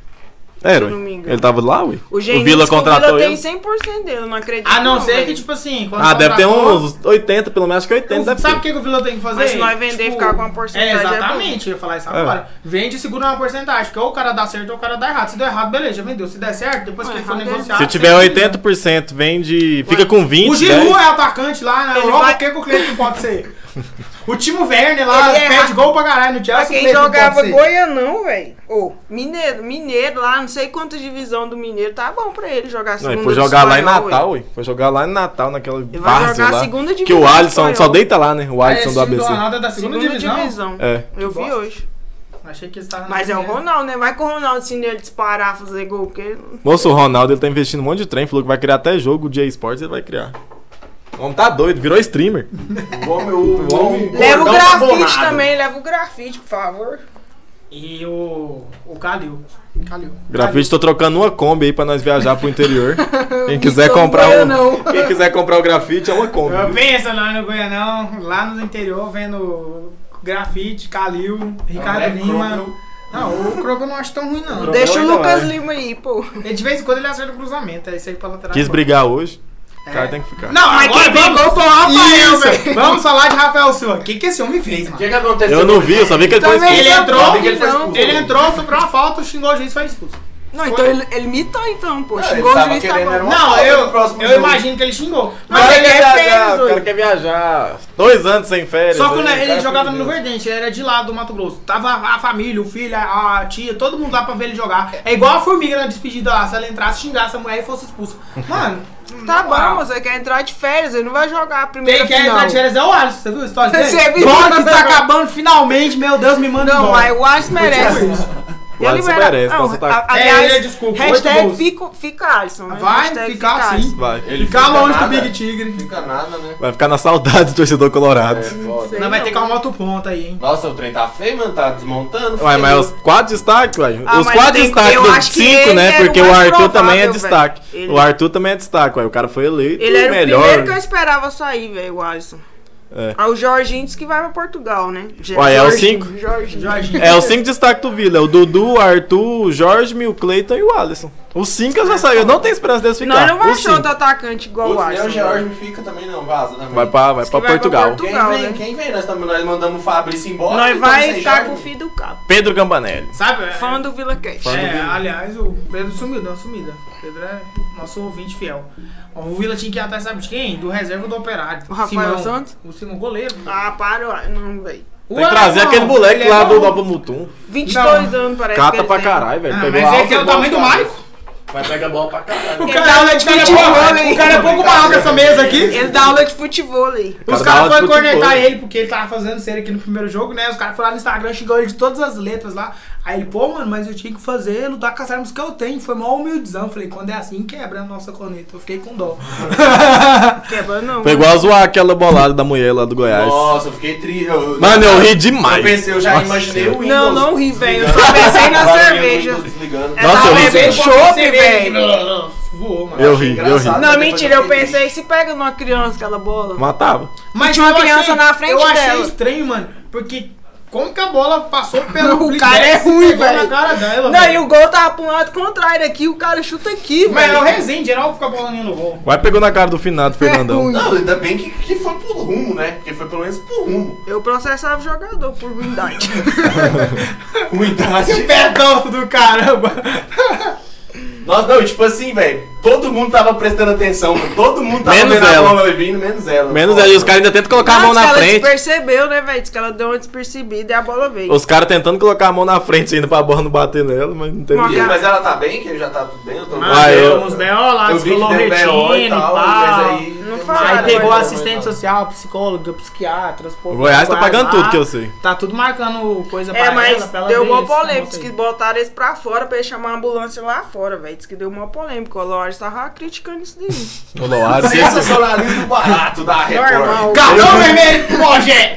[SPEAKER 2] Era.
[SPEAKER 1] eu não me engano.
[SPEAKER 2] É, Ele tava lá, ué?
[SPEAKER 1] O, Geninho
[SPEAKER 5] Vila
[SPEAKER 1] diz que
[SPEAKER 5] contratou
[SPEAKER 1] o Vila
[SPEAKER 5] ele?
[SPEAKER 1] tem 100% dele, eu não acredito.
[SPEAKER 3] A não ser
[SPEAKER 1] velho.
[SPEAKER 3] que, tipo assim. quando
[SPEAKER 2] Ah, deve ter
[SPEAKER 3] contratou-
[SPEAKER 2] uns 80, pelo menos acho que 80 deve
[SPEAKER 3] Então, Sabe o
[SPEAKER 2] ter.
[SPEAKER 3] que, que o vilão tem que fazer?
[SPEAKER 1] Mas se nós vender e ficar com uma porcentagem,
[SPEAKER 3] É,
[SPEAKER 1] é bom.
[SPEAKER 3] exatamente, eu ia falar isso agora. Vende e segura uma porcentagem, porque ou o cara dá certo ou o cara dá errado. Se der errado, beleza, já vendeu. Se der certo, depois
[SPEAKER 1] Não,
[SPEAKER 3] que ele for
[SPEAKER 1] errado é-
[SPEAKER 3] negociar.
[SPEAKER 2] Se
[SPEAKER 3] você
[SPEAKER 2] tiver
[SPEAKER 3] vende.
[SPEAKER 2] 80%, vende. Fica com 20.
[SPEAKER 3] O Giru
[SPEAKER 2] 10.
[SPEAKER 3] é atacante lá na
[SPEAKER 1] Ele
[SPEAKER 3] Europa,
[SPEAKER 1] vai-
[SPEAKER 3] o que que o Cleiton pode ser? O Timo Werner lá
[SPEAKER 1] Ele é
[SPEAKER 3] pede
[SPEAKER 1] ra-
[SPEAKER 3] gol pra caralho no Chelsea.
[SPEAKER 1] Pra
[SPEAKER 3] o
[SPEAKER 1] quem
[SPEAKER 3] Cleiton pode
[SPEAKER 1] jogava
[SPEAKER 3] ser.
[SPEAKER 1] Goianão, velho. Ou Mineiro, Mineiro lá, não sei quantas divisão do Mineiro, tá bom pra ele jogar
[SPEAKER 2] Não,
[SPEAKER 1] segunda
[SPEAKER 2] ele foi jogar
[SPEAKER 1] do
[SPEAKER 2] lá em
[SPEAKER 1] espanhol,
[SPEAKER 2] Natal, ué. Foi jogar lá em Natal, naquela
[SPEAKER 1] vai
[SPEAKER 2] várzea
[SPEAKER 1] jogar a
[SPEAKER 2] lá.
[SPEAKER 1] segunda
[SPEAKER 2] Que
[SPEAKER 1] divisão
[SPEAKER 2] o
[SPEAKER 1] do
[SPEAKER 2] Alisson só
[SPEAKER 1] espanhol.
[SPEAKER 2] deita lá, né? O
[SPEAKER 3] Ah, esse
[SPEAKER 2] Alisson do
[SPEAKER 3] time do
[SPEAKER 2] ABC.
[SPEAKER 3] Ronaldo é da
[SPEAKER 1] ué.
[SPEAKER 3] segunda,
[SPEAKER 1] Segunda
[SPEAKER 3] divisão.
[SPEAKER 1] divisão.
[SPEAKER 2] É.
[SPEAKER 1] Eu vi
[SPEAKER 3] bosta.
[SPEAKER 1] hoje.
[SPEAKER 3] Achei que eles estavam na
[SPEAKER 1] Mas é o
[SPEAKER 3] primeira.
[SPEAKER 1] Ronaldo, né? Vai com o Ronaldo se ele disparar, fazer gol, porque.
[SPEAKER 2] Moço, o Ronaldo ele tá investindo um monte de trem, falou que vai criar até jogo de esportes, ele vai criar. O homem tá doido, virou streamer.
[SPEAKER 4] O homem- o homem-
[SPEAKER 1] Leva o
[SPEAKER 3] tá
[SPEAKER 4] gordão
[SPEAKER 1] grafite
[SPEAKER 4] abonado.
[SPEAKER 1] também, leva o grafite, por favor.
[SPEAKER 3] E o. O Calil. Calil.
[SPEAKER 2] Grafite, tô trocando uma Kombi aí pra nós viajar pro interior. Quem quiser
[SPEAKER 1] Missão
[SPEAKER 2] comprar
[SPEAKER 1] Goianão.
[SPEAKER 2] o. Quem quiser comprar o grafite é uma Kombi.
[SPEAKER 3] Eu
[SPEAKER 2] viu?
[SPEAKER 3] penso lá no Goianão, lá no interior, vendo grafite, Calil,
[SPEAKER 1] um
[SPEAKER 3] Ricardo
[SPEAKER 4] Não, é
[SPEAKER 3] Lima.
[SPEAKER 4] Croco.
[SPEAKER 3] Não, o Croco eu não acho tão ruim, não.
[SPEAKER 4] Croco.
[SPEAKER 1] Deixa o
[SPEAKER 4] ainda
[SPEAKER 1] Lucas
[SPEAKER 4] vai.
[SPEAKER 1] Lima aí, pô.
[SPEAKER 3] Ele, de vez em quando ele acerta o cruzamento, é isso aí pra lateral.
[SPEAKER 2] Quis brigar hoje, o
[SPEAKER 3] É.
[SPEAKER 2] cara tem que ficar.
[SPEAKER 3] Não, mas
[SPEAKER 1] Agora
[SPEAKER 3] quem
[SPEAKER 1] vamos-
[SPEAKER 3] brigou foi o Rafael,
[SPEAKER 1] Isso.
[SPEAKER 3] velho. Vamos falar de Rafael Silva. O que, que esse homem fez,
[SPEAKER 4] O
[SPEAKER 3] mano?
[SPEAKER 4] que, que aconteceu?
[SPEAKER 2] Eu não vi, eu só vi que ele foi expulso.
[SPEAKER 1] Também
[SPEAKER 3] Ele
[SPEAKER 1] Esse é
[SPEAKER 3] entrou,
[SPEAKER 1] o
[SPEAKER 4] que ele foi
[SPEAKER 1] não.
[SPEAKER 4] expulso.
[SPEAKER 3] ele entrou, sobrou uma falta, xingou o juiz e foi expulso.
[SPEAKER 1] Não, então ele, ele mitou então, pô.
[SPEAKER 4] Não, ele
[SPEAKER 1] Xingou o
[SPEAKER 4] tava
[SPEAKER 1] juiz, tá
[SPEAKER 4] querendo, era
[SPEAKER 1] bom.
[SPEAKER 4] uma-
[SPEAKER 3] Não,
[SPEAKER 4] falta
[SPEAKER 3] eu,
[SPEAKER 4] no próximo
[SPEAKER 3] eu
[SPEAKER 4] jogo.
[SPEAKER 3] imagino que ele xingou.
[SPEAKER 2] O
[SPEAKER 3] Mas ele
[SPEAKER 2] quer
[SPEAKER 3] é
[SPEAKER 2] viajar,
[SPEAKER 3] feliz,
[SPEAKER 2] o cara
[SPEAKER 3] hoje.
[SPEAKER 2] quer viajar. Dois anos sem férias.
[SPEAKER 3] Só que né,
[SPEAKER 2] aí, o cara
[SPEAKER 3] ele jogava
[SPEAKER 2] fudeu.
[SPEAKER 3] no Verdente, ele era de lá do Mato Grosso. Tava a família, o filho, a a tia, todo mundo lá pra ver ele jogar. É igual a formiga na despedida lá, se ela entrasse, xingasse a mulher e fosse expulsa. Mano,
[SPEAKER 1] Tá
[SPEAKER 3] moral.
[SPEAKER 1] bom, você quer entrar de férias, ele não vai jogar a
[SPEAKER 3] Quem
[SPEAKER 1] primeira
[SPEAKER 3] quer
[SPEAKER 1] final.
[SPEAKER 3] entrar de férias é o Alisson, você viu a história dele?
[SPEAKER 1] Você viu?
[SPEAKER 3] Bola que tá acabando finalmente, meu Deus, me manda
[SPEAKER 1] Não, mas
[SPEAKER 3] embora.
[SPEAKER 1] o Alisson merece.
[SPEAKER 2] O Alisson
[SPEAKER 1] Ele
[SPEAKER 2] merece,
[SPEAKER 1] não,
[SPEAKER 2] nossa, tá-
[SPEAKER 1] a- aliás,
[SPEAKER 3] tipo É, ele, desculpa, oito
[SPEAKER 1] hashtag
[SPEAKER 3] gols.
[SPEAKER 1] fica, fica Alisson. né?
[SPEAKER 3] Vai
[SPEAKER 1] Hashtag
[SPEAKER 3] ficar
[SPEAKER 1] fica
[SPEAKER 3] assim.
[SPEAKER 1] Alisson.
[SPEAKER 2] Vai.
[SPEAKER 4] Ele
[SPEAKER 3] Fica
[SPEAKER 4] fica
[SPEAKER 3] longe do
[SPEAKER 4] nada.
[SPEAKER 3] Big Tigre.
[SPEAKER 4] Fica nada, né?
[SPEAKER 2] Vai ficar na saudade do torcedor colorado.
[SPEAKER 4] É, foda.
[SPEAKER 1] Sei
[SPEAKER 3] Nós vai
[SPEAKER 1] não.
[SPEAKER 3] ter que arrumar outro ponto aí, hein?
[SPEAKER 4] Nossa, o trem tá feio, mano. Tá desmontando.
[SPEAKER 2] Ué,
[SPEAKER 4] feio.
[SPEAKER 2] mas os quatro destaques, ué.
[SPEAKER 1] Ah,
[SPEAKER 2] os
[SPEAKER 1] mas
[SPEAKER 2] quatro
[SPEAKER 1] tem-
[SPEAKER 2] destaques
[SPEAKER 1] eu
[SPEAKER 2] dos
[SPEAKER 1] acho que
[SPEAKER 2] cinco,
[SPEAKER 1] ele
[SPEAKER 2] né?
[SPEAKER 1] era o
[SPEAKER 2] Porque o
[SPEAKER 1] mais
[SPEAKER 2] Arthur
[SPEAKER 1] provável,
[SPEAKER 2] também é
[SPEAKER 1] velho.
[SPEAKER 2] destaque.
[SPEAKER 1] Ele-
[SPEAKER 2] O Arthur também é destaque, ué. O cara foi eleito
[SPEAKER 1] Ele era
[SPEAKER 2] o
[SPEAKER 1] o
[SPEAKER 2] melhor.
[SPEAKER 1] primeiro que eu esperava sair, velho, o Alisson.
[SPEAKER 2] É.
[SPEAKER 1] Aí o Jorginho disse que vai pra Portugal, né? Je-
[SPEAKER 2] Ué, é o
[SPEAKER 1] Jorginho,
[SPEAKER 2] cinco?
[SPEAKER 1] Jorginho.
[SPEAKER 3] Jorginho.
[SPEAKER 2] É, os cinco destaques do Vila. é O Dudu, o Arthur, o Jorge, o Cleiton e o Alisson. Os cinco eu já saiu. Eu não tenho esperança deles ficar.
[SPEAKER 1] É. Nós não vamos
[SPEAKER 2] Os
[SPEAKER 1] achar
[SPEAKER 2] cinco.
[SPEAKER 1] outro atacante igual
[SPEAKER 3] é
[SPEAKER 4] Putz,
[SPEAKER 1] o
[SPEAKER 4] nem
[SPEAKER 1] Alisson.
[SPEAKER 4] o George me fica também, não. Vaza também.
[SPEAKER 2] Vai pra, vai
[SPEAKER 1] Diz
[SPEAKER 2] pra
[SPEAKER 1] que vai pra
[SPEAKER 2] Portugal.
[SPEAKER 1] Portugal.
[SPEAKER 4] Quem vem?
[SPEAKER 1] Portugal, né?
[SPEAKER 4] Quem vem? Nós, tam- nós mandamos o Fabrício embora.
[SPEAKER 1] Nós
[SPEAKER 4] então,
[SPEAKER 1] vai
[SPEAKER 3] assim,
[SPEAKER 4] sem
[SPEAKER 1] ficar
[SPEAKER 4] Jorge.
[SPEAKER 1] com o filho do cabo.
[SPEAKER 2] Pedro Campanelli.
[SPEAKER 3] Sabe? é-
[SPEAKER 1] Fã do Vila Cash.
[SPEAKER 3] É, aliás, o Pedro sumiu, deu uma sumida. O Pedro é nosso ouvinte fiel. O Vila tinha que ir atrás, sabe de quem? Do reserva do Operário.
[SPEAKER 1] O Rafael
[SPEAKER 3] Simão.
[SPEAKER 1] Santos?
[SPEAKER 3] O Simão Goleiro.
[SPEAKER 1] Ah, para, não, velho.
[SPEAKER 3] O
[SPEAKER 2] Tem que trazer
[SPEAKER 3] alemão,
[SPEAKER 2] aquele moleque
[SPEAKER 3] ele é
[SPEAKER 2] lá do
[SPEAKER 3] bom.
[SPEAKER 2] Nova Mutum.
[SPEAKER 1] 22
[SPEAKER 3] Não.
[SPEAKER 1] anos parece que
[SPEAKER 2] Cata
[SPEAKER 1] ele
[SPEAKER 2] pra
[SPEAKER 1] tem.
[SPEAKER 2] caralho, velho.
[SPEAKER 3] Ah,
[SPEAKER 2] Pegou
[SPEAKER 3] mas ele
[SPEAKER 1] é
[SPEAKER 2] alta
[SPEAKER 3] tem o
[SPEAKER 2] bola
[SPEAKER 3] tamanho
[SPEAKER 2] de
[SPEAKER 3] do
[SPEAKER 2] cabeça.
[SPEAKER 3] Maico.
[SPEAKER 4] Vai pegar bola pra caralho.
[SPEAKER 3] O cara,
[SPEAKER 1] aula de
[SPEAKER 3] o cara é
[SPEAKER 1] futebol,
[SPEAKER 3] pouco-
[SPEAKER 1] hein?
[SPEAKER 3] o cara é pouco maior que essa mesa aqui.
[SPEAKER 1] Ele dá aula de futebol aí.
[SPEAKER 2] O
[SPEAKER 3] Os
[SPEAKER 2] cara dá
[SPEAKER 3] caras
[SPEAKER 2] aula de
[SPEAKER 3] foram cornetar
[SPEAKER 2] futebol.
[SPEAKER 3] ele porque ele tava fazendo série aqui no primeiro jogo, né? Os caras foram lá no Instagram, xingou ele de todas as letras lá. Aí ele, pô, mano, mas eu tinha que fazer, lutar com as armas que eu tenho. Foi mó humildezão. Falei, quando é assim, quebra a nossa corneta. Eu fiquei com dó. é
[SPEAKER 1] Quebra não.
[SPEAKER 2] Foi igual a zoar aquela bolada da mulher lá do Goiás.
[SPEAKER 4] Nossa, eu fiquei triste.
[SPEAKER 2] Mano, eu ri demais.
[SPEAKER 4] Eu pensei, eu já
[SPEAKER 2] Nossa
[SPEAKER 4] imaginei o Windows.
[SPEAKER 1] Não, não ri, velho. Eu só pensei na
[SPEAKER 4] Agora eu vi o
[SPEAKER 1] cerveja.
[SPEAKER 4] Windows desligando.
[SPEAKER 1] Ela
[SPEAKER 2] Nossa, eu
[SPEAKER 1] tava
[SPEAKER 2] ri,
[SPEAKER 1] bebendo
[SPEAKER 2] velho.
[SPEAKER 1] é chope, velho.
[SPEAKER 3] Voou, mano.
[SPEAKER 2] Eu ri, eu ri.
[SPEAKER 4] Engraçado.
[SPEAKER 1] Não,
[SPEAKER 4] Depois
[SPEAKER 1] mentira,
[SPEAKER 4] eu
[SPEAKER 1] eu
[SPEAKER 4] fiquei
[SPEAKER 1] pensei, se pega numa criança aquela bola.
[SPEAKER 2] Matava.
[SPEAKER 1] E tinha uma
[SPEAKER 3] eu
[SPEAKER 1] criança
[SPEAKER 3] achei-
[SPEAKER 1] na frente
[SPEAKER 3] Eu achei
[SPEAKER 1] dela.
[SPEAKER 3] estranho, mano, porque como que a bola passou pelo
[SPEAKER 1] O
[SPEAKER 3] Blitz
[SPEAKER 1] cara é
[SPEAKER 3] e
[SPEAKER 1] ruim,
[SPEAKER 3] pegou
[SPEAKER 1] velho.
[SPEAKER 3] na cara dela,
[SPEAKER 1] Não, e
[SPEAKER 3] velho.
[SPEAKER 1] o gol tava pro lado contrário aqui, o cara chuta aqui,
[SPEAKER 3] Mas é o
[SPEAKER 1] velho.
[SPEAKER 3] Rezende, geral fica a bola no gol.
[SPEAKER 2] Vai pegou na cara do finado, Fernandão.
[SPEAKER 1] É ruim.
[SPEAKER 4] Não, ainda bem que, que foi pro rumo, né? Porque foi pelo menos pro rumo.
[SPEAKER 1] Eu processava o jogador por ruindade.
[SPEAKER 4] Ruindade.
[SPEAKER 3] Perdão do caramba.
[SPEAKER 4] Nossa, não, e tipo assim, velho. Todo mundo tava prestando atenção, mano. todo mundo tava
[SPEAKER 5] Menos
[SPEAKER 4] vendo
[SPEAKER 5] ela.
[SPEAKER 4] a bola vindo, menos ela.
[SPEAKER 2] Menos ali, os caras ainda tentam colocar a mão
[SPEAKER 1] Antes que
[SPEAKER 2] na
[SPEAKER 1] ela é
[SPEAKER 2] frente.
[SPEAKER 1] despercebeu, né, velho? Diz que ela deu uma despercebida e a bola veio.
[SPEAKER 2] Os caras tentando colocar a mão na frente ainda pra bola não bater nela, mas não tem
[SPEAKER 1] Uma
[SPEAKER 4] E-
[SPEAKER 2] jeito.
[SPEAKER 1] cara-
[SPEAKER 4] Mas ela tá bem? Que já tá tudo bem? Eu tô
[SPEAKER 3] Mas
[SPEAKER 2] Ah,
[SPEAKER 3] deu
[SPEAKER 2] eu-
[SPEAKER 3] uns B.O. lá,
[SPEAKER 4] Eu vi que
[SPEAKER 3] descolou
[SPEAKER 4] deu BO
[SPEAKER 3] retina
[SPEAKER 4] e
[SPEAKER 3] e
[SPEAKER 4] tal,
[SPEAKER 3] tal.
[SPEAKER 4] mas aí...
[SPEAKER 1] Não
[SPEAKER 4] tem-
[SPEAKER 1] fala,
[SPEAKER 3] Aí
[SPEAKER 1] Goiás
[SPEAKER 3] pegou
[SPEAKER 1] tá
[SPEAKER 3] assistente social, psicólogo, psiquiatra,
[SPEAKER 2] O Goiás tá pagando tudo que eu sei.
[SPEAKER 3] Tá tudo marcando coisa pra
[SPEAKER 1] É, mas
[SPEAKER 3] ela, pra ela
[SPEAKER 1] deu
[SPEAKER 3] ver
[SPEAKER 1] mó
[SPEAKER 3] esse
[SPEAKER 1] polêmico. Diz
[SPEAKER 3] negócio
[SPEAKER 1] que
[SPEAKER 3] aí.
[SPEAKER 1] botaram eles pra fora pra ele chamar a ambulância lá fora, velho. Diz que deu mó polêmico. O Lorde tava criticando isso
[SPEAKER 2] Ah,
[SPEAKER 1] daí.
[SPEAKER 2] O Loaro.
[SPEAKER 4] Sensacionalismo barato da
[SPEAKER 1] Normal.
[SPEAKER 4] Record.
[SPEAKER 3] Cartão vermelho pro Mogé!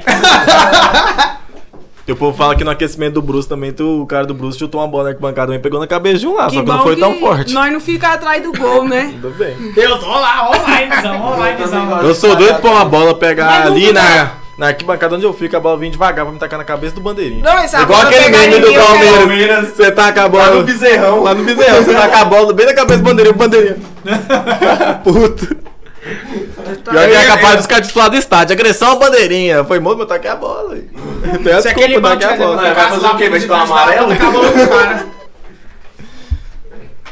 [SPEAKER 2] E o povo fala que no aquecimento do Bruce também, tu, o cara do Bruce chutou uma bola né, na arquibancada e pegou na cabeça de um lá, só que não
[SPEAKER 1] bom
[SPEAKER 2] foi tão forte.
[SPEAKER 1] Nós não fica atrás do gol, né?
[SPEAKER 2] Tudo bem.
[SPEAKER 3] Eu tô lá, onlinezão, onlinezão.
[SPEAKER 2] Eu sou doido pra uma bola pegar
[SPEAKER 3] Mas não
[SPEAKER 2] ali
[SPEAKER 3] dá.
[SPEAKER 2] na, na arquibancada onde eu fico, a bola vir devagar pra me tacar na cabeça do bandeirinho.
[SPEAKER 1] Não, essa
[SPEAKER 2] Igual
[SPEAKER 1] bola
[SPEAKER 2] aquele
[SPEAKER 1] pegar
[SPEAKER 2] meme do
[SPEAKER 1] ninguém, eu quero-
[SPEAKER 2] Palmeiras. Você taca a bola.
[SPEAKER 4] Lá no bezerrão.
[SPEAKER 2] Lá no bezerrão, você taca a bola bem na cabeça do bandeirinho, o bandeirinho. Puto.
[SPEAKER 1] Tá
[SPEAKER 2] Pior que é capaz dos caras titular do estádio. Agressão à bandeirinha. Foi morto, mas taquei a bola. aí.
[SPEAKER 1] é
[SPEAKER 2] Tem a
[SPEAKER 3] Se aquele
[SPEAKER 2] desculpa,
[SPEAKER 3] banco
[SPEAKER 2] taquei a
[SPEAKER 3] tivesse
[SPEAKER 2] bola.
[SPEAKER 4] é Vai fazer o quê? Vai te dar um amarelo?
[SPEAKER 3] Acabou os caras.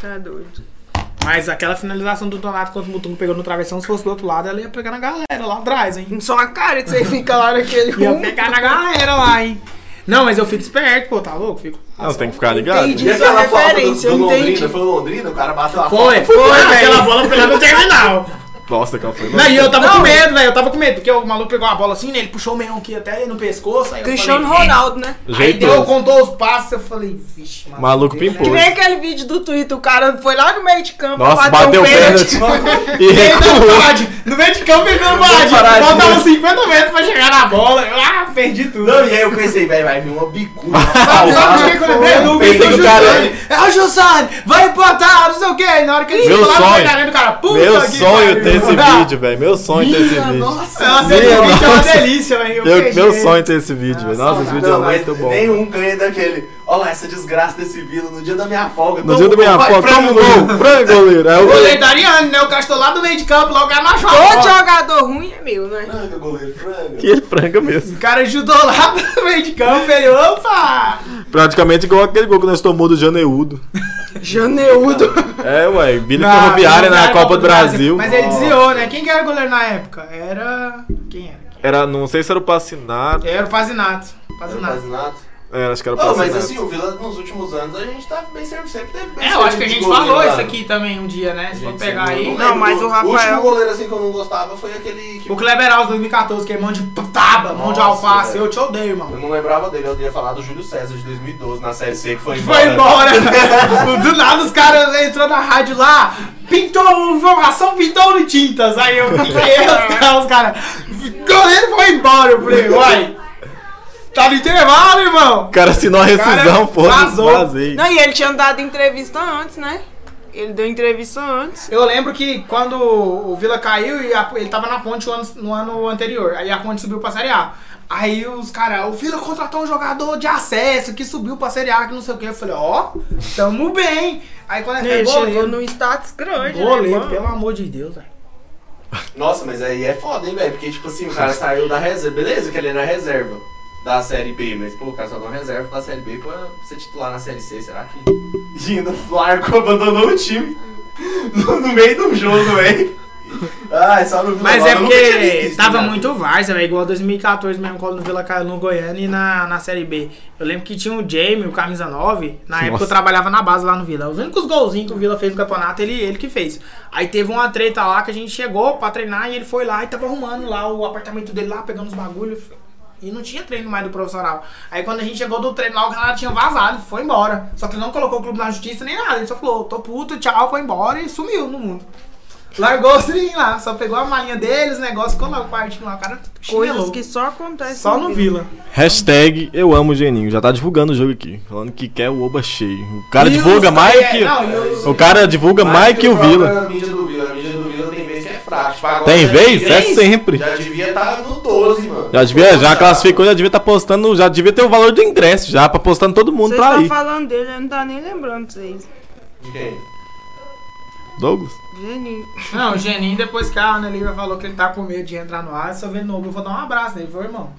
[SPEAKER 1] Tá doido.
[SPEAKER 3] Mas aquela finalização do Donato contra o Mutum pegou no travessão, se fosse do outro lado, ela ia pegar na galera lá atrás, hein?
[SPEAKER 1] Só a cara de você fica lá naquele um.
[SPEAKER 3] Ia
[SPEAKER 1] rumo.
[SPEAKER 3] pegar na galera lá, hein? Não, mas eu fico esperto, pô, tá louco? Fico.
[SPEAKER 2] Não, você tem que ficar ligado.
[SPEAKER 1] Entendi.
[SPEAKER 4] E
[SPEAKER 1] Isso
[SPEAKER 4] aquela
[SPEAKER 1] é
[SPEAKER 4] falta do,
[SPEAKER 1] referência,
[SPEAKER 4] do
[SPEAKER 1] eu
[SPEAKER 4] Londrina?
[SPEAKER 1] entendi.
[SPEAKER 4] Foi o Londrina? O cara bateu a
[SPEAKER 3] Foi,
[SPEAKER 4] falta.
[SPEAKER 3] foi, Ah, aquela bola pegou no terminal.
[SPEAKER 2] Nossa, aquela foi.
[SPEAKER 3] Não, e eu tava
[SPEAKER 1] Não.
[SPEAKER 3] com medo, velho. Eu tava com medo, porque o maluco pegou a bola assim, né? Ele puxou o meião aqui até no pescoço. Aí eu
[SPEAKER 1] Cristiano
[SPEAKER 3] falei,
[SPEAKER 1] Ronaldo, né?
[SPEAKER 3] Aí deu,
[SPEAKER 2] Jeitoso.
[SPEAKER 3] contou os passos, eu falei, vixe, mano.
[SPEAKER 2] Maluco
[SPEAKER 3] Deus, né?"
[SPEAKER 2] pimpou.
[SPEAKER 1] Que nem aquele vídeo do Twitter, o cara foi lá no meio de campo, um
[SPEAKER 2] Nossa, bateu o pênalti. E
[SPEAKER 3] Ele dando
[SPEAKER 2] recuou.
[SPEAKER 3] bode, no meio de campo ele dando bode,
[SPEAKER 2] parar de
[SPEAKER 3] faltava
[SPEAKER 2] ver.
[SPEAKER 3] 50 metros pra chegar na bola, eu ah, perdi tudo.
[SPEAKER 4] Não, e aí eu pensei, velho, vai vir uma bicuda.
[SPEAKER 3] Sabe, sabe o que que eu lembrei? Do
[SPEAKER 2] Pensei
[SPEAKER 3] vídeo
[SPEAKER 2] que
[SPEAKER 3] do
[SPEAKER 2] o cara-
[SPEAKER 3] Jussane. É o Jussane, vai empatar, não sei o que. Na hora que ele
[SPEAKER 2] Meu
[SPEAKER 3] chegou lá no
[SPEAKER 2] sonho.
[SPEAKER 3] meio da arena, o cara, puta
[SPEAKER 2] Meu
[SPEAKER 3] que
[SPEAKER 2] sonho
[SPEAKER 3] pariu.
[SPEAKER 2] ter esse
[SPEAKER 3] Ah,
[SPEAKER 2] vídeo, velho. Meu sonho ter esse vídeo.
[SPEAKER 3] Nossa, esse vídeo é uma
[SPEAKER 2] nossa.
[SPEAKER 3] delícia, velho.
[SPEAKER 2] Eu-
[SPEAKER 3] eu
[SPEAKER 2] meu
[SPEAKER 3] beijei.
[SPEAKER 2] sonho ter esse vídeo, velho. Nossa, esse vídeo é
[SPEAKER 4] Não, mas
[SPEAKER 2] muito bom.
[SPEAKER 4] nenhum ganha daquele. Olha lá, essa desgraça desse Vila no dia da minha folga.
[SPEAKER 2] No dia do minha
[SPEAKER 4] Vai,
[SPEAKER 2] foto, toma
[SPEAKER 4] frango.
[SPEAKER 2] um gol. Frango, goleiro. Aí
[SPEAKER 3] O
[SPEAKER 2] o
[SPEAKER 3] goleiro
[SPEAKER 2] goleiro-
[SPEAKER 3] Dariano, né? O cara estou lá no meio de campo, lá o cara não achou a bola.
[SPEAKER 1] Todo jogador ruim é meu, né?
[SPEAKER 4] Frango, goleiro, frango.
[SPEAKER 2] Que franga mesmo.
[SPEAKER 3] O cara ajudou lá no meio de campo, ele, opa!
[SPEAKER 2] Praticamente igual aquele gol que nós tomamos do Janeudo.
[SPEAKER 1] Janeudo.
[SPEAKER 2] É, ué. Vila
[SPEAKER 3] Na-
[SPEAKER 2] Ferroviária na Copa do Brasil.
[SPEAKER 3] é Mas ele desviou, né? Quem que era o goleiro na época? Era. Quem era?
[SPEAKER 2] Era, não sei se era o Passinato.
[SPEAKER 3] Era É o Pazinato. Pazinato.
[SPEAKER 4] Fascinato.
[SPEAKER 2] É, acho que era o
[SPEAKER 4] Oh,
[SPEAKER 2] Passinato.
[SPEAKER 4] mas assim, o Vila nos últimos anos a gente tá bem servido, sempre teve bem
[SPEAKER 3] É, eu acho
[SPEAKER 4] servido
[SPEAKER 3] que a
[SPEAKER 4] de
[SPEAKER 3] gente
[SPEAKER 4] goleiro,
[SPEAKER 3] falou
[SPEAKER 4] cara.
[SPEAKER 3] isso aqui também um dia, né? Se for pegar aí.
[SPEAKER 1] Não, mas o
[SPEAKER 4] O último
[SPEAKER 1] Rafael-
[SPEAKER 4] goleiro assim que eu não gostava foi aquele que
[SPEAKER 3] O Kleber Alves 2014, que é mão de taba, mão de
[SPEAKER 4] Nossa,
[SPEAKER 3] alface.
[SPEAKER 4] velho.
[SPEAKER 3] Eu te odeio,
[SPEAKER 4] Eu
[SPEAKER 3] irmão.
[SPEAKER 4] não lembrava dele, eu ia falar do Júlio César de 2012 na Série C que foi embora.
[SPEAKER 3] Foi embora. né? Do nada os caras entrou na rádio lá, pintou informação, pintou no tintas. Aí eu fiquei, os caras, os caras. Goleiro foi embora, eu falei, uai. Tá no intervalo, irmão.
[SPEAKER 2] O cara assinou a rescisão,
[SPEAKER 3] Cara,
[SPEAKER 2] foda-se.
[SPEAKER 3] vazou.
[SPEAKER 2] Vazei.
[SPEAKER 1] Não, e ele tinha dado entrevista antes, né? Ele deu entrevista antes.
[SPEAKER 3] Eu lembro que quando o Vila caiu, e a- ele tava na ponte no ano, no ano anterior. Aí a ponte subiu pra Série A. Aí os caras, o Vila contratou um jogador de acesso que subiu pra Série A, que não sei o que. Eu falei, ó, tamo bem. Aí quando é
[SPEAKER 1] Ele Né, chegou
[SPEAKER 3] goleiro,
[SPEAKER 1] num status grande, né?
[SPEAKER 3] goleiro,
[SPEAKER 1] mano?
[SPEAKER 3] pelo amor de Deus, velho.
[SPEAKER 4] Nossa, mas aí é foda, hein, velho? Porque, tipo assim, o cara saiu da reserva. Beleza que ele era reserva da Série B, mas, pô, o cara só deu uma reserva da Série B pra ser titular na Série C, será que. E ainda largou, abandonou o time no no meio do jogo, velho. Ai, Ah, só no Vila
[SPEAKER 3] Mas
[SPEAKER 4] Nova,
[SPEAKER 3] é
[SPEAKER 4] eu nunca tinha visto
[SPEAKER 3] porque
[SPEAKER 4] isso,
[SPEAKER 3] tava
[SPEAKER 4] né?
[SPEAKER 3] muito várzea, velho. Igual 2014 mesmo, quando o Vila caiu no Goiânia e na, na Série B. Eu lembro que tinha o Jamie, o Camisa 9. Na época eu trabalhava na base lá no Vila. Os únicos golzinhos que o Vila fez no campeonato, ele, ele que fez. Aí teve uma treta lá que a gente chegou pra treinar e ele foi lá e tava arrumando lá o apartamento dele lá, pegando os bagulhos. E não tinha treino mais do profissional. Aí quando a gente chegou do treino lá, o cara tinha vazado, foi embora. Só que ele não colocou o clube na justiça nem nada. Ele só falou, tô puto, tchau, foi embora e sumiu no mundo. Largou o sininho lá, só pegou a malinha deles, o negócio ficou lá, o quartinho lá, o cara
[SPEAKER 1] Coisas
[SPEAKER 3] chinelou.
[SPEAKER 1] que só acontecem.
[SPEAKER 3] Só no Vila.
[SPEAKER 2] Hashtag eu amo o Geninho. Já tá divulgando o jogo aqui. Falando que quer o Oba cheio. O cara
[SPEAKER 3] E
[SPEAKER 2] divulga
[SPEAKER 3] os-
[SPEAKER 2] mais
[SPEAKER 3] é,
[SPEAKER 2] que.
[SPEAKER 3] não, e os-
[SPEAKER 2] O cara divulga mais que o
[SPEAKER 4] próprio
[SPEAKER 2] Vila.
[SPEAKER 4] A mídia do Vila, a mídia do Vila tem vez que é fraca. Tipo, agora
[SPEAKER 2] Tem
[SPEAKER 4] já
[SPEAKER 2] vez? É
[SPEAKER 4] devia-
[SPEAKER 2] sempre.
[SPEAKER 4] Já devia estar no 12, mano.
[SPEAKER 2] Já devia, já
[SPEAKER 4] Nossa.
[SPEAKER 2] classificou, já devia estar postando, já devia ter o valor do ingresso, já pra postando todo mundo
[SPEAKER 1] Vocês
[SPEAKER 2] pra
[SPEAKER 1] estão
[SPEAKER 2] ir.
[SPEAKER 1] falando dele, eu não tá nem lembrando de vocês.
[SPEAKER 4] De quem?
[SPEAKER 2] Douglas?
[SPEAKER 1] Geninho.
[SPEAKER 3] Não, o Geninho, depois que a Ana Lívia falou que ele tá com medo de entrar no ar, só vendo no Uber, eu vou dar um abraço nele, falou, irmão.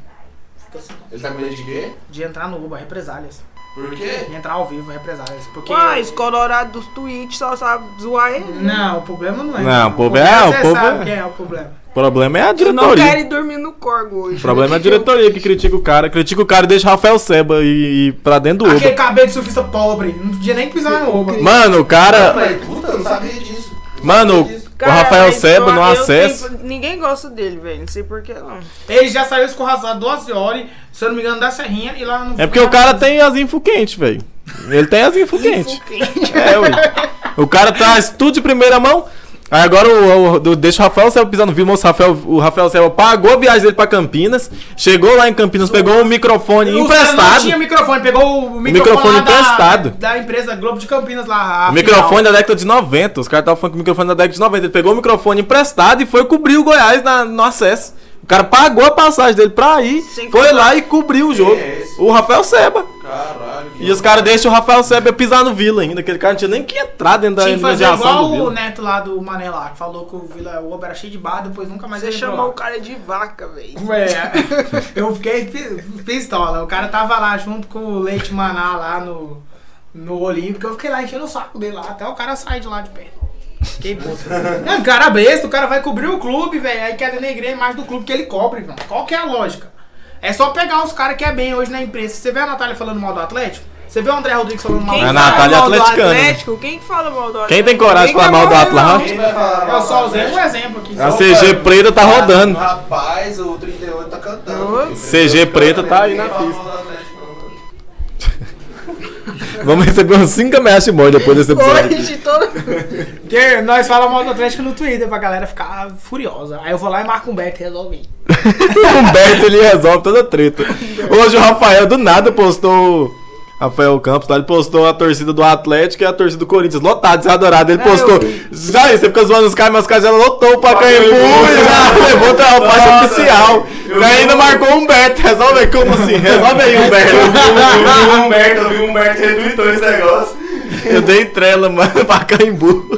[SPEAKER 3] Fica assim,
[SPEAKER 4] Ele tá com medo de quê?
[SPEAKER 3] de entrar no Uber, represálias.
[SPEAKER 4] Por quê?
[SPEAKER 3] Entrar ao vivo, represárias. Porque.
[SPEAKER 1] Uai, os colorados dos tweets só sabem zoar ele. né?
[SPEAKER 3] Não, o problema não é.
[SPEAKER 2] Não, o problema é- o
[SPEAKER 3] Você
[SPEAKER 2] problema-
[SPEAKER 3] sabe quem é o problema.
[SPEAKER 2] O problema é a
[SPEAKER 1] Eu não
[SPEAKER 2] diretoria.
[SPEAKER 1] quero ir dormir no corgo hoje.
[SPEAKER 2] O problema é a diretoria que critica o cara. Critica o cara e deixa o Rafael Seba e, e pra dentro do
[SPEAKER 3] Aquele
[SPEAKER 2] Uber.
[SPEAKER 3] cabelo de surfista pobre. Não podia nem pisar no oba.
[SPEAKER 2] Mano, o
[SPEAKER 4] Não,
[SPEAKER 2] cara.
[SPEAKER 4] mas puta, eu não sabia disso. Eu não
[SPEAKER 2] Mano,
[SPEAKER 4] sabia disso.
[SPEAKER 2] o Rafael
[SPEAKER 1] mas
[SPEAKER 2] Seba
[SPEAKER 1] eu-
[SPEAKER 2] não
[SPEAKER 1] eu
[SPEAKER 2] acessa.
[SPEAKER 1] tenho- ninguém gosta dele, velho. Não sei porquê, não.
[SPEAKER 3] Ele já saiu escorraçado do Aziori, se eu não me engano, da Serrinha e lá no.
[SPEAKER 2] É porque o cara tem as info quente, velho. Ele tem as info quente.
[SPEAKER 1] Quente.
[SPEAKER 2] É, ui. O cara traz tudo de primeira mão. Aí agora o, o- do- deixa o Rafael Selva pisar no Vimo, o Rafael, o Rafael Selva pagou a viagem dele pra Campinas, chegou lá em Campinas, pegou um microfone
[SPEAKER 3] O cara Não tinha
[SPEAKER 2] emprestado.
[SPEAKER 3] microfone, pegou o microfone,
[SPEAKER 2] microfone
[SPEAKER 3] lá da-
[SPEAKER 2] emprestado.
[SPEAKER 3] Da, empresa Globo de Campinas lá. a
[SPEAKER 2] O microfone
[SPEAKER 3] final.
[SPEAKER 2] da década de 90. Os caras estavam falando que o microfone é da década de 90. Ele pegou o microfone emprestado e foi cobrir o Goiás na, no acesso. O cara pagou a passagem dele pra ir,
[SPEAKER 1] Sem
[SPEAKER 2] foi
[SPEAKER 1] contar.
[SPEAKER 2] lá e cobriu o jogo.
[SPEAKER 4] é esse?
[SPEAKER 2] O Rafael Seba.
[SPEAKER 4] Caralho. que
[SPEAKER 2] E os caras deixam o Rafael Seba pisar no Vila ainda. Aquele cara não tinha nem que entrar dentro da
[SPEAKER 3] Tinha que fazer
[SPEAKER 2] imediação
[SPEAKER 3] igual
[SPEAKER 2] do
[SPEAKER 3] o
[SPEAKER 2] Vila.
[SPEAKER 3] neto lá do Mané lá, que falou que o Vila o Oba era cheio de bar, depois nunca mais
[SPEAKER 1] Você
[SPEAKER 3] ele entrou
[SPEAKER 1] chamou
[SPEAKER 3] lá.
[SPEAKER 1] o cara de vaca, velho.
[SPEAKER 3] É, eu fiquei pi- pistola. O cara tava lá junto com o Leite Maná lá no, no Olímpico. Eu fiquei lá enchendo o saco dele lá, até o cara sair de lá de perto. Fiquei puto. Não, cara besta, o cara vai cobrir o clube, velho. Aí quer denegrir mais do clube que ele cobre, mano. Qual que é a lógica? É só pegar os caras que é bem hoje na imprensa. Você vê a Natália falando mal do Atlético? Você vê o André Rodrigues falando mal
[SPEAKER 1] Quem
[SPEAKER 3] do
[SPEAKER 2] É A
[SPEAKER 1] fala
[SPEAKER 3] Atlético?
[SPEAKER 2] Natália
[SPEAKER 1] mal do
[SPEAKER 2] atleticana.
[SPEAKER 1] Atlético? Quem que fala mal do Atlético?
[SPEAKER 2] Quem tem coragem de falar mal do
[SPEAKER 1] Atlético?
[SPEAKER 4] Quem vai falar? né?
[SPEAKER 3] Eu só usei um exemplo aqui.
[SPEAKER 2] A
[SPEAKER 3] só-
[SPEAKER 2] CG preta tá rodando.
[SPEAKER 4] Rapaz, o 38 tá cantando.
[SPEAKER 2] CG preta tá aí na
[SPEAKER 4] Ninguém
[SPEAKER 2] pista.
[SPEAKER 4] fala do Atlético, não.
[SPEAKER 2] Vamos receber uns 5 ameaças de morte depois desse episódio.
[SPEAKER 1] Hoje, todo...
[SPEAKER 3] Porque nós falamos mal do Atlético no Twitter pra galera ficar furiosa. Aí eu vou lá e marco um back e resolvi.
[SPEAKER 2] o Humberto ele resolve toda a treta. Hoje o Rafael do nada postou. Rafael Campos, lá, ele postou a torcida do Atlético e a torcida do Corinthians, lotado, desadorado. Ele
[SPEAKER 1] É,
[SPEAKER 2] postou.
[SPEAKER 1] eu vi.
[SPEAKER 2] Já isso, você fica zoando os caras, mas os caras já lotou o Pacaembu
[SPEAKER 4] Pacaembu.
[SPEAKER 2] e já levou outra faixa
[SPEAKER 4] Nossa,
[SPEAKER 2] oficial.
[SPEAKER 4] eu
[SPEAKER 2] E ainda
[SPEAKER 4] vi.
[SPEAKER 2] marcou o Humberto. Resolve aí, como assim? Resolve aí,
[SPEAKER 4] Eu vi o
[SPEAKER 2] Humberto.
[SPEAKER 4] Humberto, eu vi o Humberto retweetou esse negócio.
[SPEAKER 2] Eu dei trela, mano, Pacaembu.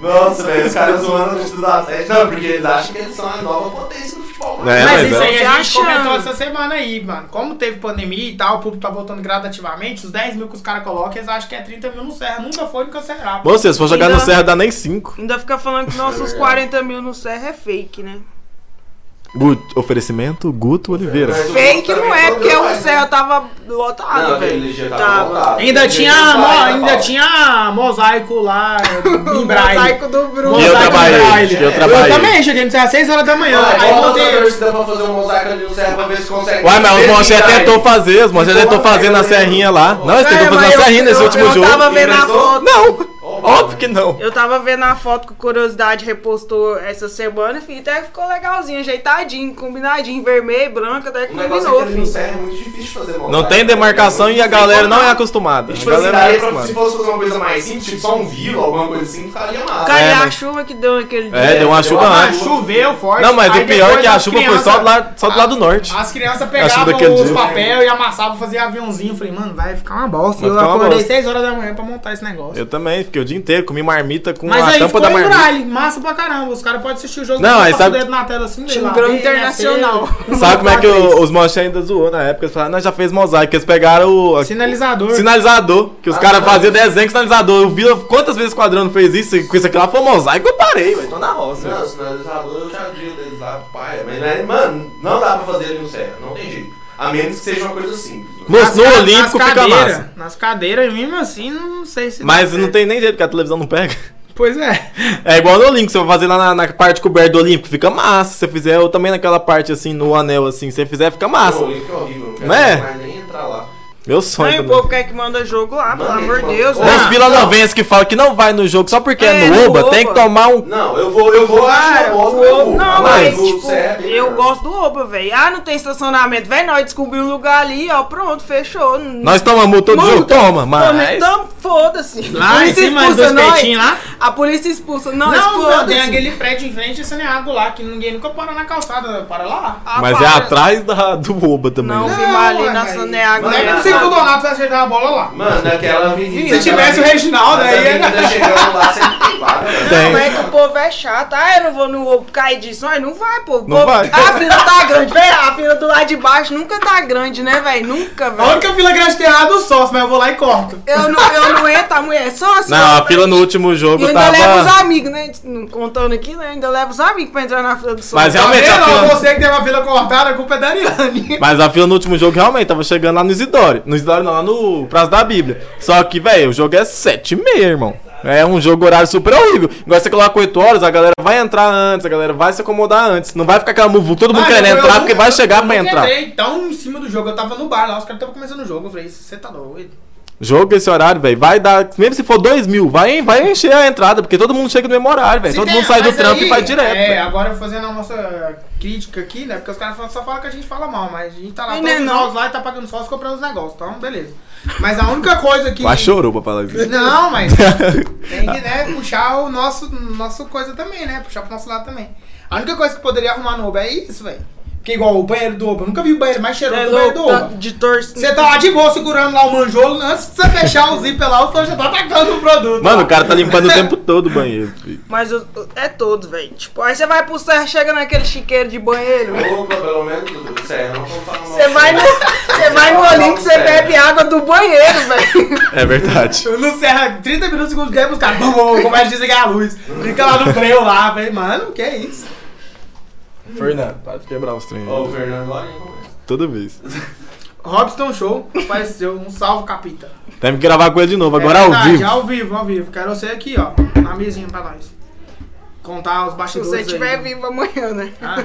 [SPEAKER 4] Nossa, velho, os caras zoando tudo do Atlético. Não, porque eles acham que eles são a nova potência do futebol.
[SPEAKER 3] mas,
[SPEAKER 2] É, mas
[SPEAKER 3] isso
[SPEAKER 2] é.
[SPEAKER 3] aí a gente
[SPEAKER 1] Você achando?
[SPEAKER 3] comentou essa semana aí, mano. Como teve pandemia e tal, o público tá voltando gradativamente, os 10 mil que os caras colocam, eles acham que é 30 mil no Serra. Nunca foi, nunca será.
[SPEAKER 2] Bom, se for jogar no
[SPEAKER 1] Ainda-
[SPEAKER 2] Serra, dá nem 5.
[SPEAKER 1] Ainda fica falando que nossos 40 mil no Serra é fake, né?
[SPEAKER 2] Oferecimento Guto Oliveira.
[SPEAKER 4] Mas o
[SPEAKER 1] Fake
[SPEAKER 4] outro
[SPEAKER 1] não
[SPEAKER 4] também
[SPEAKER 1] é, porque
[SPEAKER 4] falou,
[SPEAKER 1] o
[SPEAKER 4] né?
[SPEAKER 1] Serra tava lotado,
[SPEAKER 4] Não, aquele
[SPEAKER 1] velho.
[SPEAKER 4] dia tava lotado.
[SPEAKER 3] Ainda
[SPEAKER 4] Aquele
[SPEAKER 3] tinha,
[SPEAKER 4] dia não
[SPEAKER 3] mo-
[SPEAKER 4] sai, né,
[SPEAKER 3] ainda
[SPEAKER 4] Paulo?
[SPEAKER 3] tinha mosaico lá em
[SPEAKER 1] O
[SPEAKER 3] Braille.
[SPEAKER 1] mosaico do Bruno.
[SPEAKER 2] E eu
[SPEAKER 3] Mosaico
[SPEAKER 2] trabalhei,
[SPEAKER 3] em Braille.
[SPEAKER 2] e eu trabalhei.
[SPEAKER 3] Eu também, cheguei no Serra às 6 horas da manhã.
[SPEAKER 4] Ah,
[SPEAKER 3] aí
[SPEAKER 4] bota
[SPEAKER 3] montei-
[SPEAKER 4] outra torcida pra fazer um mosaico ali no Serra pra ver se consegue.
[SPEAKER 2] Uai, mas os Monchê
[SPEAKER 4] Verdade.
[SPEAKER 2] tentou fazer, os Monchê tentou fazer na Serrinha lá. Não, eles
[SPEAKER 1] É,
[SPEAKER 2] tentou fazer
[SPEAKER 1] mas
[SPEAKER 2] na
[SPEAKER 1] eu-
[SPEAKER 2] Serrinha nesse
[SPEAKER 1] eu-
[SPEAKER 2] último jogo.
[SPEAKER 1] Eu tava vendo a
[SPEAKER 4] Emprestou?
[SPEAKER 1] foto.
[SPEAKER 2] Não,
[SPEAKER 4] Ó,
[SPEAKER 2] óbvio que não.
[SPEAKER 1] Eu tava vendo a foto que o Curiosidade repostou essa semana, filho, até ficou legalzinho, ajeitadinho, combinadinho, vermelho, branco, até que
[SPEAKER 4] O negócio
[SPEAKER 1] combinou,
[SPEAKER 4] é que ali no
[SPEAKER 1] filho.
[SPEAKER 4] Serra é muito difícil de fazer mosaico.
[SPEAKER 2] Não tem demarcação e a galera não é acostumada. A
[SPEAKER 4] Tipo assim,
[SPEAKER 2] galera não é
[SPEAKER 4] daria pra, se
[SPEAKER 2] acostumada.
[SPEAKER 4] fosse fazer uma coisa mais simples, tipo só um vila, alguma coisa assim, ficaria massa.
[SPEAKER 1] Cara, e
[SPEAKER 2] É,
[SPEAKER 1] a
[SPEAKER 2] mas-
[SPEAKER 1] chuva que deu naquele
[SPEAKER 2] É,
[SPEAKER 1] dia.
[SPEAKER 2] deu uma chuva
[SPEAKER 3] Ah,
[SPEAKER 2] antes.
[SPEAKER 3] choveu forte.
[SPEAKER 2] Não, mas
[SPEAKER 3] aí
[SPEAKER 2] o pior é que
[SPEAKER 3] depois
[SPEAKER 2] a
[SPEAKER 3] Ah.
[SPEAKER 2] chuva
[SPEAKER 3] as
[SPEAKER 2] foi só do
[SPEAKER 3] crianças-
[SPEAKER 2] lado, só do lado norte.
[SPEAKER 3] As crianças
[SPEAKER 2] Acho
[SPEAKER 3] pegavam
[SPEAKER 2] daquele
[SPEAKER 3] os
[SPEAKER 2] dia.
[SPEAKER 3] papel e amassavam, fazia aviãozinho. Eu falei, mano, vai ficar uma bosta.
[SPEAKER 2] Vai
[SPEAKER 3] eu
[SPEAKER 2] ficar uma
[SPEAKER 3] acordei
[SPEAKER 2] bosta.
[SPEAKER 3] 6 horas da manhã pra montar esse negócio.
[SPEAKER 2] Eu também, fiquei o dia inteiro, comi marmita com
[SPEAKER 3] Mas
[SPEAKER 2] a
[SPEAKER 3] aí
[SPEAKER 2] tampa
[SPEAKER 3] ficou
[SPEAKER 2] da
[SPEAKER 3] em
[SPEAKER 2] marmita.
[SPEAKER 3] braille, massa pra caramba. Os caras podem assistir o jogo
[SPEAKER 2] Não,
[SPEAKER 3] depois
[SPEAKER 2] aí
[SPEAKER 3] passa
[SPEAKER 2] sabe-
[SPEAKER 3] o dedo na tela assim, vê lá,
[SPEAKER 1] um Grão
[SPEAKER 3] vê,
[SPEAKER 1] Internacional.
[SPEAKER 3] né, feio.
[SPEAKER 2] Sabe como é que o-
[SPEAKER 3] Quatro,
[SPEAKER 2] os Monchê ainda zoou na época? Eles falaram, nós já fez mosaico. Eles pegaram o,
[SPEAKER 3] três. Sinalizador.
[SPEAKER 2] Sinalizador, que os
[SPEAKER 4] Ah,
[SPEAKER 2] caras
[SPEAKER 4] não.
[SPEAKER 2] faziam desenho com sinalizador. Eu vi quantas vezes o quadrando fez isso, e com isso aqui lá foi mosaico, eu parei, velho. Tô na roça.
[SPEAKER 4] Não, sinalizador tá eu já vi deles lá, pai. Mas, né, mano, não dá pra fazer ali no Serra, não tem jeito. A menos que seja uma coisa simples.
[SPEAKER 2] Moço, no
[SPEAKER 3] Nas ca-
[SPEAKER 2] Olímpico
[SPEAKER 3] nas
[SPEAKER 2] fica
[SPEAKER 3] cadeiras,
[SPEAKER 2] massa.
[SPEAKER 3] Nas cadeiras, mesmo assim, não sei se. dá
[SPEAKER 1] Tá
[SPEAKER 2] Mas
[SPEAKER 3] certo.
[SPEAKER 2] não tem nem jeito, porque a televisão não pega.
[SPEAKER 3] Pois é.
[SPEAKER 2] É igual no Olímpico, se você fazer lá na, na parte coberta do Olímpico, fica massa. Se você fizer ou também naquela parte assim, no anel assim, se você fizer, fica
[SPEAKER 4] Pô,
[SPEAKER 2] massa.
[SPEAKER 4] o link é horrível, não quero
[SPEAKER 2] Não é?
[SPEAKER 4] mais nem entrar lá.
[SPEAKER 2] Meu
[SPEAKER 1] Não, e
[SPEAKER 2] sonho.
[SPEAKER 1] o povo
[SPEAKER 2] também.
[SPEAKER 1] quer que manda jogo lá, pelo
[SPEAKER 4] Manda,
[SPEAKER 1] amor de
[SPEAKER 4] mano.
[SPEAKER 1] Deus.
[SPEAKER 4] Ô,
[SPEAKER 1] né?
[SPEAKER 2] Os vilanovenses que falam que não vai no jogo só porque é,
[SPEAKER 1] É,
[SPEAKER 2] no
[SPEAKER 1] no
[SPEAKER 2] Oba, tem que
[SPEAKER 1] Oba.
[SPEAKER 2] tomar um.
[SPEAKER 4] Não, eu vou, eu vou, acho que eu gosto, mas eu vou.
[SPEAKER 1] Ah,
[SPEAKER 2] Mas
[SPEAKER 1] Não, mas,
[SPEAKER 4] o
[SPEAKER 1] tipo,
[SPEAKER 4] Serra é bem
[SPEAKER 1] eu
[SPEAKER 4] melhor.
[SPEAKER 1] gosto do Oba, velho. Ah, não tem estacionamento. Velho, nós descobrimos um lugar ali, ó, pronto, fechou.
[SPEAKER 2] Nós tomamos multa todo
[SPEAKER 1] Multa.
[SPEAKER 2] jogo? Toma,
[SPEAKER 1] Toma,
[SPEAKER 2] mas.
[SPEAKER 1] Então, foda-se. A
[SPEAKER 3] Lá em
[SPEAKER 1] polícia
[SPEAKER 3] cima
[SPEAKER 1] expulsa
[SPEAKER 3] dos
[SPEAKER 1] nós.
[SPEAKER 3] peitinhos lá.
[SPEAKER 1] A polícia expulsa
[SPEAKER 3] Não,
[SPEAKER 1] nós,
[SPEAKER 3] não, tem
[SPEAKER 1] foda-se.
[SPEAKER 3] aquele prédio em frente a Saneago lá, que ninguém nunca para na calçada. Para lá.
[SPEAKER 1] Ah,
[SPEAKER 2] Mas é
[SPEAKER 1] para.
[SPEAKER 2] atrás da, do Oba também.
[SPEAKER 1] Não,
[SPEAKER 2] né?
[SPEAKER 1] filmar ali
[SPEAKER 3] ué,
[SPEAKER 1] na
[SPEAKER 3] mas-
[SPEAKER 1] Saneago.
[SPEAKER 3] Não é
[SPEAKER 4] Mas
[SPEAKER 1] né?
[SPEAKER 4] você
[SPEAKER 3] que o Donato vai acertar a bola lá.
[SPEAKER 4] Mano, naquela avenida.
[SPEAKER 3] Se tivesse o Reginaldo, aí
[SPEAKER 4] Nas
[SPEAKER 3] era.
[SPEAKER 4] avenidas chegando lá, sempre tem vaga, velho.
[SPEAKER 2] Tem.
[SPEAKER 1] Não é que o povo é chato. Ah, eu não vou, não vou cair disso. Ai, não vai, pô. O
[SPEAKER 2] Não
[SPEAKER 1] povo-
[SPEAKER 2] vai.
[SPEAKER 1] A fila tá grande, velho. A fila do lado de baixo nunca tá grande, né, velho? Nunca,
[SPEAKER 3] A
[SPEAKER 1] velho.
[SPEAKER 3] única fila grande que tem lá é do sócio, mas eu vou lá e corto.
[SPEAKER 1] Eu não, eu não entro, a mulher é só assim.
[SPEAKER 5] Não, a fila no último
[SPEAKER 1] E
[SPEAKER 5] jogo
[SPEAKER 1] ainda
[SPEAKER 5] tava.
[SPEAKER 1] leva os amigos, né? Não Contando aqui, né? Ainda leva os amigos pra entrar na fila do sol.
[SPEAKER 2] Mas realmente
[SPEAKER 3] Tá
[SPEAKER 2] a
[SPEAKER 3] vendo?
[SPEAKER 2] fila.
[SPEAKER 3] Você que teve a fila cortada, a culpa é da Ariane.
[SPEAKER 2] Mas a fila no último jogo realmente tava chegando lá no Isidore. No Isidore não, lá no Prazo da Bíblia. Só que, velho, o jogo é 7 e meia, irmão. É um jogo horário super horrível. Agora você coloca 8 horas, a galera vai entrar antes, a galera vai se acomodar antes. Não vai ficar aquela muvuca, todo mundo
[SPEAKER 3] Mano,
[SPEAKER 2] querendo
[SPEAKER 3] Ah, eu- eu
[SPEAKER 2] né? entrar, porque
[SPEAKER 3] nunca-
[SPEAKER 2] vai chegar
[SPEAKER 3] eu
[SPEAKER 2] pra
[SPEAKER 3] nunca
[SPEAKER 2] entrar.
[SPEAKER 3] entrei tão em cima do jogo. Eu tava no bar lá, os caras estavam começando o jogo. Eu falei, você tá doido?
[SPEAKER 2] Jogo esse horário, velho, vai dar. Mesmo se for 2 mil, vai, vai encher a entrada, porque todo mundo chega no mesmo horário, velho.
[SPEAKER 3] Se
[SPEAKER 2] É, Todo
[SPEAKER 3] tem-
[SPEAKER 2] mundo sai do
[SPEAKER 3] mas
[SPEAKER 2] trampo
[SPEAKER 3] aí,
[SPEAKER 2] e vai direto. né?
[SPEAKER 3] É,
[SPEAKER 2] velho.
[SPEAKER 3] agora fazendo a nossa crítica aqui, né? Porque os caras falam- só falam que a gente fala mal, mas a gente tá lá
[SPEAKER 1] Não,
[SPEAKER 3] todos
[SPEAKER 1] não.
[SPEAKER 3] nós lá e tá pagando sócio comprando os negócios, então beleza. Mas a única coisa que.
[SPEAKER 2] Mas chorou pra falar isso.
[SPEAKER 3] Não, mas tem que, né, puxar o nosso, nosso coisa também, né? Puxar pro nosso lado também. A única coisa que poderia arrumar no Uber é isso, velho. Porque igual o banheiro do Uber, eu nunca vi o banheiro mais cheiroso
[SPEAKER 1] É
[SPEAKER 3] do banheiro do
[SPEAKER 1] louco, tá-
[SPEAKER 3] Uber.
[SPEAKER 1] de torcida.
[SPEAKER 3] Você tá lá de boa segurando lá o manjolo, antes de você fechar o zíper lá, o senhor já tá atacando o produto.
[SPEAKER 2] Mano, o cara tá limpando o tempo todo o banheiro, filho.
[SPEAKER 1] Mas eu- eu- é todo, velho. Tipo, aí você vai pro Serra, chega naquele chiqueiro de banheiro.
[SPEAKER 4] né? Opa, pelo menos, sério, não vou falar mal.
[SPEAKER 1] Você vai no, você vai no Olímpico, você bebe água do banheiro, velho.
[SPEAKER 2] É verdade.
[SPEAKER 3] No Serra, 30 minutos, segundos tempo, os caras, vamos, começa a desligar a luz. Fica lá no breu lá, velho, mano, que isso?
[SPEAKER 2] Fernando, para de quebrar os trem.
[SPEAKER 4] Ô, o Fernando Lorinha começa.
[SPEAKER 2] Toda vez.
[SPEAKER 3] Robson Show, apareceu, um salve, capita.
[SPEAKER 2] Temos que gravar com ele de novo, agora
[SPEAKER 3] é
[SPEAKER 2] ao
[SPEAKER 3] verdade,
[SPEAKER 2] vivo.
[SPEAKER 3] Ao vivo, ao vivo. Quero você aqui, ó, na mesinha pra nós. Contar os
[SPEAKER 1] Se
[SPEAKER 3] bastidores
[SPEAKER 1] você estiver
[SPEAKER 3] aí.
[SPEAKER 1] vivo amanhã, né?
[SPEAKER 3] Ah,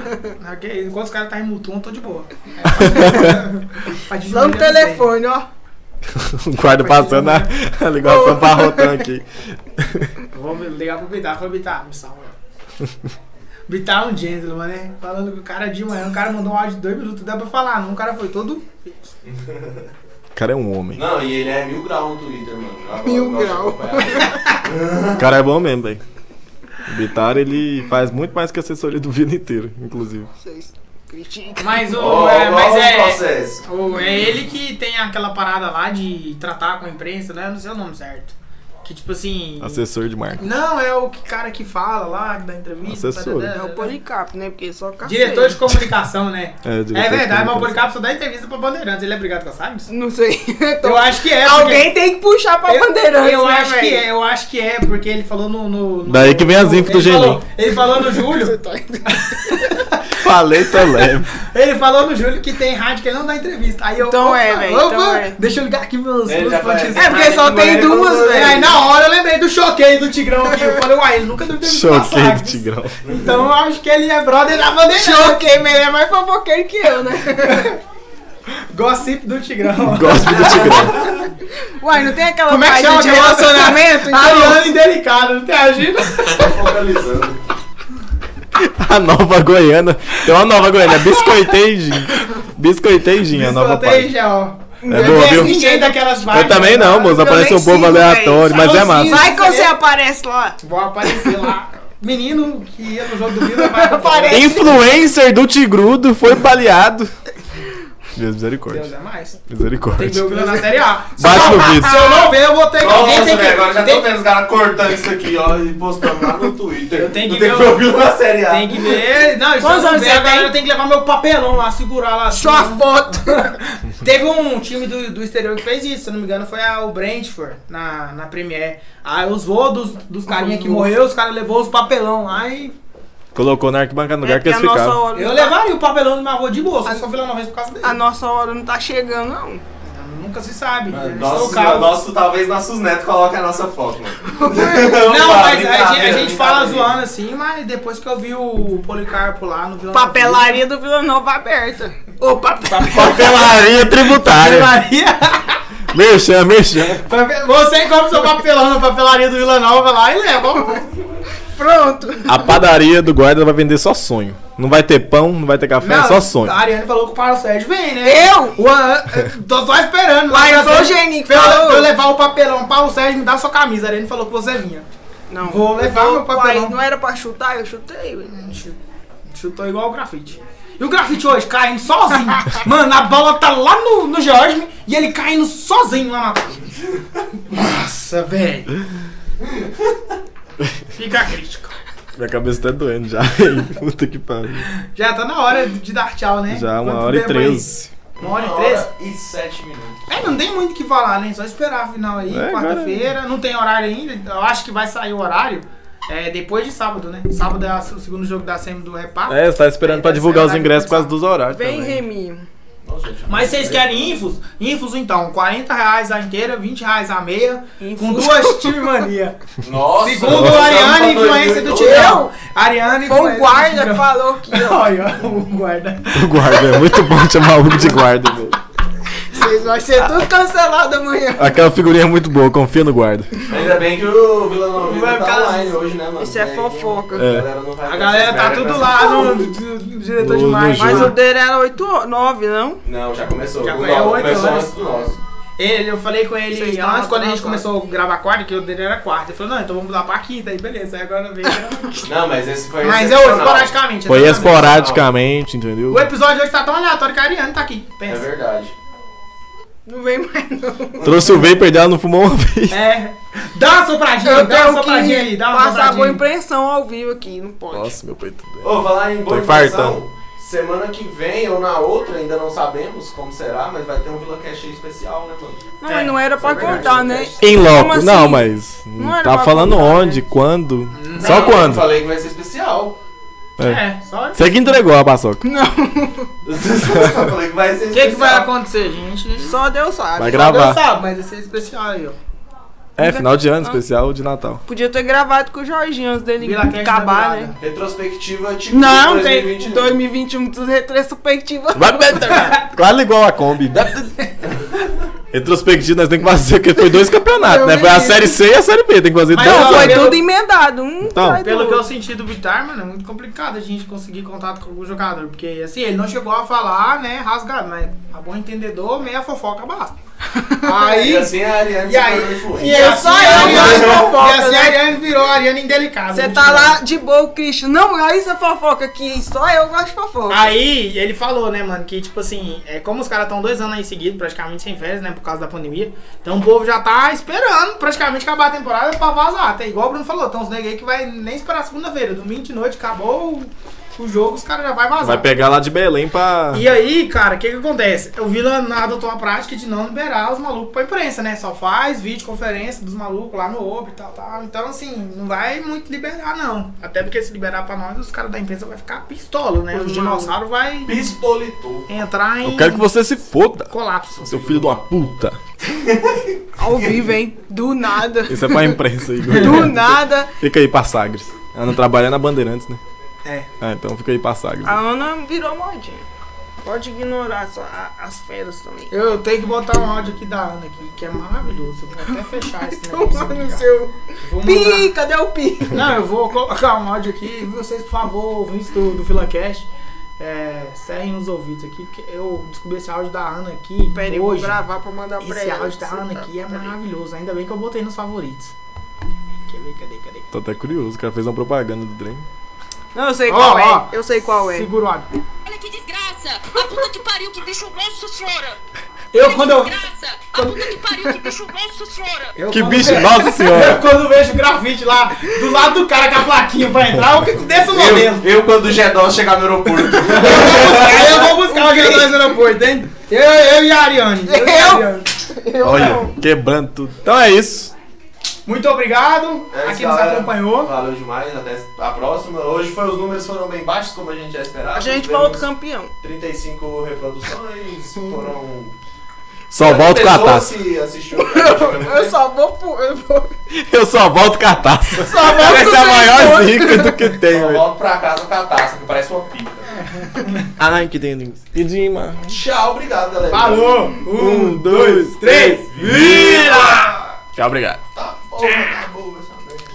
[SPEAKER 3] ah, que isso, enquanto os caras tá em mutum, eu tô de boa. É,
[SPEAKER 1] Só no telefone, ó.
[SPEAKER 2] O guarda passando a, a ligação pra Rotan aqui.
[SPEAKER 3] Vou me ligar pro Bitar, falei, Bitar, me salva. Bitar é um gentleman, né? Falando que o cara de manhã, o cara mandou um áudio de dois minutos, dá pra falar, não, o cara foi todo...
[SPEAKER 2] O cara é um homem.
[SPEAKER 4] Não, e ele é mil grau no Twitter, mano. Eu gosto de
[SPEAKER 1] Mil grau.
[SPEAKER 4] acompanhar.
[SPEAKER 2] O cara é bom mesmo, velho. O Bitar, ele faz muito mais que a assessoria do Vila inteiro, inclusive.
[SPEAKER 1] Vocês criticam.
[SPEAKER 3] Mas o...
[SPEAKER 4] Ó,
[SPEAKER 3] é,
[SPEAKER 4] ó,
[SPEAKER 3] mas
[SPEAKER 4] ó o
[SPEAKER 3] é...
[SPEAKER 4] processo.
[SPEAKER 3] o- é ele que tem aquela parada lá de tratar com a imprensa, né? Eu não sei o nome certo. Que tipo assim...
[SPEAKER 2] Assessor de marca.
[SPEAKER 3] Não, é o que- cara que fala lá, que dá entrevista.
[SPEAKER 2] Assessor.
[SPEAKER 3] tá, tá,
[SPEAKER 1] É
[SPEAKER 3] tá, tá.
[SPEAKER 1] o Policarpo, né? Porque só café.
[SPEAKER 3] Diretor de comunicação, né?
[SPEAKER 2] É,
[SPEAKER 3] É verdade, mas o
[SPEAKER 2] por causa.
[SPEAKER 3] Policarpo só dá entrevista pra Bandeirantes. Ele é brigado com a Sagres?
[SPEAKER 1] Não sei.
[SPEAKER 3] Eu acho que é. porque-
[SPEAKER 1] Então, Alguém tem que puxar pra
[SPEAKER 3] Eu-
[SPEAKER 1] bandeirante,
[SPEAKER 3] Eu
[SPEAKER 1] né,
[SPEAKER 3] acho
[SPEAKER 1] velho?
[SPEAKER 3] que é, eu acho que é, porque ele falou no. no- no-
[SPEAKER 2] Daí que vem as infos do
[SPEAKER 3] ele
[SPEAKER 2] Geninho.
[SPEAKER 3] falou- Ele falou no julho.
[SPEAKER 1] tá
[SPEAKER 2] Falei, tô leve.
[SPEAKER 3] ele falou no julho que tem rádio que ele não dá entrevista. Aí eu.
[SPEAKER 1] Então
[SPEAKER 3] opa,
[SPEAKER 1] é, velho,
[SPEAKER 3] opa,
[SPEAKER 1] então é.
[SPEAKER 3] Deixa eu ligar aqui meus.
[SPEAKER 4] Ele
[SPEAKER 3] meus
[SPEAKER 4] já faz-
[SPEAKER 3] pontinhos.
[SPEAKER 1] É, porque só tem duas,
[SPEAKER 3] Aí
[SPEAKER 1] velho.
[SPEAKER 3] na hora eu lembrei do choquei do Tigrão aqui. Eu falei, uai, ele nunca deu entrevista pra
[SPEAKER 2] Choquei do
[SPEAKER 3] Sagres.
[SPEAKER 2] Tigrão.
[SPEAKER 3] Então eu acho que ele é brother da Bandeirantes.
[SPEAKER 1] Choquei, mas ele é mais fofoqueiro que eu, né?
[SPEAKER 3] Gossip do Tigrão.
[SPEAKER 2] Gosto do Tigrão.
[SPEAKER 1] Uai, não tem aquela
[SPEAKER 3] Como é que
[SPEAKER 1] página
[SPEAKER 3] chama
[SPEAKER 1] de
[SPEAKER 3] aquele
[SPEAKER 1] relacionamento?
[SPEAKER 3] Tá
[SPEAKER 1] então?
[SPEAKER 3] Ariane Delicado, não tem agido?
[SPEAKER 4] Tô tá focalizando.
[SPEAKER 2] A nova Goiana. Tem uma nova Goiânia. Biscoitei Gin. Biscoitei Gin, a nova parte. É
[SPEAKER 1] Eu
[SPEAKER 2] boa,
[SPEAKER 1] conheço
[SPEAKER 2] viu?
[SPEAKER 3] ninguém daquelas né?
[SPEAKER 2] Eu também não, moço.
[SPEAKER 1] Eu
[SPEAKER 2] Aparece
[SPEAKER 1] nem
[SPEAKER 2] um povo
[SPEAKER 1] sigo,
[SPEAKER 2] aleatório,
[SPEAKER 1] velho.
[SPEAKER 2] mas é
[SPEAKER 3] Só
[SPEAKER 2] massa.
[SPEAKER 3] sigo.
[SPEAKER 1] Vai que você aparece lá.
[SPEAKER 3] Vou aparecer lá. Menino que ia no jogo do Vila vai
[SPEAKER 1] Aparece.
[SPEAKER 2] Influencer do Tigrudo foi baleado.
[SPEAKER 3] Deus
[SPEAKER 2] Deus, misericórdia.
[SPEAKER 3] é mais. Tem que ver
[SPEAKER 2] Misericórdia.
[SPEAKER 3] o Vila na Série A. Se
[SPEAKER 2] Bate
[SPEAKER 3] eu-
[SPEAKER 2] no vidro.
[SPEAKER 3] Se eu não ver, eu vou ter que. Alguém
[SPEAKER 4] Nossa,
[SPEAKER 3] tem que.
[SPEAKER 4] velho, agora já
[SPEAKER 3] tem-
[SPEAKER 4] tô vendo os caras cortando isso aqui, ó, e postando lá no Twitter.
[SPEAKER 3] Eu tenho que
[SPEAKER 4] Não tem
[SPEAKER 3] ver
[SPEAKER 4] que
[SPEAKER 3] o-
[SPEAKER 4] ouvir na série A.
[SPEAKER 3] Tem que ver. Não, isso eu
[SPEAKER 1] Quantos
[SPEAKER 3] não
[SPEAKER 1] anos
[SPEAKER 3] ver,
[SPEAKER 1] você
[SPEAKER 3] agora
[SPEAKER 1] tem?
[SPEAKER 3] eu tenho que levar meu papelão lá, segurar lá. assim,
[SPEAKER 1] Sua
[SPEAKER 3] né?
[SPEAKER 1] foto.
[SPEAKER 3] Teve um time do, do exterior que fez isso, se eu não me engano, foi a, o Brentford na, na Premier. Aí os voos dos, dos carinha que morreu, os caras levou os papelão lá e.
[SPEAKER 2] Colocou na arquibancada no lugar que
[SPEAKER 1] porque
[SPEAKER 2] eles
[SPEAKER 1] É, a nossa
[SPEAKER 2] ficavam.
[SPEAKER 1] hora.
[SPEAKER 3] Eu
[SPEAKER 1] não tá-
[SPEAKER 3] levaria o papelão do meu avô de bolsa, eu só fui lá uma vez por causa dele.
[SPEAKER 1] A nossa hora Ah, não tá chegando, não.
[SPEAKER 3] Nunca se sabe.
[SPEAKER 4] Mano,
[SPEAKER 3] né? Estou
[SPEAKER 4] Nosso,
[SPEAKER 3] calmo.
[SPEAKER 4] nosso, talvez nossos netos coloquem a nossa foto, mano.
[SPEAKER 3] Não, mas a, gente- a
[SPEAKER 4] brincadeira,
[SPEAKER 3] gente fala
[SPEAKER 4] brincadeira.
[SPEAKER 3] zoando assim, mas depois que eu vi o Policarpo lá no Vila Nova-
[SPEAKER 1] Papelaria do Vila Nova aberta. Ô, papel.
[SPEAKER 2] Papelaria tributária.
[SPEAKER 3] Papelaria.
[SPEAKER 2] Merchan, merchan.
[SPEAKER 3] Pape- Você compra seu papelão na papelaria do Vila Nova lá e leva.
[SPEAKER 1] Pronto.
[SPEAKER 2] A padaria do guarda vai vender só sonho. Não vai ter pão, não vai ter café, é
[SPEAKER 3] Não, tá.
[SPEAKER 2] só sonho.
[SPEAKER 3] A Ariane falou que o Paulo Sérgio vem, né?
[SPEAKER 1] Eu?
[SPEAKER 3] O An- Tô só esperando.
[SPEAKER 1] Lá eu sou o
[SPEAKER 3] Pra
[SPEAKER 1] Genico.
[SPEAKER 3] eu- pra eu
[SPEAKER 1] falou.
[SPEAKER 3] levar o papelão, Paulo Sérgio me dá sua camisa. A Ariane falou que você vinha.
[SPEAKER 1] Não.
[SPEAKER 3] Vou levar meu
[SPEAKER 1] Uai,
[SPEAKER 3] papelão.
[SPEAKER 1] Não era pra chutar, eu chutei. ué.
[SPEAKER 3] Chutou igual o grafite. E o grafite hoje caindo sozinho. Mano, a bola tá lá no, no George e ele caindo sozinho lá na. Nossa, velho. Fica a crítica.
[SPEAKER 2] Minha cabeça tá doendo já, hein? Puta que pariu.
[SPEAKER 3] Já tá na hora de dar tchau, né?
[SPEAKER 2] Já uma
[SPEAKER 3] Quanto
[SPEAKER 2] hora e
[SPEAKER 3] tempo aí?
[SPEAKER 2] treze.
[SPEAKER 3] Uma hora e treze?
[SPEAKER 4] e sete minutos.
[SPEAKER 3] É, não tem muito o que falar, né? Só esperar a final aí,
[SPEAKER 2] É,
[SPEAKER 3] quarta-feira. Não tem horário ainda, eu acho que vai sair o horário. É depois de sábado, né? Sábado é o segundo jogo da SEMI do Repá.
[SPEAKER 2] É, você tá esperando pra divulgar os ingressos por causa dos horários
[SPEAKER 1] Vem,
[SPEAKER 2] também.
[SPEAKER 1] Reminho.
[SPEAKER 4] Nossa, gente,
[SPEAKER 3] Mas vocês querem infos? Infos então, 40 reais a inteira, 20 reais a meia, com
[SPEAKER 1] Infos.
[SPEAKER 3] duas time mania.
[SPEAKER 4] Nossa,
[SPEAKER 3] Segundo
[SPEAKER 4] nossa, tá
[SPEAKER 3] Ariane,
[SPEAKER 4] nossa,
[SPEAKER 3] influência do
[SPEAKER 4] dois mil e dois.
[SPEAKER 3] Tirão. Ariane,
[SPEAKER 1] Foi
[SPEAKER 3] influência
[SPEAKER 1] o
[SPEAKER 3] do
[SPEAKER 1] guarda que
[SPEAKER 3] Tirão.
[SPEAKER 1] falou que
[SPEAKER 3] Olha, o guarda.
[SPEAKER 2] O guarda, é muito bom chamar o Hugo de guarda, velho.
[SPEAKER 1] vocês vão ser tudo cancelado amanhã.
[SPEAKER 2] Aquela figurinha é muito boa, confia no guarda.
[SPEAKER 4] Ainda bem que o Vila Nova
[SPEAKER 3] Vai
[SPEAKER 4] tá
[SPEAKER 3] ficar-
[SPEAKER 4] online hoje, né, mano?
[SPEAKER 1] Isso é
[SPEAKER 4] Daí,
[SPEAKER 1] fofoca.
[SPEAKER 2] É.
[SPEAKER 4] A galera, não vai
[SPEAKER 3] A galera tá
[SPEAKER 4] é
[SPEAKER 3] tudo lá no, no- no diretor de
[SPEAKER 2] No- no
[SPEAKER 3] marketing.
[SPEAKER 1] Mas
[SPEAKER 2] Juro.
[SPEAKER 1] o dele era 8 9, não?
[SPEAKER 4] Não, já começou.
[SPEAKER 3] Já
[SPEAKER 4] O
[SPEAKER 3] é
[SPEAKER 4] nosso
[SPEAKER 3] oito
[SPEAKER 4] começou
[SPEAKER 3] horas.
[SPEAKER 4] antes do nosso.
[SPEAKER 3] Ele, eu falei com ele
[SPEAKER 1] Vocês
[SPEAKER 3] antes,
[SPEAKER 1] estão lá,
[SPEAKER 3] quando a
[SPEAKER 1] estão
[SPEAKER 3] gente
[SPEAKER 1] lá,
[SPEAKER 3] começou a gravar quarta, que o dele era quarta. Ele falou, não, então vamos mudar pra quinta. Aí beleza, aí agora veio.
[SPEAKER 4] Não, mas esse foi
[SPEAKER 3] Mas é hoje,
[SPEAKER 4] excepcional.
[SPEAKER 3] esporadicamente.
[SPEAKER 2] Foi
[SPEAKER 3] até quando-
[SPEAKER 2] esporadicamente, entendeu?
[SPEAKER 3] O episódio hoje tá tão aleatório que a Ariane tá aqui.
[SPEAKER 4] É
[SPEAKER 3] Pensa.
[SPEAKER 4] verdade.
[SPEAKER 1] Não vem mais, não.
[SPEAKER 2] Trouxe o Vapor dela, não fumou uma vez.
[SPEAKER 3] É. Dá uma sopradinha,
[SPEAKER 1] Eu
[SPEAKER 3] dá
[SPEAKER 1] tenho
[SPEAKER 3] uma sopradinha aí,
[SPEAKER 1] que
[SPEAKER 3] dá uma
[SPEAKER 1] passar boa
[SPEAKER 3] sopradinha.
[SPEAKER 1] impressão ao vivo aqui, não pode.
[SPEAKER 2] Nossa, meu peito. doeu.
[SPEAKER 4] Ô, falar em boa
[SPEAKER 2] Tô
[SPEAKER 4] impressão,
[SPEAKER 2] infartando.
[SPEAKER 4] semana que vem ou na outra, ainda não sabemos como será, mas vai ter um Vila Cash especial, né, mano?
[SPEAKER 1] Não, mas não era pra
[SPEAKER 4] Isso é verdade,
[SPEAKER 1] cortar, né?
[SPEAKER 4] isso
[SPEAKER 2] Em
[SPEAKER 1] Como
[SPEAKER 2] loco,
[SPEAKER 1] assim?
[SPEAKER 2] não, mas.
[SPEAKER 1] Não era
[SPEAKER 2] tá
[SPEAKER 1] pra
[SPEAKER 2] falando
[SPEAKER 1] contar,
[SPEAKER 2] onde, quando? Só
[SPEAKER 4] Não, Eu
[SPEAKER 2] quando?
[SPEAKER 4] falei que vai ser especial.
[SPEAKER 3] É, só.
[SPEAKER 2] Você que entregou a paçoca.
[SPEAKER 4] eu falei que vai ser especial.
[SPEAKER 3] O que, que vai acontecer, gente? Só
[SPEAKER 1] Só Deus sabe.
[SPEAKER 2] Vai
[SPEAKER 3] Deus
[SPEAKER 2] gravar.
[SPEAKER 3] sabe, mas esse é especial aí, ó.
[SPEAKER 2] É, final de ano, especial de Natal.
[SPEAKER 1] Podia ter gravado com o Jorginho antes dele
[SPEAKER 3] Vila Cash da
[SPEAKER 1] acabar, né?
[SPEAKER 3] virada.
[SPEAKER 4] Retrospectiva tipo
[SPEAKER 1] Não, tem
[SPEAKER 4] 2021.
[SPEAKER 1] 2021 tudo retrospectiva.
[SPEAKER 2] Quase igual a Kombi. Retrospectivo, nós temos que fazer, porque foi dois campeonatos,
[SPEAKER 1] Eu
[SPEAKER 2] né?
[SPEAKER 1] me
[SPEAKER 2] Foi a
[SPEAKER 1] lembro.
[SPEAKER 2] Série C e a Série B. Tem que fazer
[SPEAKER 3] Mas
[SPEAKER 2] dois.
[SPEAKER 3] ó,
[SPEAKER 1] Não, foi
[SPEAKER 3] pelo-
[SPEAKER 1] tudo emendado. Um
[SPEAKER 2] Então,
[SPEAKER 1] atrás do
[SPEAKER 3] Pelo que
[SPEAKER 1] outro.
[SPEAKER 3] eu senti do Vitar, mano, é muito complicado a gente conseguir contato com algum jogador. Porque, assim, ele não chegou a falar, né, rasgado, mas a bom entendedor, meia fofoca basta.
[SPEAKER 4] E
[SPEAKER 3] Aí.
[SPEAKER 4] assim a Ariane
[SPEAKER 3] E aí?
[SPEAKER 4] influente.
[SPEAKER 3] E assim
[SPEAKER 1] só
[SPEAKER 3] a
[SPEAKER 1] eu
[SPEAKER 3] Ariane-
[SPEAKER 1] gosto de fofoca,
[SPEAKER 3] e assim a
[SPEAKER 1] né?
[SPEAKER 3] Ariane virou a é. Ariane né? indelicada.
[SPEAKER 1] Você
[SPEAKER 3] muito
[SPEAKER 1] tá
[SPEAKER 3] bom.
[SPEAKER 1] lá de boa, o Christian. Não, olha essa fofoca aqui. Só eu gosto de fofoca.
[SPEAKER 3] Aí ele falou, né, mano, que tipo assim, é como os caras estão dois anos aí seguidos, praticamente sem férias, né, por causa da pandemia. Então o povo já tá esperando praticamente acabar a temporada pra vazar. Até igual o Bruno falou, tem uns nega aí que vai nem esperar segunda-feira, domingo de noite, acabou o, o jogo, os caras já vai vazar.
[SPEAKER 2] Vai pegar lá de Belém pra.
[SPEAKER 3] E aí, cara, o que que acontece? O Vila adotou a prática de não liberar os malucos pra imprensa, né? Só faz videoconferência dos malucos lá no OP e tal, tal. Então, assim, não vai muito liberar, não. Até porque se liberar pra nós, os caras da imprensa vai ficar pistola, né? Os dinossauros vai
[SPEAKER 4] Pistolitou.
[SPEAKER 3] entrar em
[SPEAKER 2] Eu quero que você se foda,
[SPEAKER 3] colapso.
[SPEAKER 2] seu filho de uma puta.
[SPEAKER 1] Ao vivo, hein? Do nada.
[SPEAKER 2] Isso é pra imprensa aí.
[SPEAKER 1] Do nada.
[SPEAKER 2] Fica aí pra Sagres. Ela não trabalha na Bandeirantes, né?
[SPEAKER 3] É.
[SPEAKER 2] Ah, então fica aí pra Sagres.
[SPEAKER 1] A Ana virou modinha. Pode ignorar só a- as férias também.
[SPEAKER 3] Eu tenho que botar um áudio aqui da Ana aqui, que é maravilhoso. Eu vou até fechar esse negócio.
[SPEAKER 1] Toma no
[SPEAKER 3] aqui, cara.
[SPEAKER 1] seu.
[SPEAKER 3] Vou mandar-
[SPEAKER 1] Pi, cadê o pi?
[SPEAKER 3] Não, eu vou colocar um áudio aqui. E Vocês, por favor, ouvintes do, do Filacast, é, cerrem os ouvidos aqui, porque eu descobri esse áudio da Ana aqui
[SPEAKER 1] Pera, eu vou
[SPEAKER 3] hoje.
[SPEAKER 1] gravar pra mandar pra tá-
[SPEAKER 3] esse
[SPEAKER 1] ela.
[SPEAKER 3] áudio da Ana aqui é maravilhoso. Ainda bem que eu botei nos favoritos. Quer ver? Cadê? Cadê?
[SPEAKER 2] Tô até curioso, o cara fez uma propaganda do trem.
[SPEAKER 1] Não, eu sei
[SPEAKER 3] Ó,
[SPEAKER 1] qual
[SPEAKER 3] ó.
[SPEAKER 1] é. Eu sei qual é.
[SPEAKER 3] Segura o áudio.
[SPEAKER 6] Olha que desgraça! A puta que pariu, que bicho monstro chora!
[SPEAKER 3] Eu quando eu.
[SPEAKER 6] Desgraça! A puta que pariu, que bicho monstro chora!
[SPEAKER 3] eu
[SPEAKER 2] Que
[SPEAKER 3] quando
[SPEAKER 2] bicho,
[SPEAKER 3] ve-
[SPEAKER 2] nossa
[SPEAKER 3] Eu
[SPEAKER 2] senhora!
[SPEAKER 3] quando vejo o grafite lá do lado do cara com a plaquinha pra entrar, eu fico desse modelo.
[SPEAKER 4] Eu, eu quando o Gedol chegar no aeroporto.
[SPEAKER 3] Aí eu vou buscar o Guilherme no aeroporto, hein? Eu, eu e a Ariane. Eu? e a Ariane.
[SPEAKER 2] Olha, quebrando tudo. Então é isso.
[SPEAKER 3] Muito obrigado a
[SPEAKER 4] É isso,
[SPEAKER 3] quem nos
[SPEAKER 4] galera.
[SPEAKER 3] acompanhou.
[SPEAKER 4] Valeu demais, até a próxima. Hoje foi, os números foram bem baixos, como a gente já esperava.
[SPEAKER 1] A gente
[SPEAKER 4] Tivemos
[SPEAKER 1] foi outro campeão.
[SPEAKER 4] 35 reproduções, foram...
[SPEAKER 2] Só volto com a
[SPEAKER 4] Pessoas
[SPEAKER 2] taça.
[SPEAKER 4] se assistiu o programa,
[SPEAKER 1] Eu só vou. pro- Eu vou.
[SPEAKER 2] Eu só volto com a taça.
[SPEAKER 1] Só vou pro
[SPEAKER 2] Essa é a
[SPEAKER 1] Senhor.
[SPEAKER 2] maior zica do que tem,
[SPEAKER 4] Só
[SPEAKER 2] velho.
[SPEAKER 4] volto pra casa com a taça, que parece uma pica.
[SPEAKER 2] Ai, que delícia. E Dima.
[SPEAKER 1] É.
[SPEAKER 4] Tchau, obrigado, galera.
[SPEAKER 3] Falou!
[SPEAKER 2] Um, dois, três, vira! Tchau, obrigado.
[SPEAKER 4] Tá, porra.